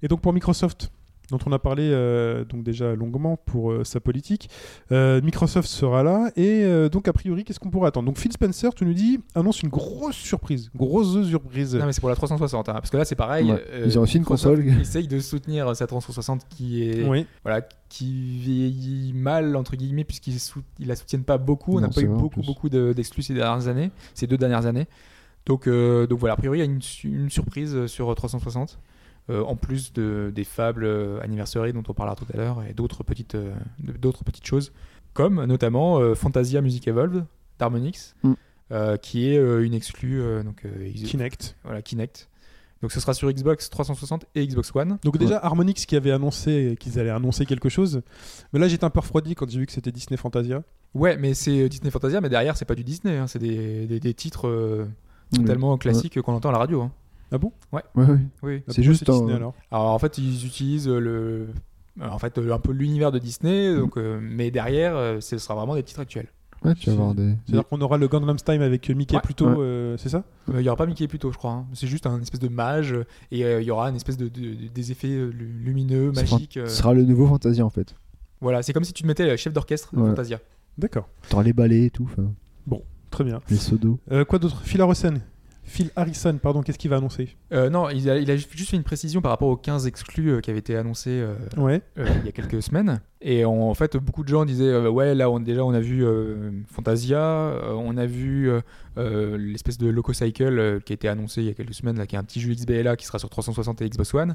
Speaker 3: Et donc pour Microsoft, dont on a parlé euh, donc déjà longuement pour euh, sa politique, euh, Microsoft sera là et euh, donc a priori qu'est-ce qu'on pourrait attendre Donc Phil Spencer, tu nous dis, annonce une grosse surprise, grosse surprise.
Speaker 5: Ah,
Speaker 4: Non, mais c'est pour la 360, hein, parce que là c'est pareil.
Speaker 5: Ouais.
Speaker 4: euh,
Speaker 5: Ils ont aussi une
Speaker 4: Microsoft
Speaker 5: console.
Speaker 4: essaye de soutenir euh, sa 360 qui est
Speaker 3: Oui.
Speaker 4: voilà qui vieillit mal entre guillemets puisqu'ils sou- ils la soutiennent pas beaucoup. On n'a
Speaker 5: Non,
Speaker 4: pas eu
Speaker 5: c'est vrai, en
Speaker 4: beaucoup
Speaker 5: plus.
Speaker 4: beaucoup de- d'exclus ces dernières années, ces deux dernières années. Donc euh, donc voilà, a priori il y a une, su- une surprise sur 360. euh, en plus de, des fables euh, anniversary dont on parlera tout à l'heure et d'autres petites, euh, d'autres petites choses, comme notamment euh, Fantasia Music Evolved d'Harmonix,
Speaker 5: Mm.
Speaker 4: euh, qui est euh, une exclue euh, donc, euh, ils-
Speaker 3: Kinect.
Speaker 4: voilà, Kinect. Donc ce sera sur Xbox 360 et Xbox One.
Speaker 3: Donc déjà Harmonix qui avait annoncé qu'ils allaient annoncer quelque chose, mais là j'étais un peu refroidi quand j'ai vu que c'était Disney Fantasia. Ah,
Speaker 4: Ouais, mais c'est euh, Disney Fantasia, mais derrière, c'est pas du Disney, hein, c'est des, des- des titres euh, totalement classiques qu'on entend à la radio. hein.
Speaker 5: Ouais, ouais.
Speaker 4: Oui. oui.
Speaker 3: Bah,
Speaker 5: C'est
Speaker 3: pourquoi
Speaker 5: juste un-
Speaker 3: Disney alors.
Speaker 4: Alors en fait, ils utilisent le, alors, en fait euh, un peu l'univers de
Speaker 5: Mm.
Speaker 4: Disney, donc, euh, mais derrière, euh, ce sera vraiment des titres actuels.
Speaker 5: Ouais, tu vas avoir des.
Speaker 3: C'est-à-dire qu'on aura le Gangnam Style avec Mickey
Speaker 4: Ouais.
Speaker 3: plutôt,
Speaker 5: Ouais.
Speaker 3: euh, c'est ça
Speaker 4: Euh, Il y aura pas Mickey plutôt, je crois. hein. C'est juste un espèce de mage euh, et euh, il y aura une espèce de, de- des effets euh, lu- lumineux,
Speaker 5: Ce sera-
Speaker 4: magiques. euh,
Speaker 5: Ce sera le nouveau Fantasia en fait.
Speaker 4: Voilà, c'est comme si tu te mettais euh, chef d'orchestre de
Speaker 5: Ouais.
Speaker 4: Fantasia.
Speaker 3: D'accord,
Speaker 5: T'auras les balais et tout, enfin,
Speaker 3: très bien.
Speaker 5: les seaux d'eau.
Speaker 3: Euh, quoi d'autre Phil Harrison, Phil Harrison, pardon, qu'est-ce qu'il va annoncer
Speaker 4: Euh, non, il a, il a juste fait une précision par rapport aux 15 exclus euh, qui avaient été annoncés euh,
Speaker 3: Ouais.
Speaker 4: euh, il y a quelques semaines. Et en, en fait, beaucoup de gens disaient euh, Ouais, là, on, déjà, on a vu euh, Fantasia, euh, on a vu euh, euh, l'espèce de Loco Cycle euh, qui a été annoncé il y a quelques semaines, là, qui est un petit jeu XBLA qui sera sur 360 et Xbox One.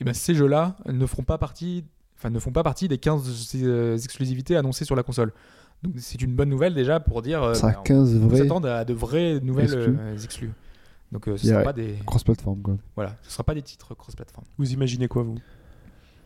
Speaker 4: Et bien, ces jeux-là ne feront pas partie. Enfin, ne font pas partie des 15 euh, exclusivités annoncées sur la console. Donc, c'est une bonne nouvelle déjà pour dire euh,
Speaker 5: Ça a
Speaker 4: bah, on
Speaker 5: 15
Speaker 4: peut
Speaker 5: vrais
Speaker 4: s'attendre à de vraies nouvelles
Speaker 5: exclus.
Speaker 4: euh, exclus. Donc, euh, ce
Speaker 5: Il
Speaker 4: ne
Speaker 5: y
Speaker 4: sera
Speaker 5: a-
Speaker 4: pas des.
Speaker 5: cross-platform quoi.
Speaker 4: Voilà, ce ne sera pas des titres cross-platform.
Speaker 3: Vous imaginez quoi vous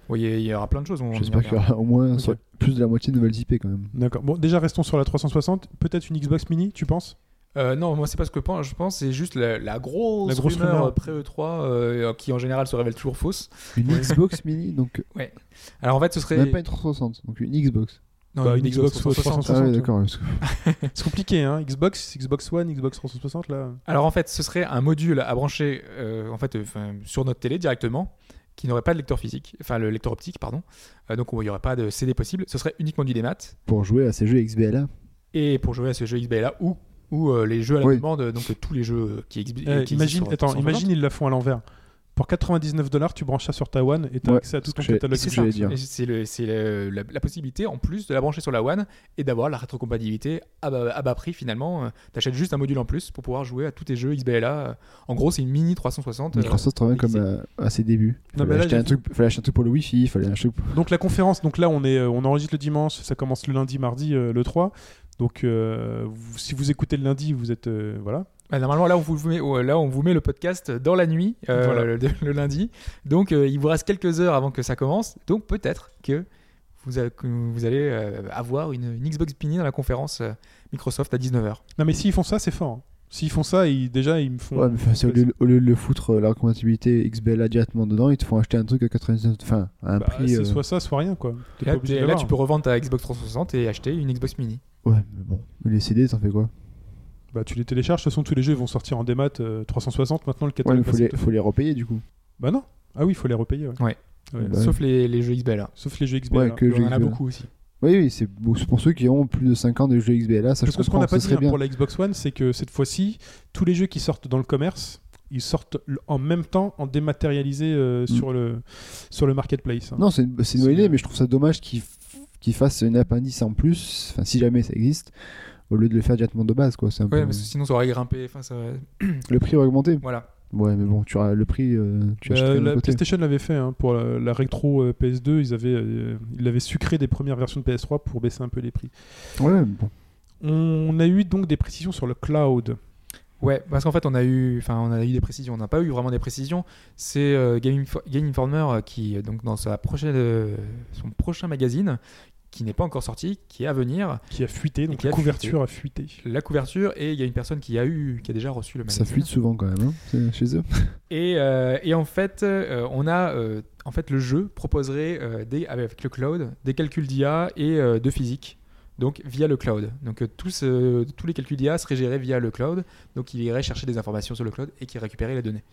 Speaker 4: Oui, il y aura plein de choses. on y
Speaker 5: J'espère qu'il y aura au moins
Speaker 3: Ok.
Speaker 5: sur- plus de la moitié de nouvelles IP quand même.
Speaker 3: D'accord. Bon, déjà restons sur la 360. Peut-être une Xbox Mini, tu penses
Speaker 4: Euh, non, moi c'est pas ce que pense- je pense, c'est juste la, la grosse,
Speaker 3: La grosse
Speaker 4: rumeur,
Speaker 3: rumeur.
Speaker 4: euh, pré-E3 euh, qui en général se révèle toujours fausse.
Speaker 5: Une Xbox mini, donc
Speaker 4: Alors en fait ce serait...
Speaker 5: même pas une 360, donc une Xbox.
Speaker 4: Non,
Speaker 3: Bah, une Xbox 360.
Speaker 5: Ah ouais,
Speaker 3: 60,
Speaker 5: d'accord. parce que-
Speaker 3: C'est compliqué, hein Xbox, Xbox One, Xbox 360, là.
Speaker 4: Alors en fait ce serait un module à brancher euh, en fait, euh, 'fin, sur notre télé directement qui n'aurait pas de lecteur physique, enfin le lecteur optique pardon, Euh, donc il n'y aurait pas de CD possible, ce serait uniquement du démat
Speaker 5: Pour jouer à ces jeux XBLA.
Speaker 4: et pour jouer à ce jeu XBLA ou, ou euh, les jeux à la
Speaker 5: Oui.
Speaker 4: demande, donc euh, tous les jeux qui, exbi-
Speaker 3: Eh,
Speaker 4: qui existent
Speaker 3: imagine,
Speaker 4: sur
Speaker 3: attends,
Speaker 4: 360.
Speaker 3: imagine ils la font à l'envers. Pour 99 dollars, tu branches ça sur ta One et t'as
Speaker 5: Ouais,
Speaker 3: accès à tout
Speaker 5: ce
Speaker 3: ton
Speaker 5: que j'ai-
Speaker 3: catalogue.
Speaker 5: ce que
Speaker 4: ça.
Speaker 5: j'allais dire.
Speaker 4: Et C'est le- c'est le- la, la possibilité en plus de la brancher sur la One et d'avoir la rétrocompatibilité à bas, à bas prix finalement. Euh, T'achètes juste un module en plus pour pouvoir jouer à tous tes jeux XBLA. Euh, En gros, c'est une mini 360. euh,
Speaker 5: Microsoft revient comme
Speaker 4: c'est-
Speaker 5: à, à ses débuts.
Speaker 3: Non, mais
Speaker 5: Fallait
Speaker 3: là,
Speaker 5: acheter, un
Speaker 3: j'ai-
Speaker 5: truc, fallait acheter un truc pour le Wi-Fi, fallait acheter.
Speaker 3: Donc la conférence, donc là on est, euh, on enregistre le dimanche, ça commence le lundi, mardi, euh, le 3. Donc, euh, vous- si vous écoutez le lundi, vous êtes. euh, voilà.
Speaker 4: Bah, normalement, là on, vous met, oh, là, on vous met le podcast dans la nuit, euh,
Speaker 3: Voilà.
Speaker 4: le, (laughs) le lundi. Donc, euh, il vous reste quelques heures avant que ça commence. Donc, peut-être que vous, a- que vous allez euh, avoir une, une Xbox Mini dans la conférence euh, Microsoft à 19h.
Speaker 3: Non, mais s'ils font ça, c'est fort. hein. S'ils font ça, ils, déjà, ils me font.
Speaker 5: Ouais, mais enfin, c'est au, lieu, au lieu de le foutre euh, la compatibilité XBLA directement dedans, ils te font acheter un truc à 99, enfin, à un
Speaker 3: Bah,
Speaker 5: prix.
Speaker 3: c'est
Speaker 5: euh,
Speaker 3: soit ça, soit rien, quoi. T'es
Speaker 4: Là,
Speaker 3: pas obligé hein.
Speaker 4: t'es-
Speaker 3: de
Speaker 4: là,
Speaker 3: l'avoir.
Speaker 4: tu peux revendre ta Xbox 360 et acheter une Xbox Mini.
Speaker 5: Ouais, mais bon. Mais les CD, ça fait quoi
Speaker 3: Bah, tu les télécharges. De toute façon, tous les jeux vont sortir en démat euh, 360 maintenant, le
Speaker 5: Ouais, mais
Speaker 3: catalogue.
Speaker 5: faut
Speaker 3: va
Speaker 5: les,
Speaker 3: sortir.
Speaker 5: faut les repayer du coup.
Speaker 3: Bah, non. Ah oui, il faut les repayer. ouais.
Speaker 4: Ouais.
Speaker 3: Ouais.
Speaker 5: Bah,
Speaker 4: Sauf les, les jeux XBLA.
Speaker 3: Sauf les jeux XBL.
Speaker 5: Ouais, que
Speaker 4: On en
Speaker 5: jeux
Speaker 4: a
Speaker 5: XBLA.
Speaker 4: beaucoup aussi.
Speaker 5: Oui, oui, c'est beau- c'est pour ceux qui ont plus de 5 ans de jeux XBLA,
Speaker 3: Parce
Speaker 5: ça je
Speaker 3: que ce qu'on
Speaker 5: comprends,
Speaker 3: n'a pas
Speaker 5: ce
Speaker 3: dit
Speaker 5: serait
Speaker 3: hein,
Speaker 5: bien.
Speaker 3: pour la Xbox One, c'est que cette fois-ci, tous les jeux qui sortent dans le commerce, ils sortent l- en même temps, en dématérialisé euh, sur, le, sur le marketplace. hein.
Speaker 5: Mm. Non, c'est une, c'est une bonne
Speaker 3: C'est-
Speaker 5: idée, mais je trouve ça dommage qu'ils f- qu'ils fassent une appendice en plus, enfin, si jamais ça existe, au lieu de le faire directement de base. quoi. c'est un
Speaker 4: Ouais,
Speaker 5: peu-
Speaker 4: parce que sinon ça aurait grimpé. Enfin, ça...
Speaker 5: Le prix aurait augmenté
Speaker 4: Voilà.
Speaker 5: Ouais, mais bon, tu auras le prix, euh, tu
Speaker 3: Euh,
Speaker 5: achèteras de
Speaker 3: la
Speaker 5: l'autre côté.
Speaker 3: PlayStation l'avait fait hein, pour la, la rétro euh, PS2, ils avaient, euh, ils l'avaient sucré des premières versions de PS3 pour baisser un peu les prix.
Speaker 5: Ouais, mais
Speaker 3: Bah,
Speaker 5: bon.
Speaker 3: On a eu donc des précisions sur le cloud.
Speaker 4: Ouais, parce qu'en fait, on a eu, enfin, on a eu des précisions. On n'a pas eu vraiment des précisions. C'est euh, Game, Info- Game Informer euh, qui, euh, donc, dans sa prochaine, euh, son prochain magazine, qui n'est pas encore sorti, qui est à venir,
Speaker 3: qui a fuité,
Speaker 4: Et
Speaker 3: donc
Speaker 4: qui a
Speaker 3: la couverture a fuité.
Speaker 4: la couverture, et il y a une personne qui a eu, qui a déjà reçu le
Speaker 5: Ça
Speaker 4: magazine.
Speaker 5: fuite souvent quand même, hein, c'est- chez eux.
Speaker 4: Et, euh, et en fait, euh, on a, euh, en fait, le jeu proposerait euh, des, avec le cloud des calculs d'IA et euh, de physique, donc via le cloud. Donc euh, tous, euh, tous les calculs d'IA seraient gérés via le cloud, donc il irait chercher des informations sur le cloud et qui récupérait les données.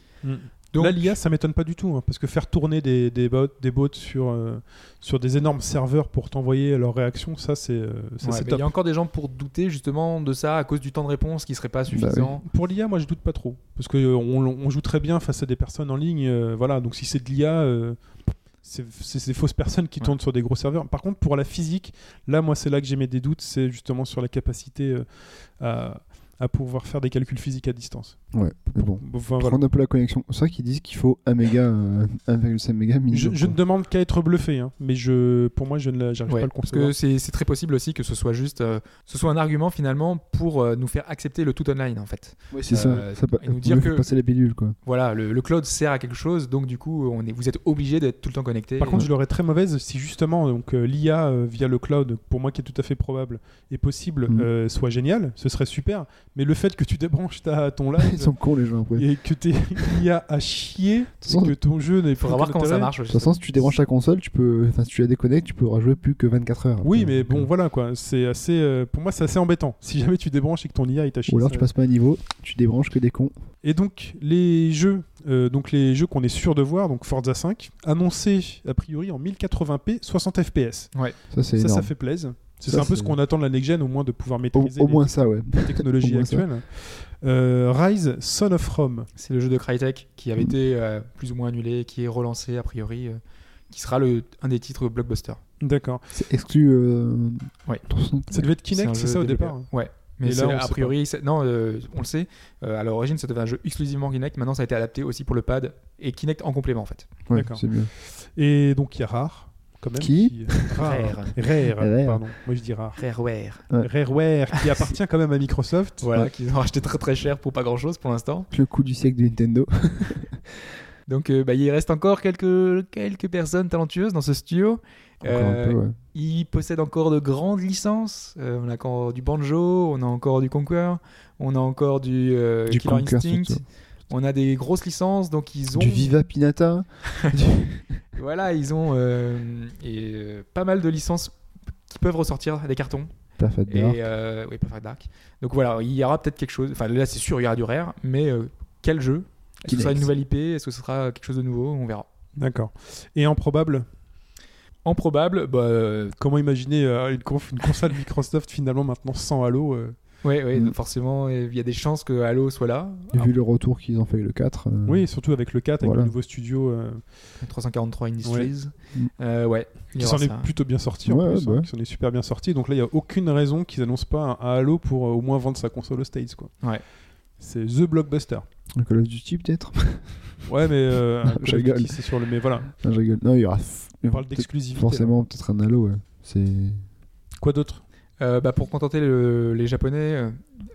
Speaker 4: Donc
Speaker 3: Mm. Là, l'IA, ça m'étonne pas du tout, hein, parce que faire tourner des, des bots, des bots sur, euh, sur des énormes serveurs pour t'envoyer leurs réactions, ça c'est euh, ça,
Speaker 4: Ouais,
Speaker 3: c'est
Speaker 4: mais il
Speaker 3: top.
Speaker 4: y a encore des gens pour douter justement de ça à cause du temps de réponse qui serait pas suffisant.
Speaker 3: Pour l'IA, moi je doute pas trop, parce que euh, on, on joue très bien face à des personnes en ligne, euh, voilà. Donc si c'est de l'IA, euh, c'est c'est ces fausses personnes qui
Speaker 4: Ouais.
Speaker 3: tournent sur des gros serveurs. Par contre, pour la physique, là, moi c'est là que j'ai mes des doutes, c'est justement sur la capacité euh, à, à pouvoir faire des calculs physiques à distance.
Speaker 5: Ouais, mais bon.
Speaker 3: Enfin, voilà.
Speaker 5: Prendre un peu la connexion. C'est vrai qu'ils disent qu'il faut 1 méga, euh, 1,5 méga
Speaker 3: Je,
Speaker 5: minimum.
Speaker 3: je
Speaker 5: quoi.
Speaker 3: ne demande qu'à être bluffé, hein, mais je, pour moi, je ne la- j'arrive
Speaker 4: Ouais,
Speaker 3: pas à le
Speaker 4: parce
Speaker 3: concevoir.
Speaker 4: que c'est c'est très possible aussi que ce soit juste, euh, ce soit un argument finalement pour euh, nous faire accepter le tout online en fait.
Speaker 5: C'est
Speaker 4: Euh,
Speaker 5: ça, ça pa-
Speaker 4: et nous
Speaker 5: vous
Speaker 4: dire
Speaker 5: lui faites
Speaker 4: que-
Speaker 5: passer la
Speaker 3: (laughs)
Speaker 5: pilule quoi.
Speaker 4: Voilà, le, le cloud sert à quelque chose, donc du coup, on est, vous êtes obligé d'être tout le temps connecté.
Speaker 3: Par contre, je l'aurais très mauvaise si justement donc euh, l'IA euh, via le cloud, pour moi qui est tout à fait probable et possible,
Speaker 5: Mhm.
Speaker 3: euh, soit génial, ce serait super. Mais le fait que tu débranches ta ton
Speaker 5: (laughs) Ils
Speaker 3: live
Speaker 5: sont cons les gens après. De
Speaker 3: et que (laughs) t'es l'IA à chier,
Speaker 5: toute façon,
Speaker 3: que ton jeu n'est
Speaker 4: il faudra voir comment ça marche.
Speaker 5: de toute façon, si tu débranches la console, tu peux, enfin, si tu la déconnectes, tu pourras jouer plus que 24 heures.
Speaker 3: Oui,
Speaker 5: après.
Speaker 3: mais
Speaker 5: Donc,
Speaker 3: bon,
Speaker 5: euh,
Speaker 3: voilà quoi. C'est assez, euh, pour moi, c'est assez embêtant. Si jamais tu débranches et que ton IA est à chier.
Speaker 5: Ou alors
Speaker 3: ça-
Speaker 5: tu passes pas un niveau, tu débranches que des cons.
Speaker 3: Et donc les jeux, euh, donc les jeux qu'on est sûr de voir, donc Forza 5, annoncé a priori en 1080p, 60 fps.
Speaker 5: Ça c'est
Speaker 3: Ça, ça
Speaker 5: énorme.
Speaker 3: fait plaisir. C'est
Speaker 5: Ça,
Speaker 3: un peu
Speaker 5: c'est-
Speaker 3: ce qu'on attend de la next gen, au moins de pouvoir
Speaker 5: Au,
Speaker 3: maîtriser
Speaker 5: au
Speaker 3: les-
Speaker 5: moins ça, ouais. (laughs) Au
Speaker 3: technologie
Speaker 5: moins
Speaker 3: actuelle. Euh, Rise, Son of Rome.
Speaker 4: C'est le jeu de Crytek qui avait été euh, plus ou moins annulé, qui est relancé a priori, euh, qui sera le, un des titres blockbuster.
Speaker 3: D'accord.
Speaker 5: C'est exclu. Euh...
Speaker 4: Ouais.
Speaker 5: ton-
Speaker 3: Ça devait être
Speaker 4: un
Speaker 3: Kinect,
Speaker 4: jeu
Speaker 3: c'est ça au
Speaker 4: développé.
Speaker 3: départ hein.
Speaker 4: Ouais. Mais
Speaker 3: Et là,
Speaker 4: c'est-
Speaker 3: on le
Speaker 4: a
Speaker 3: sait
Speaker 4: priori, c'est- non, euh, on le sait. euh, à l'origine, ça devait être un jeu exclusivement Kinect. Maintenant, ça a été adapté aussi pour le pad et Kinect en complément, en fait.
Speaker 5: Ouais,
Speaker 3: D'accord.
Speaker 5: c'est mieux.
Speaker 3: Et donc il y a Rare, quand même.
Speaker 5: Qui
Speaker 3: Rare.
Speaker 4: Rare.
Speaker 3: Rare,
Speaker 5: Rare.
Speaker 3: pardon. Moi je dis Rare.
Speaker 4: Rareware.
Speaker 5: Ouais.
Speaker 3: Rareware, qui appartient quand même à Microsoft.
Speaker 4: Voilà, qu'ils ont racheté très très cher pour pas grand chose pour l'instant.
Speaker 5: Le coup du siècle de Nintendo.
Speaker 4: Donc, euh, bah, il reste encore quelques, quelques personnes talentueuses dans ce studio.
Speaker 5: Encore
Speaker 4: Euh,
Speaker 5: un peu, ouais.
Speaker 4: Ils possèdent encore de grandes licences. Euh, on a encore du Banjo, on a encore du Conquer, on a encore du, euh,
Speaker 5: Du
Speaker 4: Killer
Speaker 5: Conquer,
Speaker 4: Instinct.
Speaker 5: surtout.
Speaker 4: On a des grosses licences, donc ils ont.
Speaker 5: Du Viva Pinata.
Speaker 4: Voilà, ils ont euh, et, euh, pas mal de licences qui peuvent ressortir des cartons.
Speaker 5: Parfait.
Speaker 4: Et, euh, oui, Perfect Dark. Donc voilà, il y aura peut-être quelque chose. Enfin, là, c'est sûr, il y aura du rare, mais euh, quel jeu Est-ce que ce sera
Speaker 5: Kinect.
Speaker 4: une nouvelle IP Est-ce que ce sera quelque chose de nouveau On verra.
Speaker 3: D'accord. Et improbable,
Speaker 4: Improbable, bah. euh,
Speaker 3: comment imaginer euh, une, conf- une console Microsoft finalement maintenant sans Halo euh,
Speaker 4: ouais, ouais,
Speaker 5: Mm.
Speaker 4: forcément, il y a des chances que Halo soit là.
Speaker 5: Vu le retour qu'ils ont fait avec le 4. euh,
Speaker 3: euh, Oui, surtout avec le 4, avec
Speaker 5: Voilà.
Speaker 3: le nouveau studio euh,
Speaker 4: 343 Industries.
Speaker 5: Mm.
Speaker 4: Euh, ouais, il y
Speaker 3: qui
Speaker 4: aura
Speaker 3: s'en est
Speaker 4: ça.
Speaker 3: plutôt bien sorti en
Speaker 5: Ouais,
Speaker 3: plus,
Speaker 5: ouais,
Speaker 3: hein,
Speaker 5: bah.
Speaker 3: qui s'en est super bien sorti. Donc là, il n'y a aucune raison qu'ils annoncent pas un Halo pour euh, au moins vendre sa console aux States. Quoi.
Speaker 4: Ouais.
Speaker 3: C'est The Blockbuster.
Speaker 5: Le Call of Duty peut-être. (laughs)
Speaker 3: Ouais, mais euh,
Speaker 5: Non,
Speaker 3: Call
Speaker 5: je
Speaker 3: of
Speaker 5: rigole.
Speaker 3: Duty, c'est sur le. Mais voilà,
Speaker 5: Non, je rigole. Non, il y aura.
Speaker 3: on parle d'exclusivité. là.
Speaker 5: Forcément, peut-être un halo, ouais. C'est.
Speaker 3: Quoi d'autre
Speaker 4: Euh, bah, pour contenter le- les Japonais, euh,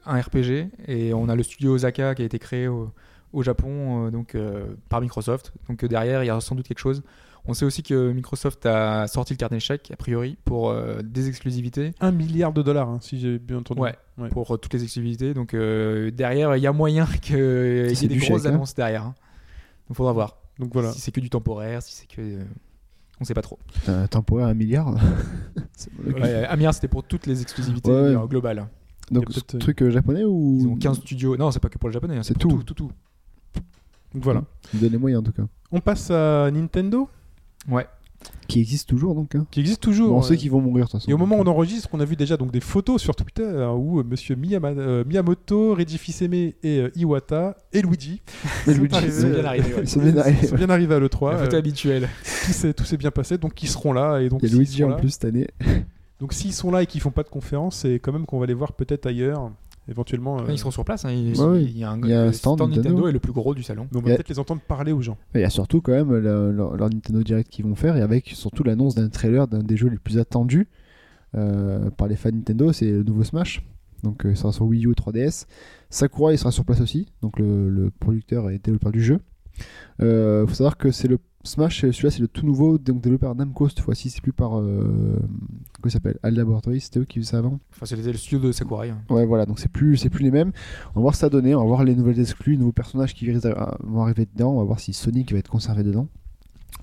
Speaker 4: un RPG. Et on a le studio Osaka qui a été créé au, au Japon euh, donc, euh, par Microsoft. Donc euh, derrière, il y a sans doute quelque chose. On sait aussi que Microsoft a sorti le carnet de chèques, a priori, pour euh, des exclusivités,
Speaker 3: Un milliard de dollars, hein, si j'ai bien entendu.
Speaker 4: Ouais.
Speaker 3: Ouais.
Speaker 4: pour euh, toutes les exclusivités. Donc euh, derrière, il y a moyen (laughs) qu'il y
Speaker 5: C'est
Speaker 4: ait des
Speaker 5: du
Speaker 4: grosses
Speaker 5: chèque, hein.
Speaker 4: annonces derrière. hein. Donc faudra voir
Speaker 3: Donc voilà.
Speaker 4: si c'est que du temporaire, si c'est que. euh, on sait pas trop.
Speaker 5: Putain, temporaire à un milliard. (laughs) C'est bon, ok.
Speaker 4: Ouais, Amir, c'était pour toutes les exclusivités
Speaker 5: Ouais, ouais.
Speaker 4: euh, globales.
Speaker 3: Il y a
Speaker 5: Donc, ce
Speaker 3: peut-être, euh,
Speaker 5: truc euh, japonais ou.
Speaker 4: Ils ont 15 studios. Non, c'est pas que pour les japonais. hein,
Speaker 5: C'est
Speaker 4: pour
Speaker 5: tout.
Speaker 4: tout, tout,
Speaker 3: Donc voilà.
Speaker 5: Ils donnent les moyens en tout cas.
Speaker 3: On passe à Nintendo,
Speaker 4: tout. Ouais.
Speaker 5: Qui existe toujours donc. hein.
Speaker 3: qui existe toujours.
Speaker 5: on sait
Speaker 3: euh,
Speaker 5: qu'ils vont mourir de toute façon.
Speaker 3: Et au moment où on enregistre, on a vu déjà donc des photos sur Twitter euh, où euh, Monsieur Miyama- euh, Miyamoto, Reggie Fils-Aimé et euh, Iwata et Luigi
Speaker 5: Et
Speaker 3: sont
Speaker 5: Luigi,
Speaker 3: arrivés,
Speaker 5: ils sont
Speaker 4: bien
Speaker 3: euh,
Speaker 4: arrivés, ouais.
Speaker 5: (laughs) Ils sont bien arrivés,
Speaker 3: sont bien arrivés à l'E3.
Speaker 4: La photo
Speaker 3: euh,
Speaker 4: habituelle.
Speaker 3: tout s'est tout s'est bien passé, donc ils seront là et donc
Speaker 5: Il y a
Speaker 3: s'ils
Speaker 5: Luigi
Speaker 3: sont
Speaker 5: en
Speaker 3: là-
Speaker 5: plus cette année.
Speaker 3: Donc s'ils sont là et qu'ils font pas de conférence, c'est quand même qu'on va les voir peut-être ailleurs, éventuellement. euh,
Speaker 4: Ils seront sur place. hein, ils-
Speaker 5: Ouais, ouais.
Speaker 4: Il y a un,
Speaker 5: Il y a un
Speaker 4: le
Speaker 5: stand
Speaker 4: stand,
Speaker 5: Nintendo.
Speaker 4: Nintendo. est le plus gros du salon.
Speaker 3: mais on va
Speaker 5: y a-
Speaker 3: peut-être les entendre parler aux gens.
Speaker 5: Et Il y a surtout quand même la- leur, leur Nintendo Direct qu'ils vont faire et avec surtout l'annonce d'un trailer d'un des jeux les plus attendus euh, par les fans Nintendo, c'est le nouveau Smash. Donc euh, il sera sur Wii U et 3DS. Sakura il sera sur place aussi, donc le, le producteur et développeur du jeu. Euh, faut savoir que c'est le Smash, euh, celui-là c'est le tout nouveau, donc développé par Namco cette fois-ci, c'est plus par euh, comment il s'appelle, Al Laboratories, c'était eux qui faisaient ça avant.
Speaker 4: Enfin, c'était le studio de Sakurai. hein.
Speaker 5: Ouais, voilà, donc c'est plus, c'est plus les mêmes. On va voir ce que ça donner, on va voir les nouvelles exclus, les nouveaux personnages qui risquent d'a- vont arriver dedans, on va voir si Sonic va être conservé dedans.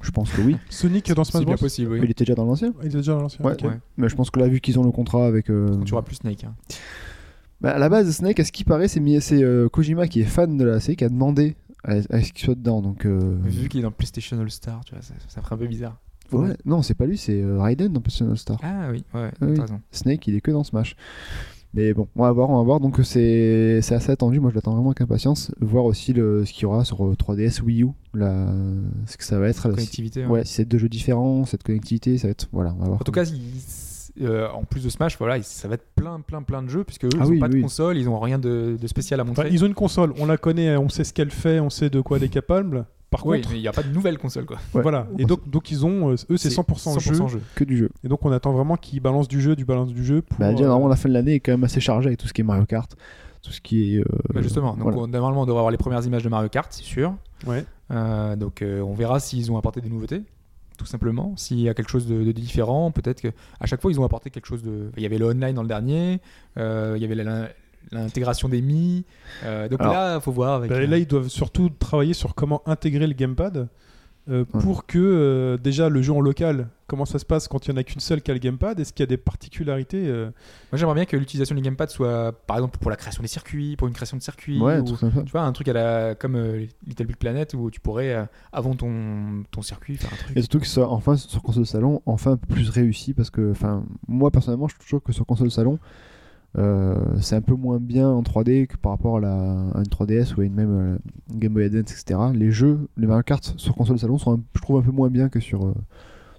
Speaker 5: Je pense que oui.
Speaker 3: Sonic dans
Speaker 4: C'est
Speaker 3: Smash Bros.
Speaker 4: bien possible, oui.
Speaker 5: Il était déjà dans l'ancien.
Speaker 3: Il est déjà dans l'ancien.
Speaker 5: Ouais.
Speaker 3: ok.
Speaker 4: Ouais.
Speaker 5: Mais je pense que là, vu qu'ils ont le contrat avec. euh,
Speaker 4: Tu auras plus Snake. hein.
Speaker 5: bah, à la base, Snake, à ce qui paraît, c'est mi- c'est, euh, Kojima qui est fan de la série qui a demandé à, à ce qu'il soit dedans. Donc, euh,
Speaker 4: Vu qu'il est dans PlayStation All Star, tu vois, ça, ça ferait un peu bizarre.
Speaker 5: ouais. Non, c'est pas lui, c'est euh, Raiden dans Personal Star.
Speaker 4: Ah oui, ouais,
Speaker 5: Oui.
Speaker 4: t'as raison.
Speaker 5: Snake, il est que dans Smash. Mais bon, on va voir, on va voir. Donc c'est c'est assez attendu. Moi, je l'attends vraiment avec impatience. Voir aussi le, ce qu'il y aura sur euh, 3DS, Wii U, la, ce que ça va être. la- si-
Speaker 4: Connectivité. hein.
Speaker 5: ouais, si c'est deux jeux différents, cette connectivité, ça va être. Voilà, on va voir.
Speaker 4: En tout cas, il- euh, en plus de Smash, voilà, il- ça va être plein, plein, plein de jeux, puisque eux, ils
Speaker 5: Ah
Speaker 4: n'ont
Speaker 5: oui,
Speaker 4: pas
Speaker 5: oui.
Speaker 4: de console, ils n'ont rien de, de spécial à montrer.
Speaker 3: Enfin, ils ont une console, on la connaît, on sait ce qu'elle fait, on sait de quoi elle est capable. Par
Speaker 4: Oui,
Speaker 3: contre,
Speaker 4: mais il n'y a pas de nouvelle console, quoi.
Speaker 5: Ouais.
Speaker 3: voilà. Et donc, donc ils ont, euh, eux, c'est 100%, jeu.
Speaker 5: que du jeu.
Speaker 3: Et donc on attend vraiment qu'ils balancent du jeu, du balance du jeu. Pour,
Speaker 5: Bah, déjà,
Speaker 3: euh,
Speaker 5: normalement, la fin de l'année est quand même assez chargée avec tout ce qui est Mario Kart, tout ce qui est. euh,
Speaker 4: Bah, justement, donc
Speaker 5: voilà.
Speaker 4: on- normalement, on devrait avoir les premières images de Mario Kart, c'est sûr.
Speaker 3: ouais.
Speaker 4: Euh, donc euh, on verra s'ils ont apporté des nouveautés, tout simplement. S'il y a quelque chose de, de différent, peut-être que à chaque fois ils ont apporté quelque chose de. Il y avait le online dans le dernier, euh, il y avait la- la- l'intégration des mi. euh, donc
Speaker 5: Alors-
Speaker 4: là, faut voir. Avec, euh,
Speaker 3: Bah, et là, ils doivent surtout travailler sur comment intégrer le gamepad euh,
Speaker 5: Ouais.
Speaker 3: pour que euh, déjà le jeu en local, comment ça se passe quand il n'y en a qu'une seule qui a le gamepad Est-ce qu'il y a des particularités euh,
Speaker 4: Moi j'aimerais bien que l'utilisation du gamepad soit, par exemple, pour la création des circuits, pour une création de circuits.
Speaker 5: Ouais,
Speaker 4: ou-
Speaker 5: tout comme ça.
Speaker 4: Tu vois, un truc à la, comme euh, Little Big Planet où tu pourrais, euh, avant ton, ton circuit, faire un truc.
Speaker 5: Et surtout que soit enfin sur console salon, enfin un peu plus réussi parce que, enfin, moi personnellement, je trouve toujours que sur console salon, euh, c'est un peu moins bien en 3D que par rapport à, la- à une 3DS ou à une même euh, Game Boy Advance, etc. Les jeux, les Mario Kart sur console salon sont, un- je trouve, un peu moins bien que sur euh,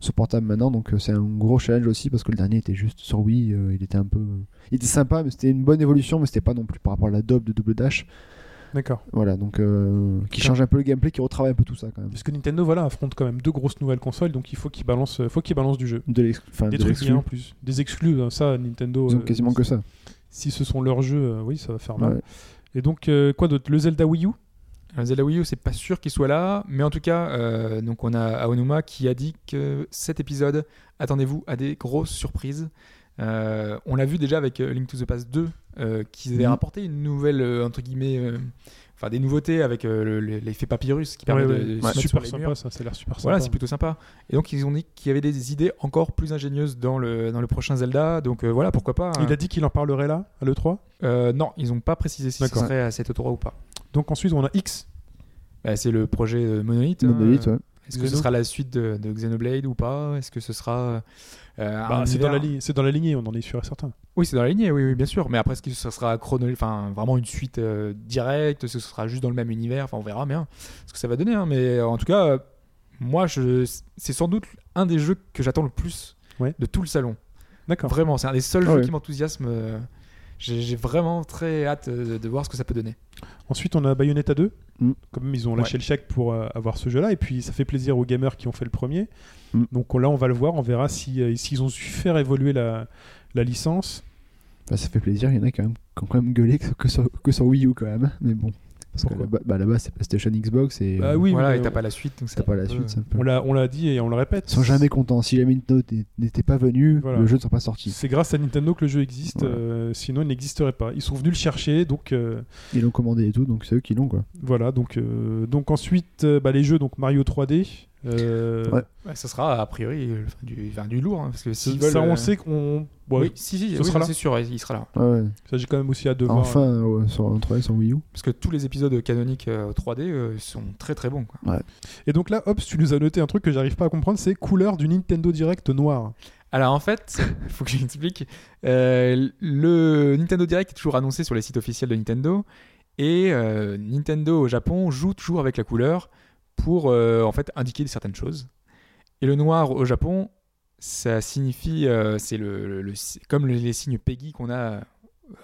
Speaker 5: sur portable maintenant. Donc euh, c'est un gros challenge aussi parce que le dernier était juste sur Wii, euh, il était un peu, il était sympa, mais c'était une bonne évolution, mais c'était pas non plus par rapport à la dope de Double Dash.
Speaker 3: D'accord.
Speaker 5: Voilà, donc euh, qui
Speaker 3: D'accord.
Speaker 5: change un peu le gameplay, qui retravaille un peu tout ça quand même.
Speaker 3: Parce que Nintendo, voilà, affronte quand même deux grosses nouvelles consoles, donc il faut qu'ils balancent, euh, faut qu'ils balancent du jeu.
Speaker 5: De l'ex- enfin,
Speaker 3: Des
Speaker 5: de
Speaker 3: trucs
Speaker 5: l'exclu.
Speaker 3: bien en plus, des exclus, hein, ça Nintendo.
Speaker 5: Ah, Ils ont
Speaker 3: euh,
Speaker 5: quasiment que ça.
Speaker 3: Si ce sont leurs jeux, euh, oui, ça va faire mal.
Speaker 5: Ouais.
Speaker 3: Et donc euh, quoi d'autre Le Zelda Wii U
Speaker 4: Alors, Zelda Wii U, c'est pas sûr qu'il soit là, mais en tout cas, euh, donc on a Aonuma qui a dit que cet épisode, attendez-vous à des grosses surprises. Euh, on l'a vu déjà avec euh, Link to the Past 2, euh, qu'ils avaient
Speaker 5: Mhm.
Speaker 4: rapporté une nouvelle, euh, entre guillemets, euh, enfin des nouveautés avec euh, le- le- l'effet papyrus qui permet
Speaker 3: Ouais,
Speaker 4: de,
Speaker 3: ouais.
Speaker 4: de se
Speaker 3: Ouais,
Speaker 4: mettre sur
Speaker 3: super
Speaker 4: les
Speaker 3: sympa,
Speaker 4: murs.
Speaker 3: ça, ça a l'air super
Speaker 4: Voilà, c'est
Speaker 3: sympa.
Speaker 4: plutôt sympa. Et donc ils ont dit qu'il y avait des idées encore plus ingénieuses dans le, dans le prochain Zelda, donc euh, voilà, pourquoi pas.
Speaker 3: Il a dit qu'il en parlerait là, à l'E3.
Speaker 4: Euh, non, ils n'ont pas précisé si ce
Speaker 3: D'accord.
Speaker 4: serait à cet auto ou pas.
Speaker 3: Donc ensuite, on a X.
Speaker 4: Bah, c'est le projet euh, Monolith. hein,
Speaker 5: Monolith, ouais.
Speaker 4: Est-ce que ce
Speaker 3: Xeno.
Speaker 4: sera la suite de, de Xenoblade ou pas Est-ce que ce sera. euh,
Speaker 3: Bah,
Speaker 4: un
Speaker 3: c'est dans,
Speaker 4: univers-
Speaker 3: la ligne- c'est dans la lignée, on en est sûr et certain.
Speaker 4: Oui, c'est dans la lignée, oui, oui, bien sûr. Mais après, est-ce que ce sera chrono... enfin, vraiment une suite euh, directe Est-ce que ce sera juste dans le même univers Enfin, on verra bien ce que ça va donner. hein. Mais euh, en tout cas, euh, moi, je... c'est sans doute un des jeux que j'attends le plus
Speaker 3: Ouais.
Speaker 4: de tout le salon.
Speaker 3: D'accord.
Speaker 4: Vraiment, c'est un des seuls
Speaker 5: Ah
Speaker 4: jeux
Speaker 5: ouais.
Speaker 4: qui m'enthousiasme. euh, J'ai j'ai vraiment très hâte euh, de voir ce que ça peut donner.
Speaker 3: Ensuite, on a Bayonetta 2.
Speaker 5: Mm.
Speaker 3: Comme ils ont lâché le chèque pour euh, avoir ce jeu-là. Et puis, ça fait plaisir aux gamers qui ont fait le premier.
Speaker 5: Mm.
Speaker 3: Donc on- là, on va le voir. On verra si, euh, s'ils ont su faire évoluer la, la licence.
Speaker 5: Bah, ça fait plaisir, il y en a quand même qui ont quand même gueulé que que sur, que sur Wii U quand même, mais bon. Parce que
Speaker 3: Pourquoi
Speaker 5: là-bas, bah, là-bas, c'est PlayStation Xbox et
Speaker 3: Bah
Speaker 5: euh,
Speaker 3: oui,
Speaker 4: voilà,
Speaker 3: mais
Speaker 4: et
Speaker 3: on-
Speaker 4: t'as pas la suite. donc
Speaker 5: t'as
Speaker 4: c'est
Speaker 5: pas
Speaker 4: un
Speaker 5: la
Speaker 4: peu-
Speaker 5: suite. ça peut-
Speaker 3: on l'a on l'a dit et on le répète.
Speaker 5: Ils sont jamais contents. Si jamais Nintendo n'était- n'était pas venu,
Speaker 3: Voilà.
Speaker 5: le jeu ne serait pas sorti.
Speaker 3: C'est grâce à Nintendo que le jeu existe,
Speaker 5: Voilà.
Speaker 3: euh, sinon il n'existerait pas. Ils sont venus le chercher, donc euh,
Speaker 5: Ils l'ont commandé et tout, donc c'est eux qui l'ont quoi.
Speaker 3: voilà. Donc, euh, donc ensuite, euh, bah, les jeux, donc Mario 3D. euh,
Speaker 5: Ouais.
Speaker 4: Ouais, ça bah, sera a priori euh, enfin, du, enfin, du lourd. hein, parce que
Speaker 3: ça,
Speaker 4: s'ils veulent,
Speaker 3: ça, on
Speaker 4: euh,
Speaker 3: sait qu'on. ouais,
Speaker 4: Oui, si, si,
Speaker 3: ce
Speaker 4: oui,
Speaker 3: sera
Speaker 4: non,
Speaker 3: là.
Speaker 4: c'est sûr, il il sera là.
Speaker 5: Ah ouais.
Speaker 3: Ça, j'ai quand même aussi hâte de voir.
Speaker 5: Enfin, euh, sur un 3 sur Wii U.
Speaker 4: Parce que tous les épisodes canoniques euh, 3D euh, sont très très bons. quoi.
Speaker 3: Et donc là, Hobbs, tu nous as noté un truc que j'arrive pas à comprendre, c'est couleur du Nintendo Direct noir.
Speaker 4: Alors en fait, (laughs) il faut que je l'explique. euh, le Nintendo Direct est toujours annoncé sur les sites officiels de Nintendo. Et euh, Nintendo au Japon joue toujours avec la couleur pour euh, en fait indiquer certaines choses. Et le noir au Japon, ça signifie, euh, c'est le, le- le- comme les signes PEGI qu'on a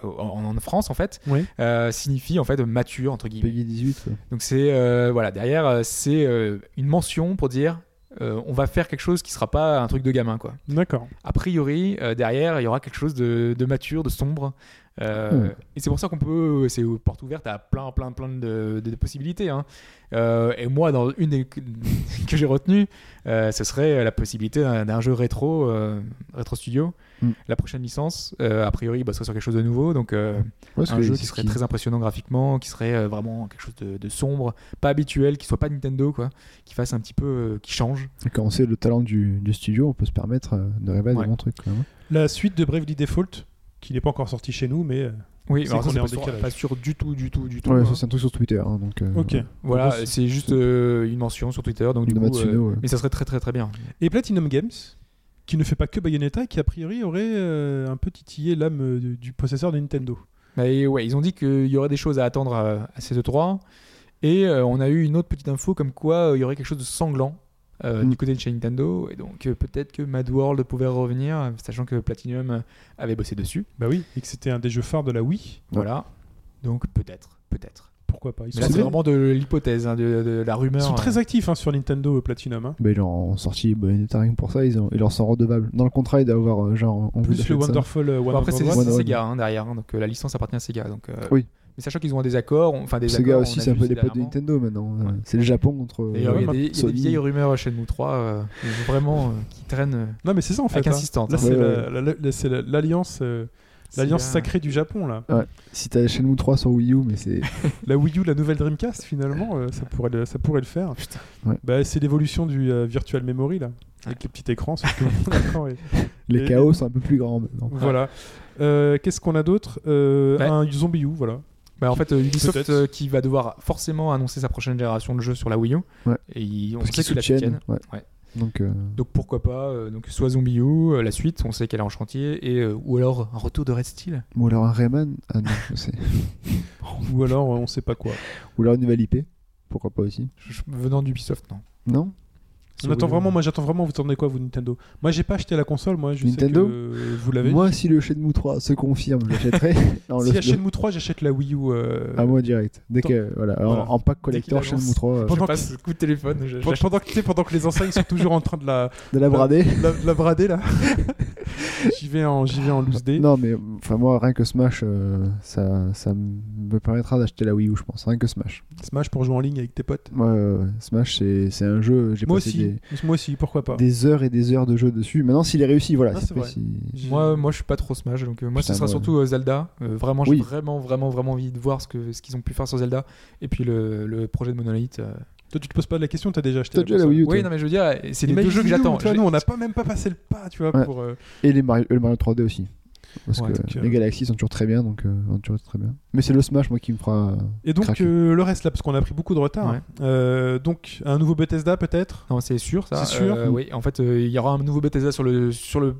Speaker 4: en, en France en fait,
Speaker 3: Oui.
Speaker 4: euh, signifie en fait mature entre guillemets.
Speaker 5: Peggy 18. quoi.
Speaker 4: Donc c'est euh, voilà derrière euh, c'est euh, une mention pour dire euh, on va faire quelque chose qui sera pas un truc de gamin quoi.
Speaker 3: D'accord.
Speaker 4: A priori euh, derrière il y aura quelque chose de, de mature, de sombre. Euh,
Speaker 5: Hmm.
Speaker 4: Et c'est pour ça qu'on peut euh, c'est aux portes ouvertes à plein plein plein de, de- de possibilités. hein. Euh, et moi dans une des- (laughs) que j'ai retenue euh, ce serait la possibilité d'un d'un jeu rétro euh, rétro studio.
Speaker 5: Hmm.
Speaker 4: La prochaine licence euh, a priori bah, ce serait sur quelque chose de nouveau donc. euh,
Speaker 5: Ouais, parce
Speaker 4: un
Speaker 5: que
Speaker 4: jeu
Speaker 5: c'est
Speaker 4: qui
Speaker 5: ce
Speaker 4: serait
Speaker 5: qui-
Speaker 4: très impressionnant graphiquement, qui serait euh, vraiment quelque chose de, de sombre, pas habituel, qui soit pas Nintendo, quoi, qui fasse un petit peu, euh, qui change.
Speaker 5: Et Quand on sait le talent du, du studio, on peut se permettre euh, de rêver à
Speaker 4: Ouais.
Speaker 5: des bons trucs. quand même.
Speaker 3: La suite de Bravely Default, qui n'est pas encore sortie chez nous, mais. euh,
Speaker 4: Oui,
Speaker 3: C'est
Speaker 4: alors ça,
Speaker 3: qu'on
Speaker 4: c'est
Speaker 3: est en
Speaker 4: pas, sûr,
Speaker 3: décalage.
Speaker 4: pas sûr du tout, du tout, du tout.
Speaker 5: Ouais,
Speaker 4: hein.
Speaker 5: ça, c'est un truc sur Twitter. hein, donc, euh,
Speaker 3: Ok.
Speaker 5: voilà.
Speaker 4: Voilà,
Speaker 5: En gros,
Speaker 4: c'est juste euh, une mention sur Twitter, donc du
Speaker 5: de
Speaker 4: coup, euh,
Speaker 5: Matsuno. ouais.
Speaker 4: mais ça serait très très très bien.
Speaker 3: Et Platinum Games, qui ne fait pas que Bayonetta, qui a priori aurait euh, un peu titillé l'âme euh, du, du possesseur de Nintendo.
Speaker 4: Mais ouais, ils ont dit qu'il y aurait des choses à attendre à, à ces 3 et euh, on a eu une autre petite info comme quoi euh, il y aurait quelque chose de sanglant. euh,
Speaker 5: Mm.
Speaker 4: Du côté de chez Nintendo, et donc euh, peut-être que Mad World pouvait revenir, sachant que Platinum avait bossé dessus.
Speaker 3: Bah oui. Et que c'était un des jeux phares de la Wii.
Speaker 4: Voilà. Donc peut-être, peut-être.
Speaker 3: Pourquoi pas Ils
Speaker 4: Mais
Speaker 3: sont,
Speaker 4: là, c'est
Speaker 3: très-
Speaker 4: vraiment de l'hypothèse, hein, de, de la rumeur. euh,
Speaker 3: ils sont très actifs hein, sur Nintendo euh, Platinum. hein.
Speaker 5: Bah, ils leur ont sorti Bayonetta rien que pour ça, ils, ont, ils leur sont redevables. Dans le contrat, ils doivent avoir euh, genre en vue
Speaker 3: Plus le Wonderful euh,
Speaker 4: Bon, après, c'est
Speaker 3: 101.
Speaker 4: c'est
Speaker 5: ouais.
Speaker 4: Sega hein, derrière, hein, donc euh, la licence appartient à Sega. Donc, euh,
Speaker 5: Oui.
Speaker 4: Mais sachant qu'ils ont des accords, on- enfin des
Speaker 5: Sega
Speaker 4: accords, on
Speaker 5: aussi,
Speaker 4: a
Speaker 5: c'est un
Speaker 4: vu
Speaker 5: peu des potes de
Speaker 4: dernièrement.
Speaker 5: Nintendo maintenant. euh,
Speaker 4: Ouais.
Speaker 5: C'est le Japon contre. euh,
Speaker 4: D'ailleurs, il y a
Speaker 3: Ouais,
Speaker 4: des- il y, a
Speaker 5: Sony.
Speaker 4: des vieilles rumeurs chez nous 3 euh, vraiment euh, qui traînent euh,
Speaker 3: Non, mais c'est ça en fait.
Speaker 4: avec
Speaker 3: hein.
Speaker 4: insistance.
Speaker 3: Là,
Speaker 4: hein.
Speaker 3: c'est
Speaker 5: Ouais,
Speaker 3: la- la- la- c'est la- l'alliance. euh, L'alliance
Speaker 4: Sega.
Speaker 3: sacrée du Japon, là.
Speaker 5: Si t'as Shenmue 3 sur Wii U, mais c'est.
Speaker 4: (laughs)
Speaker 3: La Wii U, la nouvelle Dreamcast, finalement, euh, ça, pourrait le, ça pourrait le faire.
Speaker 4: Putain.
Speaker 5: Ouais.
Speaker 3: Bah, c'est l'évolution du euh, Virtual Memory, là. Avec les petits écrans, sauf que (laughs) l'écran est-
Speaker 5: Les
Speaker 3: Et-
Speaker 5: chaos sont un peu plus grands maintenant.
Speaker 3: Voilà. Euh, Qu'est-ce qu'on a d'autre Euh,
Speaker 4: Ouais.
Speaker 3: Un Zombie U, voilà.
Speaker 4: Bah, en fait, euh, Ubisoft
Speaker 3: Peut-être.
Speaker 4: euh, qui va devoir forcément annoncer sa prochaine génération de jeux sur la Wii U.
Speaker 5: Ouais.
Speaker 4: Et ils- on
Speaker 5: Parce
Speaker 4: sait
Speaker 5: qu'ils
Speaker 4: qu'ils la
Speaker 5: soutiennent.
Speaker 4: soutiennent.
Speaker 5: Ouais.
Speaker 4: Ouais.
Speaker 5: Donc, euh,
Speaker 4: Donc pourquoi pas, euh, donc soit Zombie U, euh, la suite, on sait qu'elle est en chantier, et euh, ou alors un retour de Red Steel.
Speaker 5: ou alors un Rayman. Ah non, je sais.
Speaker 3: Ou alors, euh, on sait pas quoi.
Speaker 5: Ou alors une nouvelle IP. Pourquoi pas aussi
Speaker 4: Je- je- venant d'Ubisoft, non.
Speaker 5: Non
Speaker 3: On
Speaker 4: Sur
Speaker 3: attend
Speaker 4: Wii U.
Speaker 3: vraiment, moi j'attends vraiment, vous attendez quoi, vous, Nintendo Moi j'ai pas acheté la console, moi je
Speaker 5: Nintendo
Speaker 3: sais que euh, vous l'avez.
Speaker 5: Moi, si le Shenmue 3 se confirme,
Speaker 4: (laughs)
Speaker 5: j'achèterai. Non,
Speaker 3: si
Speaker 5: le-
Speaker 3: à Shenmue 3, j'achète la Wii U. euh,
Speaker 5: le- à moi direct. Dès
Speaker 3: Tant-
Speaker 5: que, voilà, en-
Speaker 3: Voilà.
Speaker 5: en pack
Speaker 4: qu'il
Speaker 5: collector,
Speaker 4: l'annonce.
Speaker 5: Shenmue 3, euh,
Speaker 3: Pendant
Speaker 4: je passe le coup de téléphone. je-
Speaker 3: pendant-
Speaker 4: j'achète.
Speaker 3: Pendant que, tu sais, pendant que les enseignes sont toujours en train de la,
Speaker 5: de la brader.
Speaker 3: de la, de la brader là, (laughs) j'y vais en, j'y vais en loose day.
Speaker 5: Non, mais enfin, moi, rien que Smash, euh, ça, ça me permettra d'acheter la Wii U, je pense. Rien que Smash.
Speaker 3: Smash pour jouer en ligne avec tes potes.
Speaker 5: Moi, euh, Smash, c'est c'est un jeu. J'ai
Speaker 3: Moi
Speaker 5: passé
Speaker 3: aussi,
Speaker 5: des,
Speaker 3: moi aussi, pourquoi pas.
Speaker 5: des heures et des heures de jeu dessus. Maintenant, s'il est réussi, voilà.
Speaker 3: Ah,
Speaker 5: c'est
Speaker 3: c'est
Speaker 5: pas
Speaker 3: vrai.
Speaker 5: si-
Speaker 3: J'ai-
Speaker 4: Moi, moi, je suis pas trop Smash, donc euh, moi,
Speaker 5: Putain,
Speaker 4: ce sera
Speaker 5: moi-
Speaker 4: surtout euh, Zelda. Euh, vraiment, j'ai
Speaker 5: Oui.
Speaker 4: vraiment, vraiment, vraiment envie de voir ce que ce qu'ils ont pu faire sur Zelda. Et puis le, le projet de Monolith. euh.
Speaker 3: Toi tu te poses pas de la question, t'as déjà acheté
Speaker 5: T'as
Speaker 3: la hein.
Speaker 5: déjà la
Speaker 3: console.
Speaker 5: Wii U, toi.
Speaker 4: Oui, non, mais je veux dire, eh, c'est les deux
Speaker 3: Imagine
Speaker 4: jeux que
Speaker 3: nous,
Speaker 4: j'attends.
Speaker 3: toi,
Speaker 4: J'ai-
Speaker 3: nous on n'a pas même pas passé le pas, tu vois,
Speaker 5: Ouais.
Speaker 3: pour. euh,
Speaker 5: Et les Mario, le Mario 3D aussi. Parce
Speaker 4: Ouais,
Speaker 5: que
Speaker 3: donc, euh,
Speaker 5: les Galaxies sont toujours très bien, donc euh, sont toujours très bien. Mais c'est le Smash, moi, qui me fera.
Speaker 3: Et donc
Speaker 5: Craquer.
Speaker 3: euh, le reste là, parce qu'on a pris beaucoup de retard.
Speaker 4: Ouais.
Speaker 3: hein. Euh, donc un nouveau Bethesda peut-être.
Speaker 4: (laughs) Non, c'est sûr, ça.
Speaker 3: C'est sûr.
Speaker 4: Euh, Oui, en fait, euh, il y aura un nouveau Bethesda sur le sur le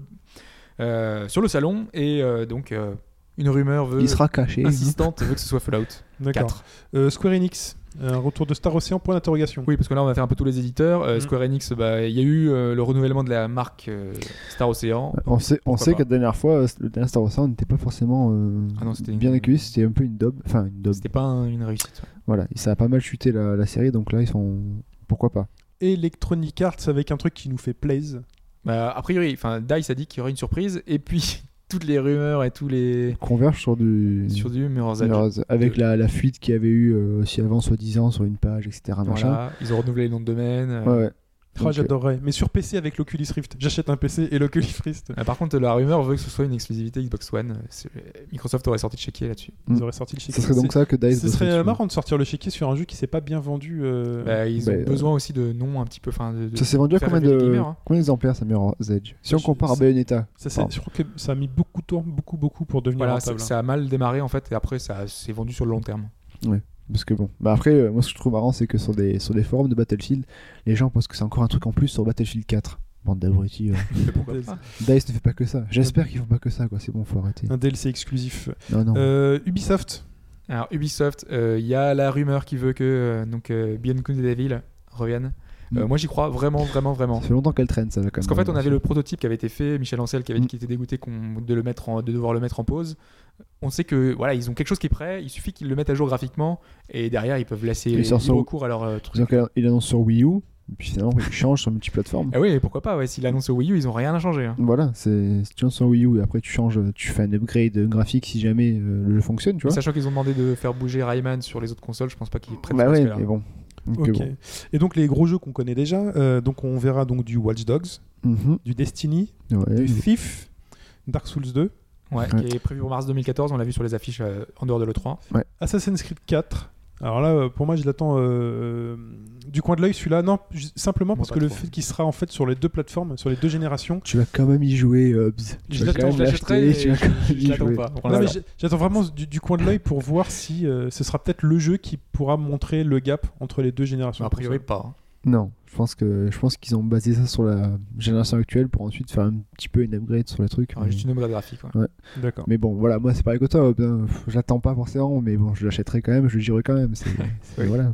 Speaker 4: euh, sur le salon, et euh, donc euh, une rumeur
Speaker 3: Euh,
Speaker 4: veut (laughs)
Speaker 5: Il sera caché.
Speaker 4: insistante veut que ce soit
Speaker 5: (laughs)
Speaker 4: Fallout
Speaker 3: D'accord.
Speaker 4: 4.
Speaker 3: Euh, Square Enix, un retour de Star Ocean point d'interrogation.
Speaker 4: Oui, parce que là, on va faire un peu tous les éditeurs. Euh,
Speaker 3: Mm.
Speaker 4: Square Enix, bah, il y a eu euh, le renouvellement de la marque euh, Star Ocean.
Speaker 5: On sait, on
Speaker 4: Pourquoi
Speaker 5: sait
Speaker 4: pas.
Speaker 5: que la dernière fois, euh, le dernier Star Wars Sound n'était pas forcément euh,
Speaker 4: Ah non, c'était une-
Speaker 5: bien accueilli, c'était un peu une daube. Enfin, une daube.
Speaker 4: C'était pas un- une réussite. ouais.
Speaker 5: Voilà, et ça a pas mal chuté la, la série, donc là, ils sont. Pourquoi pas
Speaker 3: Electronic Arts avec un truc qui nous fait plaise.
Speaker 4: Bah, a priori, enfin, Dice a dit qu'il y aurait une surprise, et puis (laughs) toutes les rumeurs et tous les.
Speaker 5: Converge sur du.
Speaker 4: sur du Mirror's Edge.
Speaker 5: Mirror's- Avec la, la fuite qu'il y avait eu euh, aussi avant, soi-disant, sur une page, etc. machin.
Speaker 4: Voilà, ils ont renouvelé les noms de domaine. euh.
Speaker 5: Ouais, ouais.
Speaker 3: Oh,
Speaker 5: Donc,
Speaker 3: J'adorerais. Mais sur PC avec l'Oculus Rift. J'achète un PC et l'Oculus Rift.
Speaker 4: Ah, par contre, la rumeur veut que ce soit une exclusivité Xbox One. euh, C'est- Microsoft aurait sorti de chéquier là-dessus.
Speaker 5: Mm.
Speaker 3: Ils auraient sorti le
Speaker 5: euh,
Speaker 3: chéquier.
Speaker 5: ça serait donc ça que
Speaker 3: C'est-
Speaker 5: Dice
Speaker 3: Ce
Speaker 5: bosserait
Speaker 3: serait
Speaker 4: euh,
Speaker 3: euh,
Speaker 5: dessus.
Speaker 3: marrant de sortir le chéquier sur un jeu qui s'est pas bien vendu. euh,
Speaker 4: Bah, ils ont
Speaker 5: bah, euh,
Speaker 4: besoin aussi de noms un petit peu. Enfin, de, de-
Speaker 5: Ça s'est vendu à
Speaker 4: faire
Speaker 5: combien
Speaker 4: rêver les
Speaker 5: de
Speaker 4: gamers, hein.
Speaker 5: combien d'exemplaires ça Mirror's Edge Si on
Speaker 3: Je-
Speaker 5: compare à
Speaker 3: c'est-
Speaker 5: Bayonetta,
Speaker 3: Ça, c'est-
Speaker 5: Pardon.
Speaker 3: je crois que ça a mis beaucoup de temps, beaucoup, beaucoup pour devenir
Speaker 4: Voilà, ça,
Speaker 3: rentable. hein.
Speaker 4: ça a mal démarré en fait, et après ça s'est vendu sur le long terme.
Speaker 5: parce que bon, bah après euh, moi ce que je trouve marrant c'est que sur des sur des forums de Battlefield, les gens pensent que c'est encore un truc en plus sur Battlefield 4. Bande
Speaker 4: (laughs)
Speaker 5: d'abrutis. euh. Dice ne fait pas que ça. J'espère qu'ils font pas que ça quoi. C'est bon, faut arrêter.
Speaker 3: Un DLC exclusif.
Speaker 5: Non non.
Speaker 3: Euh, Ubisoft.
Speaker 4: Alors Ubisoft, euh, il y a la rumeur qui veut que euh, donc euh, Beyond Good and Evil revienne. Euh,
Speaker 5: Mm.
Speaker 4: Moi j'y crois vraiment, vraiment, vraiment.
Speaker 5: Ça fait longtemps qu'elle traîne ça. Quand
Speaker 4: Parce
Speaker 5: même.
Speaker 4: qu'en fait, on avait le prototype qui avait été fait, Michel Ancel qui avait dit
Speaker 5: Mm.
Speaker 4: qu'il était dégoûté qu'on- de, le mettre en- de devoir le mettre en pause. On sait que voilà, ils ont quelque chose qui est prêt, il suffit qu'ils le mettent à jour graphiquement et derrière ils peuvent laisser
Speaker 5: Il sort
Speaker 4: libre
Speaker 5: sur-
Speaker 4: cours à leur euh, truc.
Speaker 5: Disons qu'elle- il annonce sur Wii U, et puis finalement il change sur multiplateforme.
Speaker 4: Ah oui, et pourquoi pas, ouais, s'ils annoncent au Wii U, ils ont rien à changer. hein.
Speaker 5: Voilà, c'est si tu lances sur Wii U et après tu changes, tu fais un upgrade graphique si jamais euh, le jeu fonctionne, tu vois.
Speaker 4: Sachant qu'ils ont demandé de faire bouger Rayman sur les autres consoles, je pense pas qu'ils prennent
Speaker 5: Bah
Speaker 4: ce
Speaker 5: ouais,
Speaker 4: risque-là.
Speaker 5: mais bon. Donc,
Speaker 3: Ok.
Speaker 5: bon.
Speaker 3: Et donc les gros jeux qu'on connaît déjà. euh, donc on verra donc du Watch Dogs,
Speaker 5: Mhm.
Speaker 3: du Destiny,
Speaker 5: Ouais,
Speaker 3: du
Speaker 4: Mm.
Speaker 3: Thief, Dark Souls 2,
Speaker 4: Ouais,
Speaker 5: Ouais.
Speaker 4: qui est prévu pour mars 2014, on l'a vu sur les affiches euh, en dehors de l'E3.
Speaker 3: Assassin's Creed 4. Alors là, euh, pour moi, je l'attends euh, du coin de l'œil celui-là. Non, ju- simplement
Speaker 4: Moi,
Speaker 3: parce
Speaker 4: pas
Speaker 3: que le
Speaker 4: trop.
Speaker 3: fait qu'il sera en fait sur les deux plateformes, sur les deux générations.
Speaker 5: Tu vas quand même y jouer, Hobbs. Tu
Speaker 4: Je
Speaker 5: vas quand
Speaker 4: l'attends,
Speaker 5: même
Speaker 4: je l'achèterai,
Speaker 5: l'acheter,
Speaker 4: et
Speaker 5: tu vas
Speaker 4: je-
Speaker 5: quand même
Speaker 4: je
Speaker 5: y
Speaker 4: l'attends
Speaker 5: jouer.
Speaker 4: pas.
Speaker 3: Non,
Speaker 4: Voilà.
Speaker 3: mais j'ai- j'attends vraiment du, du coin de l'œil pour voir si euh, ce sera peut-être le jeu qui pourra montrer le gap entre les deux générations.
Speaker 4: A priori, pas. hein.
Speaker 5: Non, je pense que je pense qu'ils ont basé ça sur la génération actuelle pour ensuite faire un petit peu une upgrade sur le truc.
Speaker 4: Enfin,
Speaker 5: mais...
Speaker 4: Ah, Juste une upgrade graphique. ouais.
Speaker 3: D'accord.
Speaker 5: mais bon, voilà, moi c'est pareil que toi, Hobbs. hein. Pff, Je l'attends pas forcément, mais bon, je l'achèterai quand même, je le dirai quand même.
Speaker 4: (laughs)
Speaker 5: C'est... c'est-
Speaker 4: Oui.
Speaker 5: Voilà.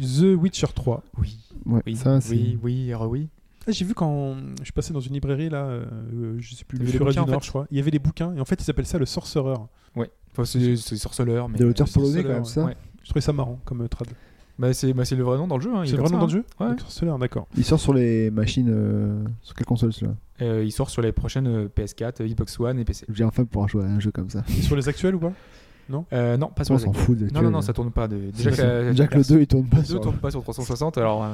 Speaker 3: The Witcher 3.
Speaker 4: Oui,
Speaker 5: Ouais,
Speaker 4: oui,
Speaker 5: ça, c'est...
Speaker 4: oui, oui, et re-oui.
Speaker 3: Ah, J'ai vu quand je suis passé dans une librairie là, euh, je sais plus,
Speaker 4: T'as
Speaker 3: le
Speaker 4: vu les
Speaker 3: Forêt du
Speaker 4: bouquins, en
Speaker 3: Nord,
Speaker 4: fait
Speaker 3: je crois. Il y avait des bouquins et en fait ils appellent ça le sorcerer.
Speaker 4: Enfin, c'est c'est sorceleur. mais-
Speaker 5: De l'auteur
Speaker 4: euh,
Speaker 5: polonais,
Speaker 4: sorceleur,
Speaker 5: quand même, ça
Speaker 4: ouais.
Speaker 3: Je trouvais ça marrant comme euh, trad.
Speaker 4: Bah, c'est bah, c'est le vrai nom dans le jeu. hein, il est
Speaker 3: C'est
Speaker 4: comme ça,
Speaker 3: vraiment dans le
Speaker 4: hein.
Speaker 3: jeu
Speaker 4: Ouais.
Speaker 3: Le sorcerer, d'accord.
Speaker 5: Il sort sur les machines. euh, Sur quelle console celui-là
Speaker 4: Euh, il sort sur les prochaines euh, PS4, euh, Xbox One et PC.
Speaker 5: J'ai enfin pouvoir jouer à un jeu comme ça.
Speaker 3: Et sur les actuels ou pas
Speaker 4: Euh, non, pas sur
Speaker 5: on
Speaker 4: les
Speaker 5: s'en
Speaker 4: actuels.
Speaker 5: fout.
Speaker 4: Non, non, non, ça tourne pas. De... Déjà, que,
Speaker 5: Déjà,
Speaker 4: euh,
Speaker 5: que le 2 il tourne pas
Speaker 4: le 2
Speaker 5: sur.
Speaker 4: tourne pas sur 360, alors euh,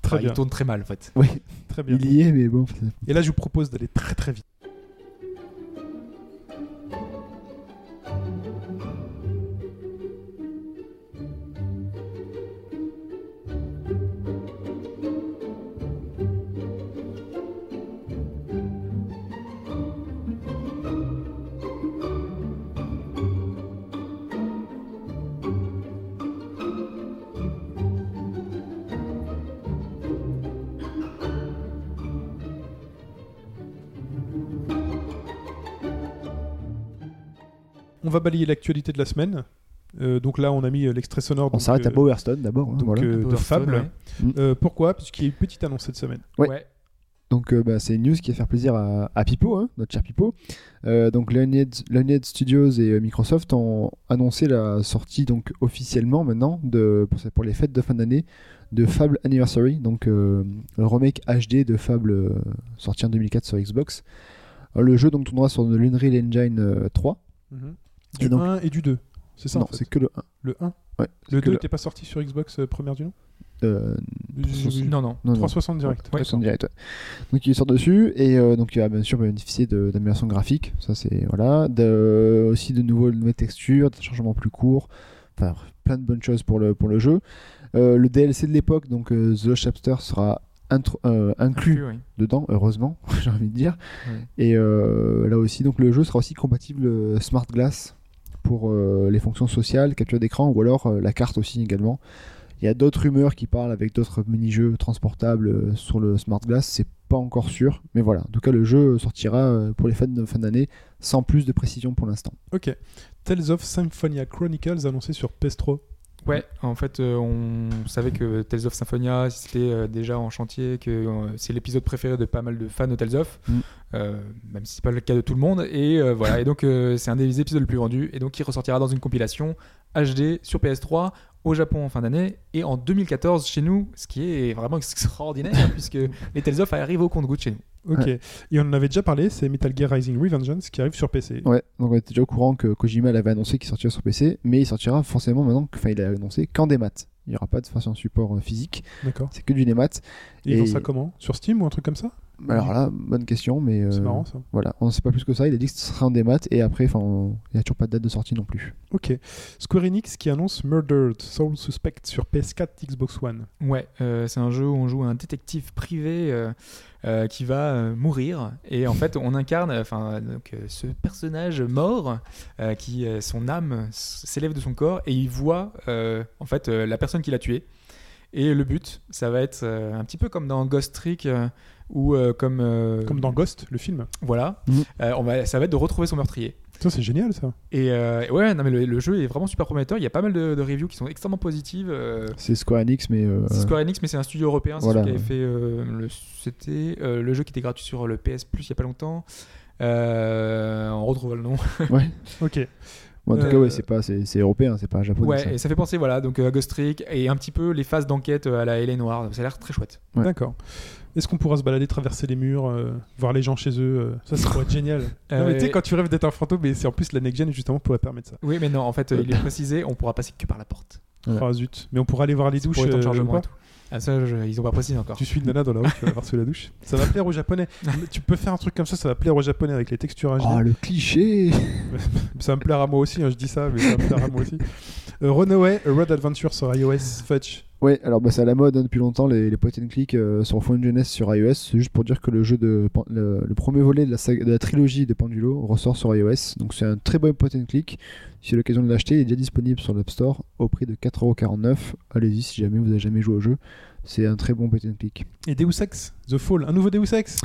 Speaker 3: Très
Speaker 4: enfin,
Speaker 3: bien.
Speaker 4: il tourne (laughs) très mal en fait.
Speaker 5: (laughs) Oui,
Speaker 3: Très bien.
Speaker 5: il y est, mais bon.
Speaker 3: Et là je vous propose d'aller très très vite. On va balayer l'actualité de la semaine. Euh, donc là on a mis euh, l'extrait sonore.
Speaker 5: On
Speaker 3: donc,
Speaker 5: s'arrête à
Speaker 3: euh,
Speaker 5: Bowerstone d'abord. hein,
Speaker 3: donc,
Speaker 5: voilà.
Speaker 3: euh, de
Speaker 4: Hearthstone,
Speaker 3: Fable.
Speaker 4: ouais.
Speaker 3: euh, pourquoi Parce qu'il y a eu une petite annonce cette semaine.
Speaker 5: Ouais.
Speaker 4: Ouais.
Speaker 5: Donc euh, bah, c'est une news qui va faire plaisir à, à Pipo, hein, notre cher Pipo. Euh, donc Leonid, Studios et euh, Microsoft ont annoncé la sortie donc officiellement maintenant de, pour, pour les fêtes de fin d'année de Fable Anniversary, donc euh, un remake HD de Fable euh, sorti en 2004 sur Xbox. Alors, le jeu donc tournera sur de l'Unreal Engine euh, 3.
Speaker 3: Du
Speaker 4: Mhm.
Speaker 5: Et donc-
Speaker 3: 1 et du 2. C'est ça
Speaker 5: non,
Speaker 3: en fait.
Speaker 5: c'est que le 1.
Speaker 3: Le 1.
Speaker 5: Ouais, c'est
Speaker 3: le
Speaker 5: que
Speaker 3: 2
Speaker 5: le-
Speaker 3: n'était pas sorti sur Xbox euh, première du nom
Speaker 5: Euh,
Speaker 4: Non, non.
Speaker 5: non, non.
Speaker 3: 360 direct.
Speaker 5: Ouais, son direct, ouais. Donc il sort dessus et euh, donc il va bien sûr bénéficier de- d'améliorations graphiques, ça c'est voilà, de, aussi de nouveaux de nouvelles textures, de chargements plus courts, enfin bref, plein de bonnes choses pour le pour le jeu. Euh, le DLC de l'époque donc euh, The Lost Chapter sera intro- euh, inclus
Speaker 4: oui.
Speaker 5: dedans, heureusement, (laughs) j'ai envie de dire.
Speaker 4: Ouais.
Speaker 5: Et euh, là aussi, donc le jeu sera aussi compatible euh, Smart Glass pour euh, les fonctions sociales, capture d'écran ou alors euh, la carte aussi également. Il y a d'autres rumeurs qui parlent avec d'autres mini-jeux transportables euh, sur le Smart Glass, c'est pas encore sûr, mais voilà. En tout cas, le jeu sortira euh, pour les fans de fin d'année sans plus de précision pour l'instant.
Speaker 3: Ok. Tales of Symphonia Chronicles annoncé sur PS3.
Speaker 4: Ouais, en fait, euh, on savait que Tales of Symphonia, c'était euh, déjà en chantier, que euh, c'est l'épisode préféré de pas mal de fans de Tales of,
Speaker 5: Mm.
Speaker 4: euh, même si c'est pas le cas de tout le monde. Et euh, voilà, et donc euh, c'est un des épisodes les plus vendus, et donc il ressortira dans une compilation HD sur PS3 au Japon en fin d'année, et (laughs) en 2014 chez nous, ce qui est vraiment extraordinaire, puisque les Tales of arrivent au compte-goutte chez nous.
Speaker 3: Ok. Et on en avait déjà parlé, c'est Metal Gear Rising Revengeance qui arrive sur PC.
Speaker 5: Ouais, donc on était déjà au courant que Kojima l'avait annoncé qu'il sortira sur PC, mais il sortira forcément maintenant, que- enfin il a annoncé qu'en démat. Il n'y aura pas de façon support euh, physique,
Speaker 3: D'accord.
Speaker 5: c'est que du démat.
Speaker 3: Et ils
Speaker 5: Et-
Speaker 3: font ça comment Sur Steam ou un truc comme ça
Speaker 5: Bah, Alors là, bonne question, mais
Speaker 3: C'est
Speaker 5: euh,
Speaker 3: marrant ça.
Speaker 5: voilà, on ne sait pas plus que ça. Il a dit que ce sera en démat et après, enfin, on- il n'y a toujours pas de date de sortie non plus.
Speaker 3: Ok. Square Enix qui annonce Murdered Soul Suspect sur PS4, Xbox One.
Speaker 4: Ouais, euh, c'est un jeu où on joue un détective privé euh, euh, qui va euh, mourir et en fait on incarne enfin donc, euh, ce personnage mort euh, qui euh, son âme s- s'élève de son corps et il voit euh, en fait euh, la personne qui l'a tué et le but ça va être euh, un petit peu comme dans Ghost Trick euh, ou euh, comme euh,
Speaker 3: Comme dans Mm. Ghost, le film.
Speaker 4: voilà
Speaker 5: Mhm.
Speaker 4: Euh, on va ça va être de retrouver son meurtrier
Speaker 3: Ça, c'est génial ça.
Speaker 4: et euh, ouais non mais le, le jeu est vraiment super prometteur il y a pas mal de, de reviews qui sont extrêmement positives euh,
Speaker 5: C'est Square Enix, mais euh,
Speaker 4: c'est Square Enix, mais c'est un studio européen. C'est
Speaker 5: Voilà.
Speaker 4: celui qui avait fait euh, le, c'était, euh, le jeu qui était gratuit sur le PS Plus il n'y a pas longtemps. Euh, on retrouve le nom.
Speaker 5: ouais.
Speaker 3: Ok.
Speaker 5: Bon, en tout
Speaker 4: Euh,
Speaker 5: cas, ouais, c'est pas, c'est c'est européen, c'est pas japonais.
Speaker 4: ouais,
Speaker 5: ça.
Speaker 4: et ça fait penser voilà, donc à Ghost Trick et un petit peu les phases d'enquête euh, à la Hélène Noire. Ça a l'air très chouette.
Speaker 5: Ouais.
Speaker 3: D'accord. Est-ce qu'on pourra se balader, traverser les murs, euh, voir les gens chez eux euh, Ça, ça pourrait être génial. Non, mais
Speaker 4: Euh,
Speaker 3: tu sais, quand tu rêves d'être un fantôme, mais c'est en plus la next-gen justement pourrait permettre ça.
Speaker 4: Oui, mais non, en fait, euh, il (coughs) est précisé, on pourra passer que par la porte.
Speaker 5: Ouais.
Speaker 3: Ah zut. Mais on pourra aller voir les douches.
Speaker 4: Pour les temps de
Speaker 3: euh, ou
Speaker 4: chargement
Speaker 3: pas
Speaker 4: et tout. Ah, ça, je- ils ont pas précisé encore.
Speaker 3: Ah. Tu suis une nana dans la rue, tu vas voir sous la douche. Ça va plaire aux japonais. Mais tu peux faire un truc comme ça, ça va plaire aux japonais avec les textures. HD.
Speaker 5: Oh, le cliché
Speaker 3: Ça va me plaire à moi aussi, hein, je dis ça, mais ça va me plaire à moi aussi. Euh, Runaway, A Road Adventure sur iOS, Fudge.
Speaker 5: Ouais, alors bah, c'est à la mode hein, depuis longtemps, les, les point and click euh, sur fond de jeunesse sur iOS. C'est juste pour dire que le jeu de Pan- le, le premier volet de la, saga- de la trilogie de Pendulo ressort sur iOS. Donc c'est un très bon point and click. Si vous avez l'occasion de l'acheter, il est déjà disponible sur l'App Store au prix de 4,49€. Allez-y si jamais vous n'avez jamais joué au jeu. C'est un très bon point and click.
Speaker 3: Et Deus Ex, The Fall, un nouveau Deus Ex.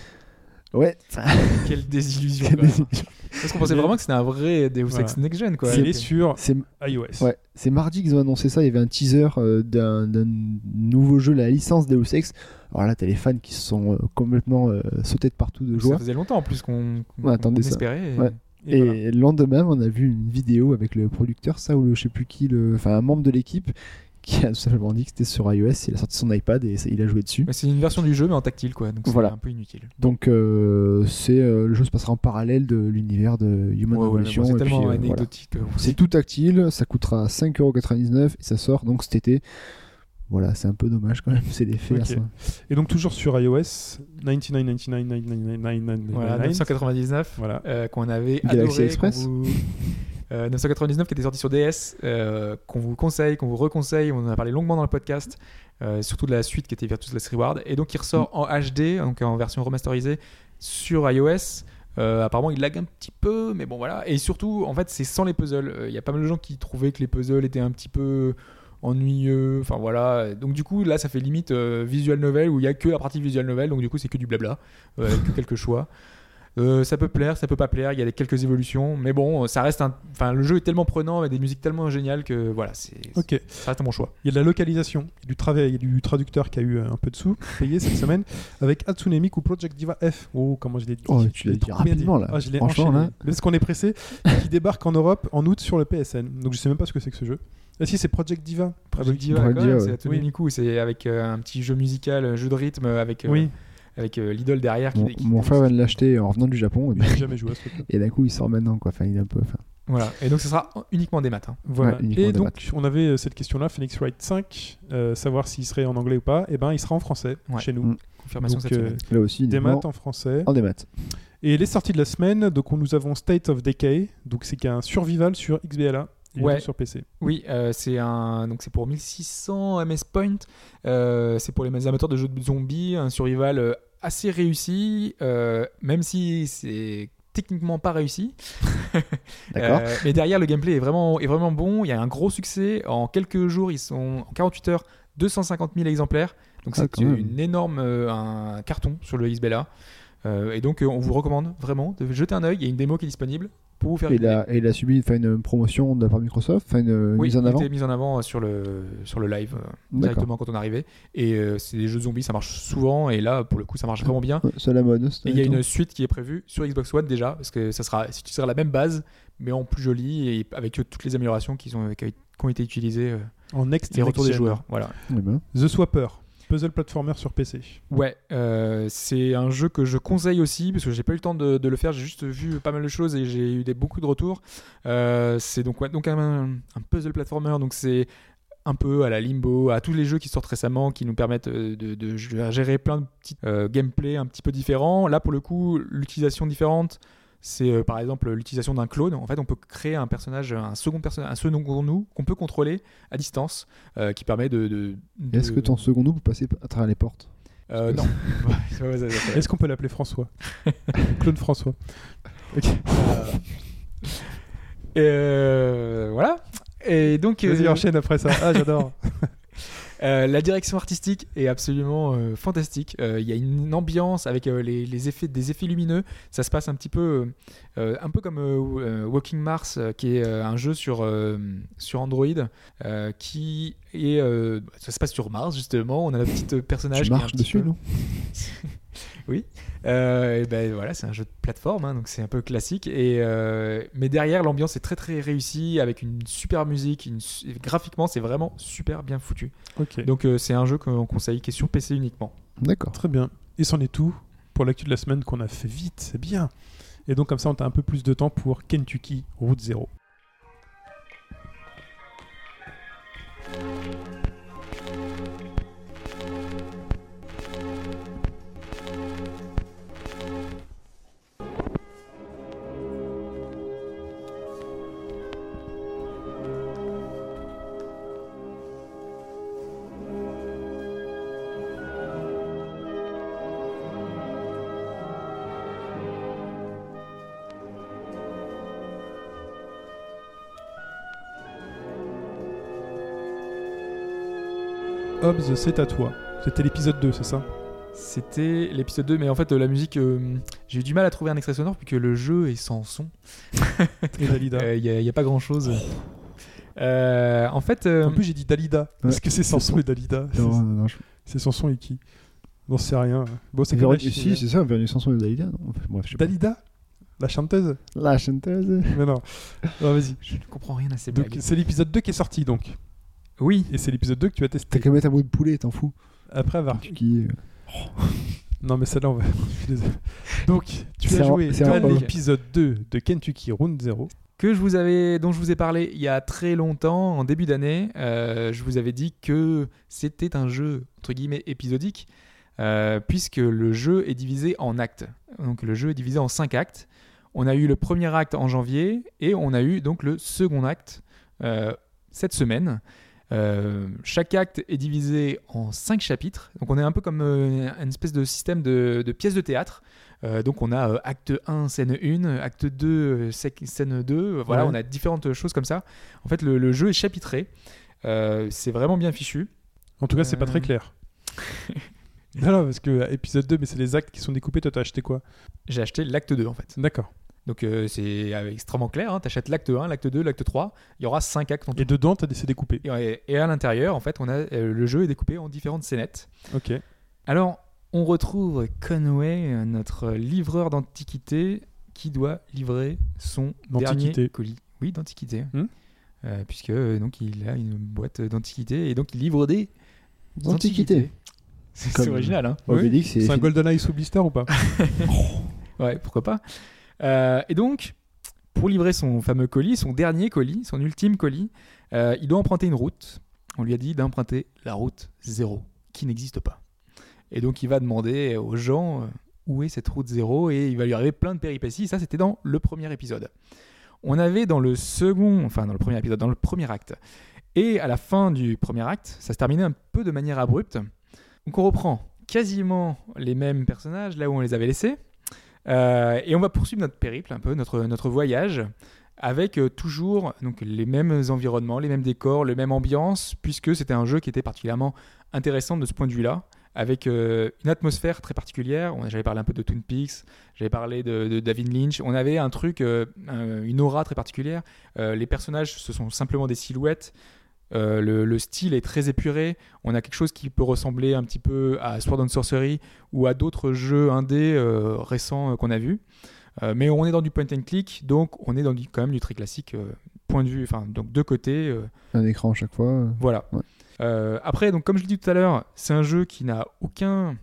Speaker 5: Ouais,
Speaker 4: (laughs) Quelle désillusion. quand même. Parce qu'on pensait
Speaker 3: Il est-
Speaker 4: vraiment que c'était un vrai Deus
Speaker 3: Voilà.
Speaker 4: Ex Next Gen. Quoi.
Speaker 3: Il
Speaker 4: Donc,
Speaker 3: est sur
Speaker 5: c'est
Speaker 3: iOS.
Speaker 5: Ouais, c'est mardi qu'ils ont annoncé ça. Il y avait un teaser euh, d'un d'un nouveau jeu, la licence Deus Ex. Alors là, t'as les fans qui se sont euh, complètement euh, sautés de partout de
Speaker 4: Ça
Speaker 5: joie.
Speaker 4: faisait longtemps en plus qu'on qu'on-
Speaker 5: Ouais, attendez
Speaker 4: qu'on
Speaker 5: ça.
Speaker 4: espérait. et-
Speaker 5: Ouais. Et,
Speaker 3: Et voilà.
Speaker 5: le lendemain, on a vu une vidéo avec le producteur, ça, ou le, je sais plus qui, le, enfin un membre de l'équipe, (laughs) qui a tout simplement dit que c'était sur iOS. Il a sorti son iPad et ça- il a joué dessus.
Speaker 4: Mais C'est une version du jeu, mais en tactile, quoi. Donc c'est
Speaker 5: Voilà.
Speaker 4: un peu inutile.
Speaker 5: Donc euh, c'est euh, le jeu se passera en parallèle de l'univers de Human
Speaker 4: Ouais, ouais, mais
Speaker 5: Revolution.
Speaker 4: bon, c'est
Speaker 5: et puis,
Speaker 4: tellement
Speaker 5: euh, voilà.
Speaker 4: anecdotique. euh,
Speaker 5: C'est tout tactile, ça coûtera 5,99€ et ça sort donc cet été. Voilà, c'est un peu dommage quand même, (laughs) c'est des faits.
Speaker 3: Ok.
Speaker 5: ça.
Speaker 3: Et donc toujours sur iOS, 99, 99, 99, 99,
Speaker 4: Voilà, 999,
Speaker 3: Voilà.
Speaker 4: euh, qu'on avait
Speaker 5: Galaxy
Speaker 4: adoré. qu'on
Speaker 5: Express.
Speaker 4: vous- euh, 999 qui était sorti sur DS, euh, qu'on vous conseille, qu'on vous reconseille. On en a parlé longuement dans le podcast, euh, surtout de la suite qui était Virtus Last Reward. Et donc, il ressort en HD, donc en version remasterisée, sur iOS. Euh, apparemment, il lag un petit peu, mais bon, voilà. Et surtout, en fait, c'est sans les puzzles. Euh, Il y a pas mal de gens qui trouvaient que les puzzles étaient un petit peu ennuyeux. Enfin, voilà. Donc, du coup, là, ça fait limite euh, visual novel où il y a que la partie visual novel. Donc, du coup, c'est que du blabla, euh, avec que quelques choix. Euh, ça peut plaire, ça peut pas plaire. Il y a des- quelques évolutions, mais bon, ça reste un. Enfin, le jeu est tellement prenant, avec des musiques tellement géniales que voilà, c'est
Speaker 3: Ok.
Speaker 4: ça reste un bon choix.
Speaker 3: Il y a de la localisation, il y a du travail, il y a du traducteur qui a eu euh, un peu de sous payé cette semaine avec Hatsune Miku Project Diva F. Oh, comment je l'ai dit
Speaker 5: Oh, tu
Speaker 3: Je l'ai
Speaker 5: l'as dit
Speaker 3: trop bien
Speaker 5: rapidement, là.
Speaker 3: Ah, je l'ai
Speaker 5: Franchement,
Speaker 3: enchaîné.
Speaker 5: là.
Speaker 3: Parce qu'on est pressé, qui débarque en Europe en août sur le PSN. Donc je sais même pas ce que c'est que ce jeu. Ah si, c'est Project Diva.
Speaker 4: Project Ah, Diva,
Speaker 5: Project
Speaker 4: quand même,
Speaker 5: Diva,
Speaker 4: c'est
Speaker 5: ouais.
Speaker 4: Hatsune
Speaker 3: Oui.
Speaker 4: Miku, c'est avec euh, un petit jeu musical, un jeu de rythme avec euh,
Speaker 3: Oui,
Speaker 4: avec euh, l'idole derrière. Qui,
Speaker 5: Mon,
Speaker 4: qui-
Speaker 5: mon frère vient de l'acheter en revenant du Japon et,
Speaker 4: (laughs)
Speaker 3: mais j'ai jamais joué à ce truc.
Speaker 5: et d'un coup il sort maintenant quoi. Enfin, il est un peu. enfin,
Speaker 4: Voilà. Et donc, ça sera uniquement des maths. hein.
Speaker 3: Voilà.
Speaker 5: Ouais, uniquement
Speaker 3: et
Speaker 5: des
Speaker 3: donc
Speaker 5: matchs.
Speaker 3: on avait euh, cette question-là, Phoenix Wright 5, euh, savoir s'il serait en anglais ou pas. Et ben il sera en français
Speaker 4: Ouais.
Speaker 3: chez nous.
Speaker 5: Mm.
Speaker 4: Confirmation
Speaker 3: Donc,
Speaker 4: cette
Speaker 3: euh,
Speaker 4: semaine.
Speaker 5: là aussi,
Speaker 3: Des
Speaker 5: uniquement
Speaker 3: maths en français.
Speaker 5: en démat.
Speaker 3: Et les sorties de la semaine, donc on- nous avons State of Decay, donc c'est qu'il y a un survival sur XBLA et
Speaker 4: Ouais.
Speaker 3: tout sur PC.
Speaker 4: Oui, euh, c'est un donc c'est pour 1600 MS Point. Euh, c'est pour les amateurs de jeux de zombies, un survival euh, assez réussi, euh, même si c'est techniquement pas réussi.
Speaker 5: D'accord.
Speaker 4: Euh, mais derrière, le gameplay est vraiment, est vraiment bon. Il y a un gros succès. En quelques jours, ils sont en 48 heures, 250 000 exemplaires. Donc
Speaker 5: Ah,
Speaker 4: c'est
Speaker 5: quand même.
Speaker 4: une énorme euh, un carton sur le XBLA. Euh, et donc euh, on vous recommande vraiment de jeter un œil. Il y a une démo qui est disponible pour vous faire.
Speaker 5: Et il, a, et il a subi enfin, une promotion de la part de Microsoft, enfin, une une
Speaker 4: Oui,
Speaker 5: mise en
Speaker 4: il
Speaker 5: avant.
Speaker 4: était mis en avant euh, sur le, sur le live euh,
Speaker 5: D'accord.
Speaker 4: directement quand on arrivait. Et euh, c'est des jeux de zombies, ça marche souvent. Et là, pour le coup, ça marche vraiment
Speaker 5: (laughs)
Speaker 4: bien.
Speaker 5: Ouais, C'est à la mode. c'est
Speaker 4: Et il y a
Speaker 5: tout.
Speaker 4: une suite qui est prévue sur Xbox One déjà, parce que ça sera, si tu seras la même base, mais en plus joli et avec euh, toutes les améliorations qui, sont, qui ont été utilisées, euh,
Speaker 3: En next
Speaker 4: les retours des
Speaker 5: hein.
Speaker 3: Next Gen.
Speaker 4: joueurs. Voilà.
Speaker 5: Eh ben,
Speaker 3: The Swapper. Puzzle platformer sur PC.
Speaker 4: Ouais, euh, c'est un jeu que je conseille aussi parce que j'ai pas eu le temps de, de le faire. J'ai juste vu pas mal de choses et j'ai eu des, beaucoup de retours. Euh, c'est donc, ouais, donc un, un puzzle platformer. Donc c'est un peu à la Limbo, à tous les jeux qui sortent récemment, qui nous permettent euh, de, de gérer plein de petits euh, gameplay un petit peu différents. Là, pour le coup, l'utilisation différente, c'est euh, par exemple l'utilisation d'un clone. En fait, on peut créer un personnage, un second personnage, un second nous qu'on peut contrôler à distance, euh, qui permet de. de- de-
Speaker 5: Est-ce que ton second nous peut passer à travers les portes
Speaker 4: Euh,
Speaker 5: (laughs)
Speaker 4: non. Ouais, ouais, ouais, ouais, ouais.
Speaker 3: Est-ce qu'on peut
Speaker 4: (laughs)
Speaker 3: l'appeler François Claude François.
Speaker 4: Et, euh, voilà. Et donc.
Speaker 3: Vas-y,
Speaker 4: euh,
Speaker 3: enchaîne après ça.
Speaker 4: (laughs)
Speaker 3: Ah, j'adore.
Speaker 4: Euh, la direction artistique est absolument euh, fantastique. Euh, Il y a une ambiance avec euh, les, les effets, des effets lumineux. Ça se passe un petit peu, euh, un peu comme euh, euh, Walking Mars, euh, qui est euh, un jeu sur, euh, sur Android, euh, qui est, euh, ça se passe sur Mars justement. On a notre petit personnage.
Speaker 5: Tu
Speaker 4: qui est un
Speaker 5: marches
Speaker 4: petit
Speaker 5: dessus,
Speaker 4: peu-
Speaker 5: non
Speaker 4: euh, et ben voilà, c'est un jeu de plateforme, hein, donc c'est un peu classique. Et euh, mais derrière, l'ambiance est très très réussie avec une super musique, une su- graphiquement c'est vraiment super bien foutu.
Speaker 3: ok.
Speaker 4: Donc euh, c'est un jeu qu'on conseille qui est sur PC uniquement.
Speaker 5: D'accord.
Speaker 3: Très bien. Et c'en est tout pour l'actu de la semaine qu'on a fait vite, c'est bien. Et donc comme ça, on a un peu plus de temps pour Kentucky Route 0. Hobbs, c'est à toi. C'était l'épisode 2, c'est ça
Speaker 4: (laughs) C'était l'épisode 2, mais en fait euh, la musique, euh, j'ai eu du mal à trouver un extrait sonore puisque le jeu est sans son.
Speaker 3: Et Dalida.
Speaker 4: Il n'y a, y a pas grand chose. en fait, euh,
Speaker 3: Oh. En plus, j'ai dit Dalida. Parce que c'est Samson et Dalida. C'est-
Speaker 5: Non, non, non, je-
Speaker 3: C'est Samson et qui Bon, c'est rien. Bon, c'est
Speaker 5: Véronique-
Speaker 3: comme la
Speaker 5: Eh ben, Si,
Speaker 3: Chine.
Speaker 5: c'est ça, Véronique Sanson et Dalida. non Enfin, Bref, je sais pas.
Speaker 3: Dalida La chanteuse
Speaker 5: La chanteuse.
Speaker 3: Mais non. Non,
Speaker 5: (laughs)
Speaker 3: vas-y.
Speaker 4: je ne comprends rien à ces
Speaker 3: Donc,
Speaker 4: blagues.
Speaker 3: c'est l'épisode 2 qui est sorti, donc.
Speaker 4: Oui,
Speaker 3: Et c'est l'épisode 2 que tu as testé.
Speaker 5: T'as qu'à mettre un bout de poulet, t'en fous.
Speaker 3: Après
Speaker 4: Ah.
Speaker 3: avoir.
Speaker 5: Tu qui-
Speaker 3: Non, mais celle-là, on va. (laughs) Je suis désolé. Donc, tu
Speaker 5: C'est
Speaker 3: as
Speaker 5: un-
Speaker 3: joué
Speaker 5: c'est
Speaker 4: un
Speaker 3: à
Speaker 4: pub.
Speaker 3: l'épisode 2 de Kentucky Round 0.
Speaker 4: que je vous avais, dont je vous ai parlé il y a très longtemps, en début d'année, euh, je vous avais dit que c'était un jeu entre guillemets épisodique, euh, puisque le jeu est divisé en actes. Donc le jeu est divisé en cinq actes. On a eu le premier acte en janvier et on a eu donc le second acte euh, cette semaine. Euh, chaque acte est divisé en cinq chapitres. Donc on est un peu comme euh, une espèce de système de, de pièces de théâtre. Euh, donc on a euh, acte 1, scène 1, acte 2, euh, sec- scène 2. Euh, Voilà,
Speaker 3: Ouais.
Speaker 4: on a différentes choses comme ça. En fait, le, le jeu est chapitré. Euh, c'est vraiment bien fichu.
Speaker 3: En tout cas, c'est pas très
Speaker 4: Euh.
Speaker 3: clair. non, non, parce que euh, épisode 2, mais c'est les actes qui sont découpés. Toi, t'as acheté quoi
Speaker 4: J'ai acheté l'acte 2 en fait.
Speaker 3: D'accord.
Speaker 4: Donc euh, c'est euh, extrêmement clair. Hein. Tu achètes l'acte 1, l'acte 2, l'acte 3. Il y aura 5 actes en tout.
Speaker 3: Et dedans, t'as des c'est découpé.
Speaker 4: Et, et à l'intérieur, en fait, on a, euh, le jeu est découpé en différentes scénettes.
Speaker 3: Ok.
Speaker 4: Alors, on retrouve Conway, euh, notre livreur d'antiquité, qui doit livrer son
Speaker 3: D'antiquité.
Speaker 4: dernier colis. Oui, d'antiquité.
Speaker 3: Hmm.
Speaker 4: Euh, puisque euh, donc il a une boîte d'antiquité et donc il livre des
Speaker 5: Antiquité.
Speaker 4: antiquités. C'est
Speaker 5: Comme-
Speaker 4: c'est original, hein
Speaker 3: Oui.
Speaker 5: Obélix, c'est.
Speaker 3: C'est un GoldenEye sous blister ou pas
Speaker 4: Ouais, pourquoi pas. Euh, et donc, pour livrer son fameux colis, son dernier colis, son ultime colis, euh, il doit emprunter une route. On lui a dit d'emprunter la route zéro, qui n'existe pas. Et donc, il va demander aux gens euh, où est cette route zéro et il va lui arriver plein de péripéties. Ça, c'était dans le premier épisode. On avait dans le second, enfin dans le premier épisode, dans le premier acte. Et à la fin du premier acte, ça se terminait un peu de manière abrupte. Donc on reprend quasiment les mêmes personnages là où on les avait laissés. Euh, et on va poursuivre notre périple, un peu notre, notre voyage, avec euh, toujours donc, les mêmes environnements, les mêmes décors, les mêmes ambiances, puisque c'était un jeu qui était particulièrement intéressant de ce point de vue-là, avec euh, une atmosphère très particulière. On- J'avais parlé un peu de Toon Peaks, j'avais parlé de, de David Lynch. On avait un truc, euh, un- une aura très particulière. Euh, les personnages, ce sont simplement des silhouettes. Euh, le, le style est très épuré. On a quelque chose qui peut ressembler un petit peu à Sword and Sorcery, ou à d'autres jeux indés euh, récents euh, qu'on a vus. Euh, mais on est dans du point and click, donc on est dans du, quand même du très classique, euh, point de vue, enfin, donc deux côtés, euh,
Speaker 5: Un écran à chaque fois.
Speaker 4: voilà.
Speaker 5: Ouais.
Speaker 4: Euh, après, donc comme je l'ai dit tout à l'heure, c'est un jeu qui n'a aucun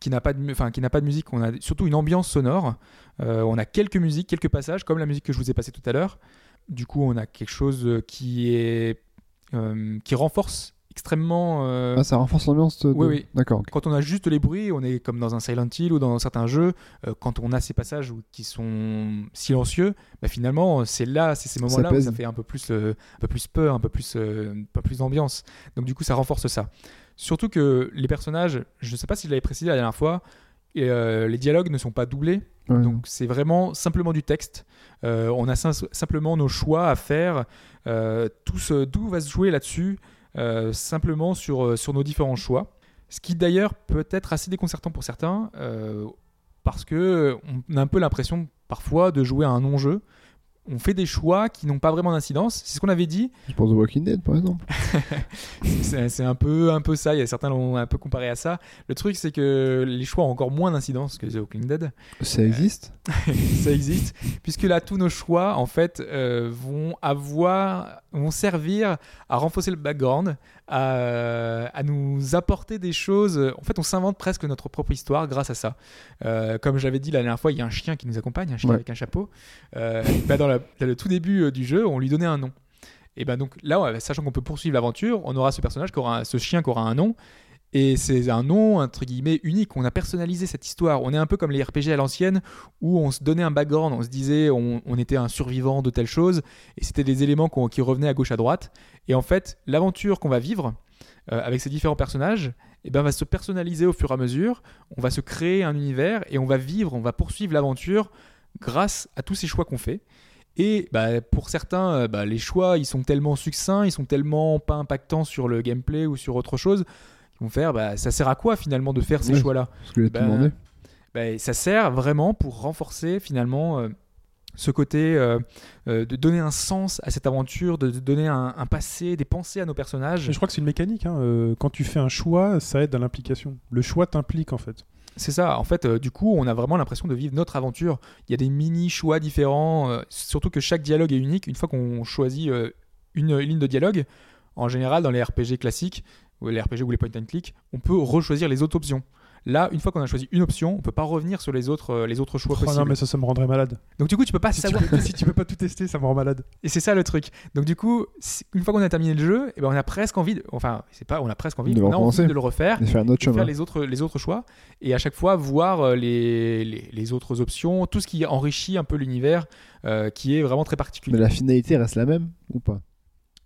Speaker 4: qui n'a pas de, mu- enfin, qui n'a pas de musique. On a surtout une ambiance sonore. Euh, on a quelques musiques, quelques passages, comme la musique que je vous ai passée tout à l'heure. Du coup, on a quelque chose euh, qui est euh, qui renforce extrêmement. euh,
Speaker 5: Ah, ça renforce l'ambiance de-
Speaker 4: Oui, oui.
Speaker 5: D'accord. ok.
Speaker 4: quand on a juste les bruits, on est comme dans un Silent Hill ou dans certains jeux. euh, quand on a ces passages où- qui sont silencieux, bah finalement, c'est là, c'est ces moments-là où
Speaker 5: pèse.
Speaker 4: ça fait un peu plus, euh, un peu plus peur, un peu plus, euh, un peu plus d'ambiance. Donc du coup, ça renforce ça. Surtout que les personnages, je ne sais pas si je l'avais précisé la dernière fois, et, euh, les dialogues ne sont pas doublés.
Speaker 5: Ouais.
Speaker 4: Donc c'est vraiment simplement du texte. Euh, on a sin- simplement nos choix à faire. Euh, tout ce, tout va se jouer là-dessus, euh, simplement sur, euh, sur nos différents choix. Ce qui d'ailleurs peut être assez déconcertant pour certains, euh, parce que on a un peu l'impression parfois de jouer à un non-jeu. On fait des choix qui n'ont pas vraiment d'incidence. C'est ce qu'on avait dit.
Speaker 5: Je pense au Walking Dead par exemple.
Speaker 4: C'est c'est un peu, un peu ça. Il y a certains l'ont un peu comparé à ça. Le truc, c'est que les choix ont encore moins d'incidence que The Walking Dead.
Speaker 5: Ça
Speaker 4: Euh,
Speaker 5: existe
Speaker 4: ça existe, puisque là, tous nos choix, en fait, euh, vont avoir, vont servir à renforcer le background, à, à nous apporter des choses. En fait, on s'invente presque notre propre histoire grâce à ça. Euh, comme j'avais dit la dernière fois, il y a un chien qui nous accompagne, un chien
Speaker 5: Ouais.
Speaker 4: avec un chapeau. Euh, bah, dans, la- dans le tout début euh, du jeu, on lui donnait un nom. Et ben donc là, ouais, sachant qu'on peut poursuivre l'aventure, on aura ce personnage, qui aura, un- ce chien qui aura un nom, et c'est un nom, entre guillemets, unique. On a personnalisé cette histoire. On est un peu comme les RPG à l'ancienne où on se donnait un background. On se disait, on, on était un survivant de telle chose. Et c'était des éléments qu'on- qui revenaient à gauche, à droite. Et en fait, l'aventure qu'on va vivre euh, avec ces différents personnages eh ben, va se personnaliser au fur et à mesure. On va se créer un univers et on va vivre, on va poursuivre l'aventure grâce à tous ces choix qu'on fait. Et bah, pour certains, euh, bah, les choix, ils sont tellement succincts, ils sont tellement pas impactants sur le gameplay ou sur autre chose qui vont faire, bah, ça sert à quoi finalement de faire ces
Speaker 5: Oui.
Speaker 4: choix-là
Speaker 5: Parce que je l'ai
Speaker 4: Bah,
Speaker 5: demandé.
Speaker 4: Bah, Ça sert vraiment pour renforcer finalement euh, ce côté euh, euh, de donner un sens à cette aventure, de de donner un, un passé, des pensées à nos personnages.
Speaker 3: Je crois que c'est une mécanique. hein, euh, quand tu fais un choix, ça aide à l'implication. Le choix t'implique en fait.
Speaker 4: C'est ça, en fait, euh, du coup, on a vraiment l'impression de vivre notre aventure. Il y a des mini-choix différents, euh, surtout que chaque dialogue est unique. Une fois qu'on choisit euh, une, une ligne de dialogue, en général, dans les RPG classiques, ou les RPG ou les point and click, on peut rechoisir les autres options. Là, une fois qu'on a choisi une option, on peut pas revenir sur les autres, euh, les autres choix
Speaker 3: Oh, non,
Speaker 4: possibles.
Speaker 3: mais ça, ça me rendrait malade.
Speaker 4: Donc du coup, tu peux pas
Speaker 3: Si tu,
Speaker 4: savoir
Speaker 3: peux, si tu peux pas tout tester, ça me rend malade.
Speaker 4: Et c'est ça le truc. Donc du coup, si- une fois qu'on a terminé le jeu, eh ben on a presque envie, de- enfin c'est pas, on a presque envie,
Speaker 5: De
Speaker 4: on a
Speaker 5: recommencer.
Speaker 4: envie de le refaire,
Speaker 5: De faire un autre
Speaker 4: et de
Speaker 5: chemin.
Speaker 4: faire les autres, les autres choix, et à chaque fois voir euh, les, les, les autres options, tout ce qui enrichit un peu l'univers, euh, qui est vraiment très particulier.
Speaker 5: Mais la finalité reste la même ou pas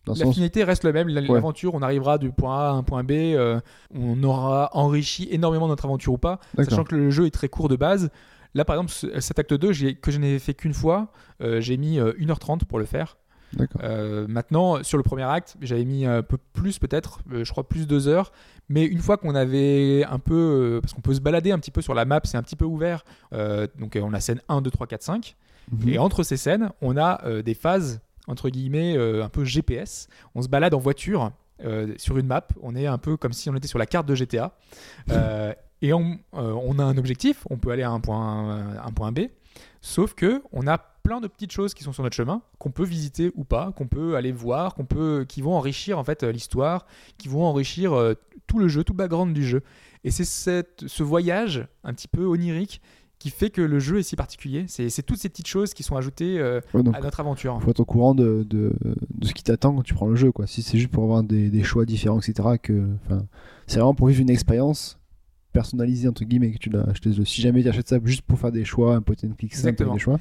Speaker 5: Dans le
Speaker 4: La
Speaker 5: sens-
Speaker 4: finalité reste la même, la-
Speaker 5: Ouais.
Speaker 4: l'aventure, on arrivera du point A à un point B, euh, on aura enrichi énormément notre aventure ou pas, sachant
Speaker 5: D'accord.
Speaker 4: que le jeu est très court de base. Là par exemple, ce- cet acte 2 j'ai- que je n'ai fait qu'une fois, euh, j'ai mis euh, 1h30 pour le faire.
Speaker 5: D'accord.
Speaker 4: Euh, maintenant, sur le premier acte, j'avais mis un peu plus peut-être, euh, je crois plus deux heures, mais une fois qu'on avait un peu, euh, parce qu'on peut se balader un petit peu sur la map, c'est un petit peu ouvert, euh, donc euh, on a scène 1, 2, 3, 4, 5,
Speaker 5: Mhm.
Speaker 4: et entre ces scènes, on a euh, des phases, entre guillemets, euh, un peu GPS, on se balade en voiture euh, sur une map, on est un peu comme si on était sur la carte de GTA, Euh, et on, euh, on a un objectif, on peut aller à un point, euh, un point B, sauf que on a plein de petites choses qui sont sur notre chemin, qu'on peut visiter ou pas, qu'on peut aller voir, qu'on peut, qui vont enrichir en fait euh, l'histoire, qui vont enrichir euh, tout le jeu, tout le background du jeu. Et c'est cette- ce voyage un petit peu onirique qui fait que le jeu est si particulier. C'est c'est toutes ces petites choses qui sont ajoutées euh,
Speaker 5: Ouais, donc,
Speaker 4: à notre aventure.
Speaker 5: faut être au courant de, de, de ce qui t'attend quand tu prends le jeu. Quoi. Si c'est juste pour avoir des, des choix différents, etc., que, enfin, c'est vraiment pour vivre une expérience personnalisée, entre guillemets, que tu l'as acheté. Si jamais tu achètes ça juste pour faire des choix, un potent click simple,
Speaker 4: Exactement.
Speaker 5: des choix.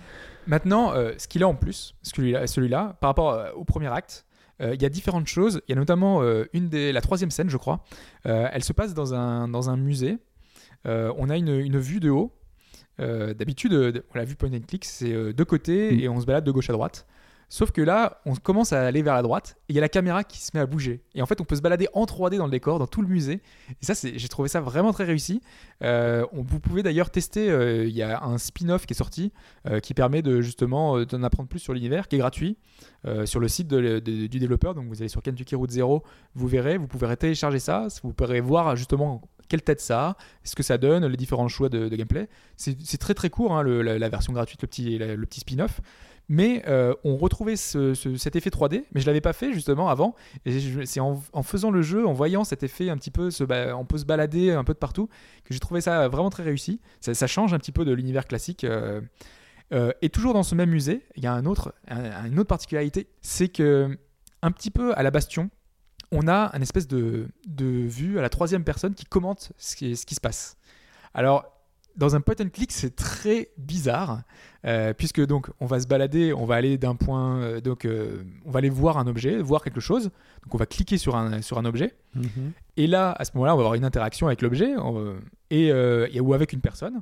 Speaker 4: Maintenant, euh, ce qu'il a en plus, celui-là, celui-là, par rapport euh, au premier acte, euh, il y a différentes choses. Il y a notamment euh, une des, la troisième scène, je crois. Euh, elle se passe dans un, dans un musée. Euh, on a une, une vue de haut. Euh, D'habitude, euh, on l'a vue point and click, c'est euh, de côté
Speaker 5: Mm.
Speaker 4: et on se balade de gauche à droite. Sauf que là, on commence à aller vers la droite et il y a la caméra qui se met à bouger. Et en fait, on peut se balader en 3D dans le décor, dans tout le musée. Et ça, c'est- j'ai trouvé ça vraiment très réussi. Euh, on, vous pouvez d'ailleurs tester, euh, il y a un spin-off qui est sorti euh, qui permet de justement euh, d'en apprendre plus sur l'univers, qui est gratuit euh, sur le site de- de- du développeur. Donc vous allez sur Kentucky Route Zero, vous verrez, vous pouvez télécharger ça, vous pourrez voir justement quelle tête ça a, ce que ça donne, les différents choix de, de gameplay. C'est c'est très très court, hein, le- la, la version gratuite, le petit, la- le petit spin-off. Mais euh, on retrouvait ce- ce- cet effet 3D, mais je l'avais pas fait justement avant. Et je- c'est en, en faisant le jeu, en voyant cet effet un petit peu, se ba- on peut se balader un peu de partout, que j'ai trouvé ça vraiment très réussi. Ça, ça change un petit peu de l'univers classique. euh. Euh, et toujours dans ce même musée, il y a un autre, un- une autre particularité, c'est que un petit peu à la Bastion, on a un espèce de, de vue à la troisième personne qui commente ce qui, ce qui se passe. Alors, dans un point and click, c'est très bizarre, euh, puisque donc on va se balader, on va aller d'un point, euh, donc euh, on va aller voir un objet, voir quelque chose, donc on va cliquer sur un, sur un objet, et là, à ce moment-là, on va avoir une interaction avec l'objet on- et, euh, et- ou avec une personne.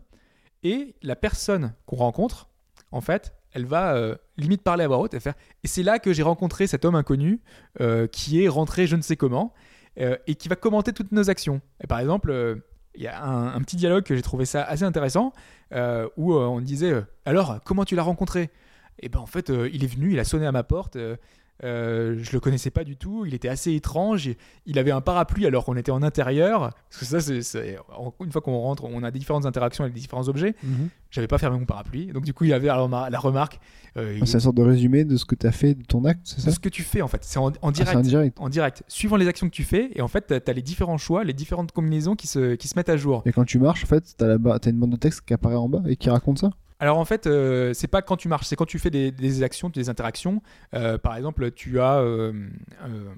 Speaker 4: Et la personne qu'on rencontre, en fait, elle va euh, limite parler à voix haute et faire. Et c'est là que j'ai rencontré cet homme inconnu euh, qui est rentré je ne sais comment euh, et qui va commenter toutes nos actions. Et par exemple, euh, il y a un, un petit dialogue que j'ai trouvé ça assez intéressant euh, où euh, on disait euh, alors comment tu l'as rencontré Et ben en fait, euh, il est venu, il a sonné à ma porte. euh, euh, je le connaissais pas du tout, il était assez étrange, il avait un parapluie alors qu'on était en intérieur. Parce que ça, c'est, c'est- en- une fois qu'on rentre, on a différentes interactions avec différents objets.
Speaker 3: Mhm.
Speaker 4: J'avais pas fermé mon parapluie, donc du coup, il y avait la remar- la remarque. euh, il-
Speaker 5: Ah, C'est une sorte de résumé de ce que tu as fait de ton acte, c'est ça
Speaker 4: c'est ce que tu fais en fait, c'est en, en
Speaker 5: Ah, C'est
Speaker 4: direct.
Speaker 5: un direct.
Speaker 4: en direct, suivant les actions que tu fais, et en fait, tu as les différents choix, les différentes combinaisons qui se, qui se mettent à jour.
Speaker 5: Et quand tu marches, en fait, t'as la ba- t'as une bande de texte qui apparaît en bas et qui raconte ça
Speaker 4: Alors en fait, euh, c'est pas quand tu marches, c'est quand tu fais des, des actions, des interactions. Euh, par exemple, tu as, euh, euh,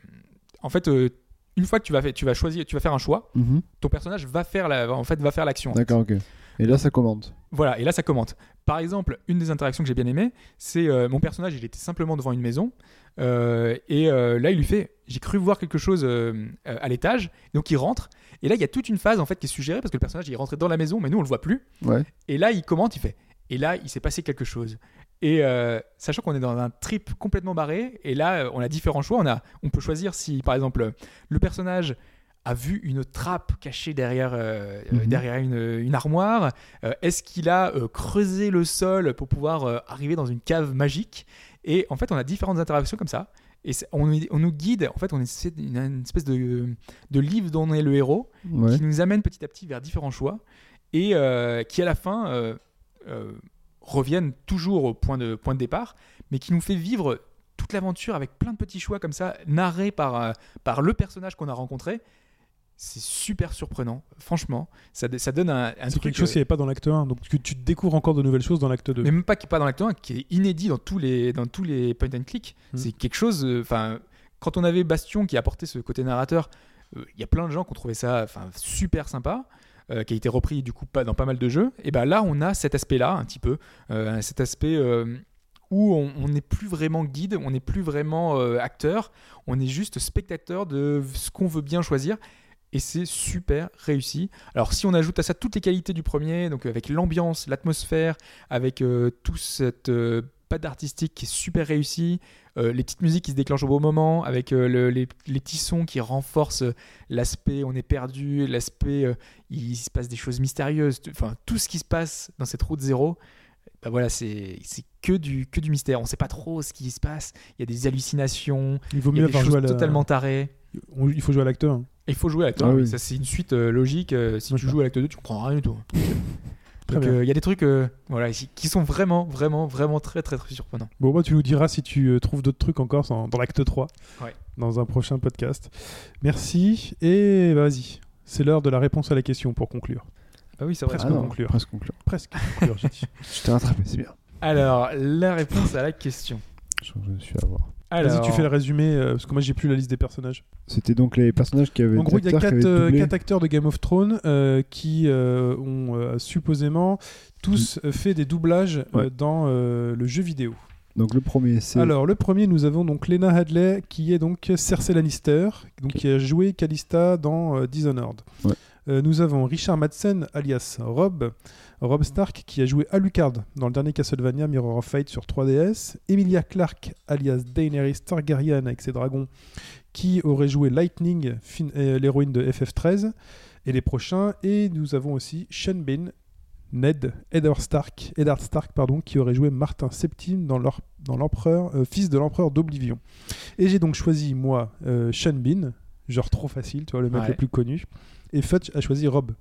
Speaker 4: en fait, euh, une fois que tu vas, fa- tu vas choisir, tu vas faire un choix,
Speaker 5: Mhm.
Speaker 4: ton personnage va faire la, en fait, va faire l'action.
Speaker 5: D'accord, ok. Et là, ça commente.
Speaker 4: Voilà, et là ça commente. Par exemple, une des interactions que j'ai bien aimée, c'est euh, mon personnage, il était simplement devant une maison, euh, et euh, là il lui fait, j'ai cru voir quelque chose euh, euh, à l'étage, donc il rentre, et là il y a toute une phase en fait qui est suggérée, parce que le personnage il est rentré dans la maison, mais nous on le voit plus,
Speaker 5: Ouais.
Speaker 4: et là il commente, il fait, et là il s'est passé quelque chose. Et euh, sachant qu'on est dans un trip complètement barré, et là euh, on a différents choix, on, a, on peut choisir si par exemple le personnage a vu une trappe cachée derrière, euh, euh,
Speaker 5: Mhm.
Speaker 4: derrière une, une armoire, euh, est-ce qu'il a euh, creusé le sol pour pouvoir euh, arriver dans une cave magique Et en fait, on a différentes interactions comme ça. Et c'est- on, nous- on nous guide, en fait, on est c'est une, une espèce de, de livre dont on est le héros,
Speaker 5: Ouais.
Speaker 4: qui nous amène petit à petit vers différents choix, et euh, qui à la fin euh, euh, reviennent toujours au point de, point de départ, mais qui nous fait vivre toute l'aventure avec plein de petits choix comme ça, narrés par, euh, par le personnage qu'on a rencontré. C'est super surprenant, franchement. Ça, ça donne un, un
Speaker 3: C'est
Speaker 4: truc
Speaker 3: quelque chose
Speaker 4: euh,
Speaker 3: qui n'y avait pas dans l'acte 1, donc tu, tu découvres encore de nouvelles choses dans l'acte 2.
Speaker 4: mais même pas qui est pas dans l'acte 1, qui est inédit dans tous les, dans tous les point and click.
Speaker 3: Mm.
Speaker 4: C'est quelque chose. euh, Enfin, quand on avait Bastion qui apportait ce côté narrateur, euh, il y a plein de gens qui ont trouvé ça enfin, super sympa. euh, qui a été repris du coup pas, dans pas mal de jeux, et ben là on a cet aspect-là un petit peu, euh, cet aspect euh, où on on n'est plus vraiment guide, on n'est plus vraiment euh, acteur, on est juste spectateur de ce qu'on veut bien choisir, et c'est super réussi. Alors si on ajoute à ça toutes les qualités du premier, donc avec l'ambiance, l'atmosphère, avec euh, tout cette euh, patte artistique qui est super réussie, euh, les petites musiques qui se déclenchent au bon moment, avec euh, le- les, les petits sons qui renforcent euh, l'aspect on est perdu, l'aspect euh, il se passe des choses mystérieuses, Tout- enfin tout ce qui se passe dans cette route zéro, bah voilà c'est c'est que du que du mystère, on sait pas trop ce qui se passe, il y a des hallucinations,
Speaker 3: il vaut
Speaker 4: il y
Speaker 3: mieux
Speaker 4: a des
Speaker 3: avoir joué à
Speaker 4: choses
Speaker 3: la-
Speaker 4: totalement tarées.
Speaker 3: on- Il faut jouer à l'acte 1.
Speaker 4: Il faut jouer à l'acte
Speaker 5: Ah
Speaker 4: 1,
Speaker 5: oui.
Speaker 4: ça c'est une suite euh, logique. euh, si
Speaker 3: Moi,
Speaker 4: tu
Speaker 3: je-
Speaker 4: joues à l'acte 2, tu comprends rien du tout.
Speaker 3: Très
Speaker 4: Donc
Speaker 3: bien.
Speaker 4: euh, il y a des trucs euh, voilà, ici, qui sont vraiment, vraiment, vraiment très, très, très surprenants.
Speaker 3: Bon, moi, tu nous diras si tu euh, trouves d'autres trucs encore dans, dans l'acte 3,
Speaker 4: Ouais.
Speaker 3: dans un prochain podcast. Merci, et vas-y. C'est l'heure de la réponse à la question pour conclure.
Speaker 4: Ah oui, c'est
Speaker 3: vrai. Presque
Speaker 5: Ah non,
Speaker 3: conclure.
Speaker 5: Presque conclure.
Speaker 3: Presque conclure, j'ai dit.
Speaker 5: Je t'ai rattrapé, c'est bien.
Speaker 4: Alors, la réponse à la question.
Speaker 5: Je je me suis à voir.
Speaker 4: Alors,
Speaker 3: Vas-y, tu fais le résumé, euh, parce que moi, j'ai plus la liste des personnages.
Speaker 5: C'était donc les personnages qui avaient
Speaker 3: En
Speaker 5: des
Speaker 3: gros, il y a
Speaker 5: acteurs qui
Speaker 3: quatre,
Speaker 5: avaient
Speaker 3: euh,
Speaker 5: doublé.
Speaker 3: quatre acteurs de Game of Thrones euh, qui euh, ont euh, supposément tous euh, fait des doublages euh,
Speaker 5: Mm. Ouais.
Speaker 3: dans euh, le jeu vidéo.
Speaker 5: Donc le premier, c'est
Speaker 3: Alors, le premier, nous avons donc Lena Hadley, qui est donc Cersei Lannister, donc qui a joué Calista dans euh, Dishonored.
Speaker 5: Ouais.
Speaker 3: Euh, nous avons Richard Madsen, alias Rob, Rob Stark, qui a joué Alucard dans le dernier Castlevania Mirror of Fate sur 3DS. Emilia Clarke, alias Daenerys Targaryen avec ses dragons, qui aurait joué Lightning, fin- euh, l'héroïne de FF13, et les prochains. Et nous avons aussi Sean Bean, Ned, Eddard Stark, Eddard Stark pardon, qui aurait joué Martin Septime dans leur- dans l'empereur, euh, fils de l'empereur d'Oblivion. Et j'ai donc choisi moi euh, Sean Bean, genre trop facile, tu vois le mec
Speaker 4: Ouais.
Speaker 3: le plus connu. Et Fudge a choisi Rob.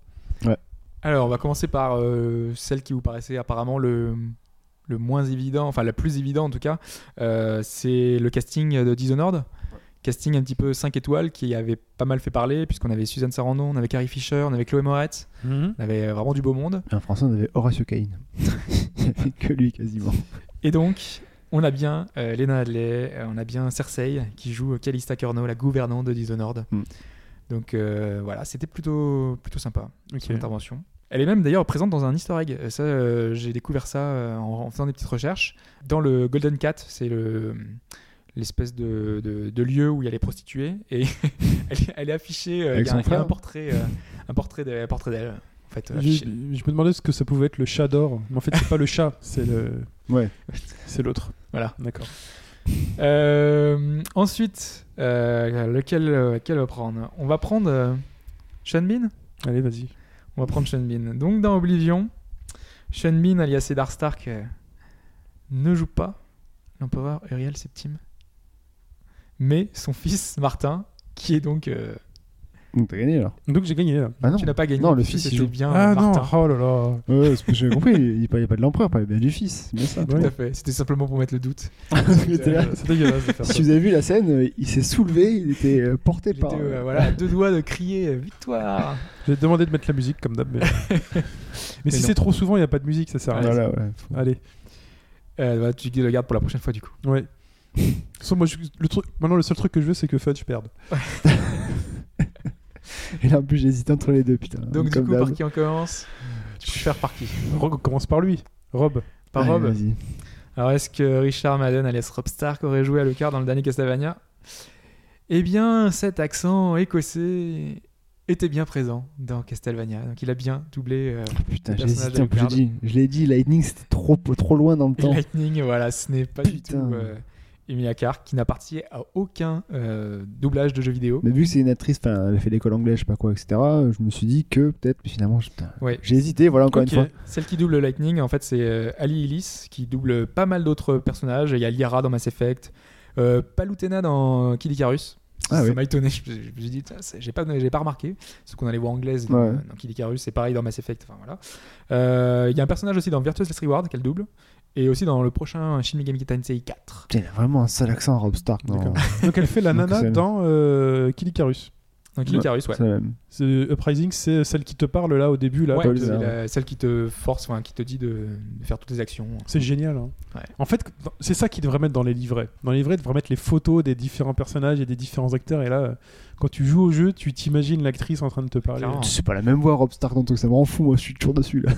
Speaker 4: alors, on va commencer par euh, celle qui vous paraissait apparemment le, le moins évident, enfin la plus évidente en tout cas, euh, c'est le casting de Dishonored. Casting un petit peu 5 étoiles qui avait pas mal fait parler, puisqu'on avait Suzanne Sarandon, on avait Carrie Fisher, on avait Chloé Moretz, on avait euh, vraiment du beau monde.
Speaker 5: Et En français, on avait
Speaker 4: (laughs)
Speaker 5: Horatio Caine. Il n'y avait que lui quasiment.
Speaker 4: Et donc, on a bien euh, Lena Hadley, euh, on a bien Cersei qui joue euh, Calista Curno, la gouvernante de Dishonored.
Speaker 5: Mm.
Speaker 4: Donc euh, voilà, c'était plutôt, plutôt sympa
Speaker 3: Ok.
Speaker 4: son intervention. Elle est même d'ailleurs présente dans un easter egg. Euh, Ça, euh, j'ai découvert ça euh, en, en faisant des petites recherches. Dans le Golden Cat, c'est le l'espèce de, de- de lieu où il y a les prostituées et (laughs) elle, est- elle est affichée euh, il
Speaker 5: Avec
Speaker 4: y a
Speaker 5: son
Speaker 4: un- il y a un
Speaker 5: frère.
Speaker 4: portrait euh, un portrait de- un portrait d'elle en fait
Speaker 3: Je,
Speaker 4: affiché.
Speaker 3: je me demandais ce que ça pouvait être le chat d'or. Mais en fait, c'est pas le chat, c'est le,
Speaker 5: Ouais.
Speaker 3: c'est l'autre.
Speaker 4: voilà
Speaker 3: D'accord.
Speaker 4: Euh, ensuite euh, lequel euh, lequel on va prendre on va prendre euh, Sean Bean
Speaker 3: Allez, vas-y.
Speaker 4: On va prendre Sean Bean. Donc dans Oblivion, Sean Bean alias Eddard Stark euh, ne joue pas l'empereur Uriel Septime, mais son fils Martin, qui est donc euh,
Speaker 5: Donc t'as gagné alors
Speaker 3: Donc j'ai gagné. Là.
Speaker 5: Ah non
Speaker 4: tu n'as pas gagné.
Speaker 5: Non, le
Speaker 4: puisque
Speaker 5: fils, il
Speaker 4: c'était
Speaker 5: joue.
Speaker 4: bien
Speaker 3: Ah,
Speaker 4: euh,
Speaker 3: non.
Speaker 4: Martin.
Speaker 3: Oh là là.
Speaker 5: Ouais, c'est parce que j'ai compris, il parlait pas de l'empereur, il parlait bien du fils. c'est Bien ça. (laughs)
Speaker 4: Tout à fait. C'était simplement pour mettre le doute.
Speaker 5: C'était là.
Speaker 3: Euh, C'est dégueulasse
Speaker 5: (laughs)
Speaker 3: de faire ça.
Speaker 5: Si vous avez vu la scène, euh, il s'est soulevé, il était euh, porté
Speaker 4: J'étais
Speaker 5: par.
Speaker 4: euh, voilà, à deux doigts de crier euh, victoire.
Speaker 5: (laughs)
Speaker 3: J'ai demandé de mettre la musique comme d'hab. Mais, mais si
Speaker 4: non.
Speaker 3: c'est trop souvent, il n'y a pas de musique, ça sert à rien.
Speaker 5: Voilà, ouais. Faut-
Speaker 3: Allez.
Speaker 4: Euh, bah, tu le gardes pour la prochaine fois du coup.
Speaker 3: Ouais. Sauf moi, je- le truc, maintenant, le seul truc que je veux, c'est que Fudge perde.
Speaker 5: Et là, en plus, j'hésite entre les deux, putain.
Speaker 4: Donc du
Speaker 5: Comme
Speaker 4: coup
Speaker 5: d'hab.
Speaker 4: par qui on commence Tu peux faire par qui
Speaker 3: Ro- commence par lui, Rob.
Speaker 4: Par
Speaker 5: Allez,
Speaker 4: Rob.
Speaker 5: vas-y.
Speaker 4: Alors, est-ce que Richard Madden alias Rob Stark aurait joué à Alucard dans le dernier Castlevania Eh bien, cet accent écossais était bien présent dans Castlevania. Donc, il a bien doublé euh,
Speaker 5: Putain,
Speaker 4: le
Speaker 5: j'ai
Speaker 4: personnage
Speaker 5: hésité en plus, je,
Speaker 4: d'Alucard.
Speaker 5: dis, je l'ai dit, Lightning c'était trop, trop loin dans le
Speaker 4: Et
Speaker 5: temps.
Speaker 4: Lightning, voilà, ce n'est pas du tout
Speaker 5: Putain.
Speaker 4: euh, Emilia Clarke qui n'a participé à aucun euh, doublage de jeu vidéo.
Speaker 5: Mais vu que c'est une actrice, enfin, elle a fait l'école anglaise, je sais pas quoi, etc., je me suis dit que peut-être, mais finalement, je- putain,
Speaker 4: Ouais.
Speaker 5: j'ai hésité, voilà, encore
Speaker 3: Ok.
Speaker 5: une fois.
Speaker 4: Celle qui double Lightning, en fait, c'est euh, Ali Ellis, qui double pas mal d'autres personnages. Il y a Lyra dans Mass Effect, euh, Palutena dans Kid Icarus.
Speaker 5: Ah
Speaker 4: ça
Speaker 5: oui.
Speaker 4: m'a étonné. Je me suis- je me suis dit, Tiens, c'est- j'ai pas, j'ai pas remarqué. Parce qu'on a les voix anglaises dans,
Speaker 5: Ouais.
Speaker 4: dans Kid Icarus, c'est pareil dans Mass Effect. Enfin, voilà. Euh, Il y a un personnage aussi dans Virtuous Last Reward qu'elle double. Et aussi dans le prochain Shin Megami Tensei 4.
Speaker 5: Putain, il a vraiment un sale accent, Rob Stark. non.
Speaker 3: D'accord. Donc elle fait la
Speaker 5: Donc,
Speaker 3: nana
Speaker 5: c'est-
Speaker 3: dans euh, Kid Icarus.
Speaker 4: Donc Kid
Speaker 5: Ouais.
Speaker 4: Icarus, ouais.
Speaker 5: (laughs) C'est la même.
Speaker 3: C'est- euh, Uprising, c'est celle qui te parle là au début. là.
Speaker 4: Ouais,
Speaker 5: Paul
Speaker 4: c'est
Speaker 5: Zahar.
Speaker 4: la- celle qui te force, enfin, qui te dit de, de faire toutes les actions.
Speaker 3: C'est génial. hein.
Speaker 4: Ouais.
Speaker 3: En fait, c'est ça qu'ils devraient mettre dans les livrets. Dans les livrets, ils devraient mettre les photos des différents personnages et des différents acteurs. Et là, euh, quand tu joues au jeu, tu t'imagines l'actrice en train de te parler.
Speaker 4: Clairement.
Speaker 5: C'est pas la même voix, Rob Stark, donc ça me rend fou, moi, je suis toujours dessus, là.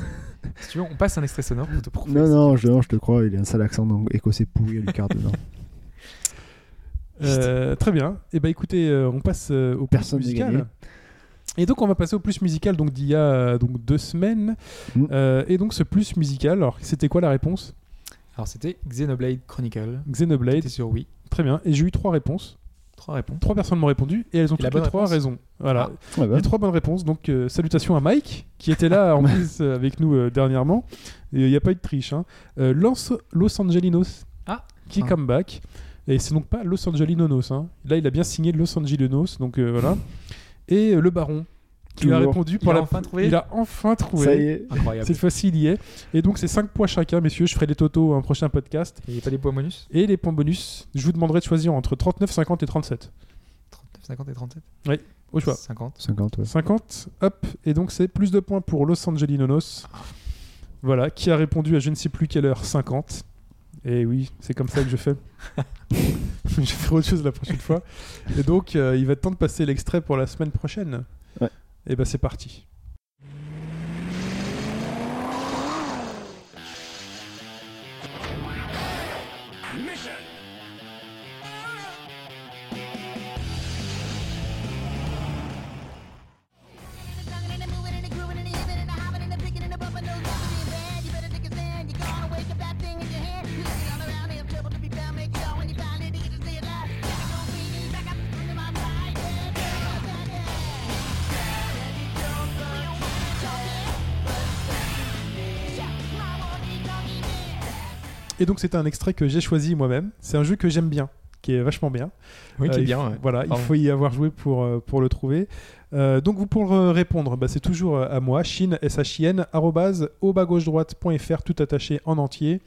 Speaker 4: Si tu veux, on passe un extrait sonore pour te prouver.
Speaker 5: Non, non, je, non, je te crois, il a un sale accent donc, écossais pourri à Lucard dedans.
Speaker 3: Euh, très bien. Et bah écoutez, euh, on passe euh, au
Speaker 5: Personne
Speaker 3: plus
Speaker 5: n'est gagné.
Speaker 3: musical. Et donc on va passer au plus musical donc d'il y a euh, donc deux semaines.
Speaker 5: Mm.
Speaker 3: Euh, et donc ce plus musical, alors c'était quoi la réponse
Speaker 4: Alors, c'était Xenoblade Chronicle.
Speaker 3: Xenoblade.
Speaker 4: C'était sur oui.
Speaker 3: Très bien. Et j'ai eu trois réponses.
Speaker 4: Trois réponses.
Speaker 3: Trois personnes m'ont répondu et elles ont
Speaker 4: Et la
Speaker 3: toutes les
Speaker 4: bonne
Speaker 3: trois
Speaker 4: réponse
Speaker 3: raison. Voilà.
Speaker 5: Ouais, bah.
Speaker 3: Les trois bonnes réponses. Donc, euh, salutations à Mike, qui était là
Speaker 5: (laughs)
Speaker 3: en plus euh, avec nous euh, dernièrement. Et Il n'y a pas eu de triche. Hein. Euh, Lance Los Angelinos,
Speaker 4: Ah.
Speaker 3: qui
Speaker 4: Ah.
Speaker 3: come back. Et c'est donc pas Los Angelinos. hein. Là, il a bien signé Los Angelinos. Donc, euh, voilà. Et euh, le baron, qui lui a
Speaker 5: Toujours.
Speaker 3: répondu
Speaker 4: Il
Speaker 3: pour
Speaker 4: a
Speaker 3: la.
Speaker 4: enfin trouvé
Speaker 3: Il a enfin trouvé.
Speaker 5: Ça y est.
Speaker 4: Incroyable.
Speaker 3: Cette fois-ci, il y est. Et donc, c'est 5 points chacun, messieurs. Je ferai les totaux à un prochain podcast.
Speaker 4: Il n'y a pas des points bonus
Speaker 3: Et les points bonus, je vous demanderai de choisir entre 39, 50 et 37.
Speaker 4: 39, 50 et 37
Speaker 3: Au choix.
Speaker 4: 50.
Speaker 5: 50, ouais.
Speaker 3: 50, hop, et donc c'est plus de points pour Los Angelinonos. Voilà, qui a répondu à je ne sais plus quelle heure 50. Et oui, c'est comme ça que je fais. je ferai autre chose la prochaine fois. Et donc, euh, il va être temps de passer l'extrait pour la semaine prochaine.
Speaker 5: Ouais.
Speaker 3: Et ben c'est parti. Et donc, c'était un extrait que j'ai choisi moi-même. C'est un jeu que j'aime bien, qui est vachement bien.
Speaker 4: Oui, qui
Speaker 3: Euh,
Speaker 4: est
Speaker 3: il
Speaker 4: bien.
Speaker 3: faut-
Speaker 4: ouais.
Speaker 3: Voilà, il
Speaker 4: Pardon.
Speaker 3: faut y avoir joué pour, euh, pour le trouver. Euh, donc vous pour euh, répondre, bah, c'est toujours euh, à moi, chine, S-H-I-N, arrobase, au bas gauche droite.fr, tout attaché en entier.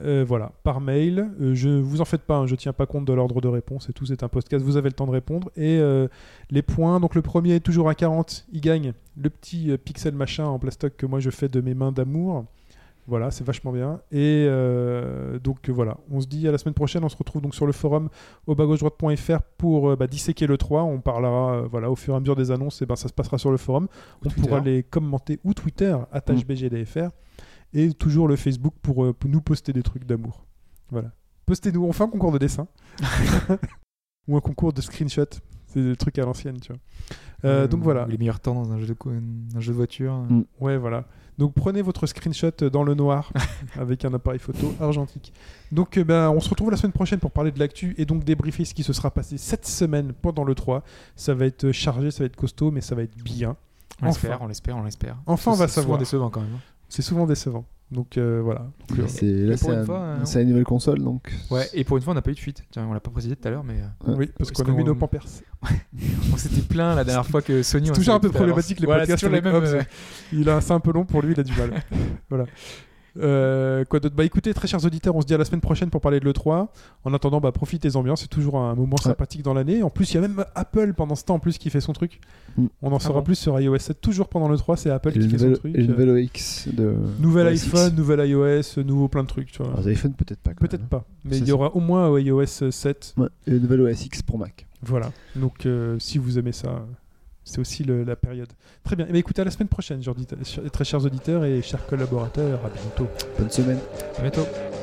Speaker 3: Euh, voilà, par mail. Euh, je vous en faites pas, hein, je tiens pas compte de l'ordre de réponse et tout. C'est un podcast, vous avez le temps de répondre. Et euh, les points, donc le premier est toujours à 40, il gagne le petit euh, pixel machin en plastoc que moi je fais de mes mains d'amour. Voilà, c'est vachement bien. Et euh, donc euh, voilà, on se dit à la semaine prochaine. On se retrouve donc sur le forum au bas-gauche-droite.fr pour euh, bah, disséquer le 3. On parlera euh, voilà, au fur et à mesure des annonces. Et ben, ça se passera sur le forum. on
Speaker 4: Twitter.
Speaker 3: pourra les commenter ou Twitter, attache BGDFR. Et toujours le Facebook pour, euh, pour nous poster des trucs d'amour. Voilà. Postez-nous. On fait un concours de dessin.
Speaker 4: (laughs)
Speaker 3: ou un concours de screenshot. C'est des trucs à l'ancienne, tu vois. Euh, donc voilà.
Speaker 4: Les meilleurs temps dans un jeu de, cou- un jeu de voiture.
Speaker 5: Mm.
Speaker 3: Ouais, voilà. Donc prenez votre screenshot euh, dans
Speaker 4: (laughs)
Speaker 3: le noir avec un appareil photo argentique. Donc euh, ben, on se retrouve la semaine prochaine pour parler de l'actu et donc débriefer ce qui se sera passé cette semaine pendant le 3. Ça va être euh, chargé, ça va être costaud, mais ça va être bien.
Speaker 4: On l'espère,
Speaker 3: Enfin.
Speaker 4: on l'espère, on l'espère.
Speaker 3: Enfin, on
Speaker 4: C'est
Speaker 3: va
Speaker 4: souvent
Speaker 3: savoir.
Speaker 4: décevant quand même. hein.
Speaker 3: C'est souvent décevant. Donc euh, voilà. Donc, euh,
Speaker 5: C'est là,
Speaker 4: pour
Speaker 5: c'est
Speaker 4: une
Speaker 5: un-
Speaker 4: fois, euh,
Speaker 5: c'est une nouvelle console, donc.
Speaker 4: Ouais, et pour une fois, on n'a pas eu de fuite. Tiens, on l'a pas précisé tout à l'heure, mais euh,
Speaker 3: oui, parce
Speaker 4: Est-ce
Speaker 3: qu'on a mis
Speaker 4: qu'on-
Speaker 3: nos pampers.
Speaker 4: on s'était plaint la dernière fois que Sony.
Speaker 3: C'est
Speaker 4: on
Speaker 3: toujours
Speaker 4: savait
Speaker 3: un peu
Speaker 4: tout à l'avance.
Speaker 3: problématique, les
Speaker 4: Voilà,
Speaker 3: podcasts
Speaker 4: c'est toujours
Speaker 3: avec
Speaker 4: les mêmes.
Speaker 3: Hobbs. Il a c'est un peu long pour lui, il a du mal. (laughs) voilà. Euh, quoi d'autre Bah écoutez, très chers auditeurs, on se dit à la semaine prochaine pour parler de l'E3. En attendant, bah, profitez-en bien, c'est toujours un moment sympathique dans l'année. En plus, il y a même Apple pendant ce temps en plus qui fait son truc.
Speaker 5: Mm.
Speaker 3: On en saura
Speaker 4: bon
Speaker 3: plus sur iOS 7, toujours pendant l'E3, c'est Apple
Speaker 5: Et
Speaker 3: qui
Speaker 5: le
Speaker 3: fait
Speaker 5: nouvel,
Speaker 3: son truc. euh.
Speaker 5: et le nouvel OX de.
Speaker 3: Nouvel
Speaker 5: OS X.
Speaker 3: iPhone, nouvel iOS, nouveau plein de trucs, tu vois.
Speaker 5: Alors, les iPhones, peut-être pas. quand
Speaker 3: Peut-être
Speaker 5: même.
Speaker 3: pas, mais
Speaker 5: Ah, Ça,
Speaker 3: il y
Speaker 5: c'est-
Speaker 3: aura au moins euh, iOS 7.
Speaker 5: Ouais, Et le nouvel OS X pour Mac.
Speaker 3: Voilà. Donc euh, si vous aimez ça, c'est aussi le- la période. Très bien. Eh bien, écoutez, à la semaine prochaine, chers auditeurs- très chers auditeurs et chers collaborateurs. À bientôt.
Speaker 5: Bonne semaine.
Speaker 4: À bientôt.
Speaker 6: Bye.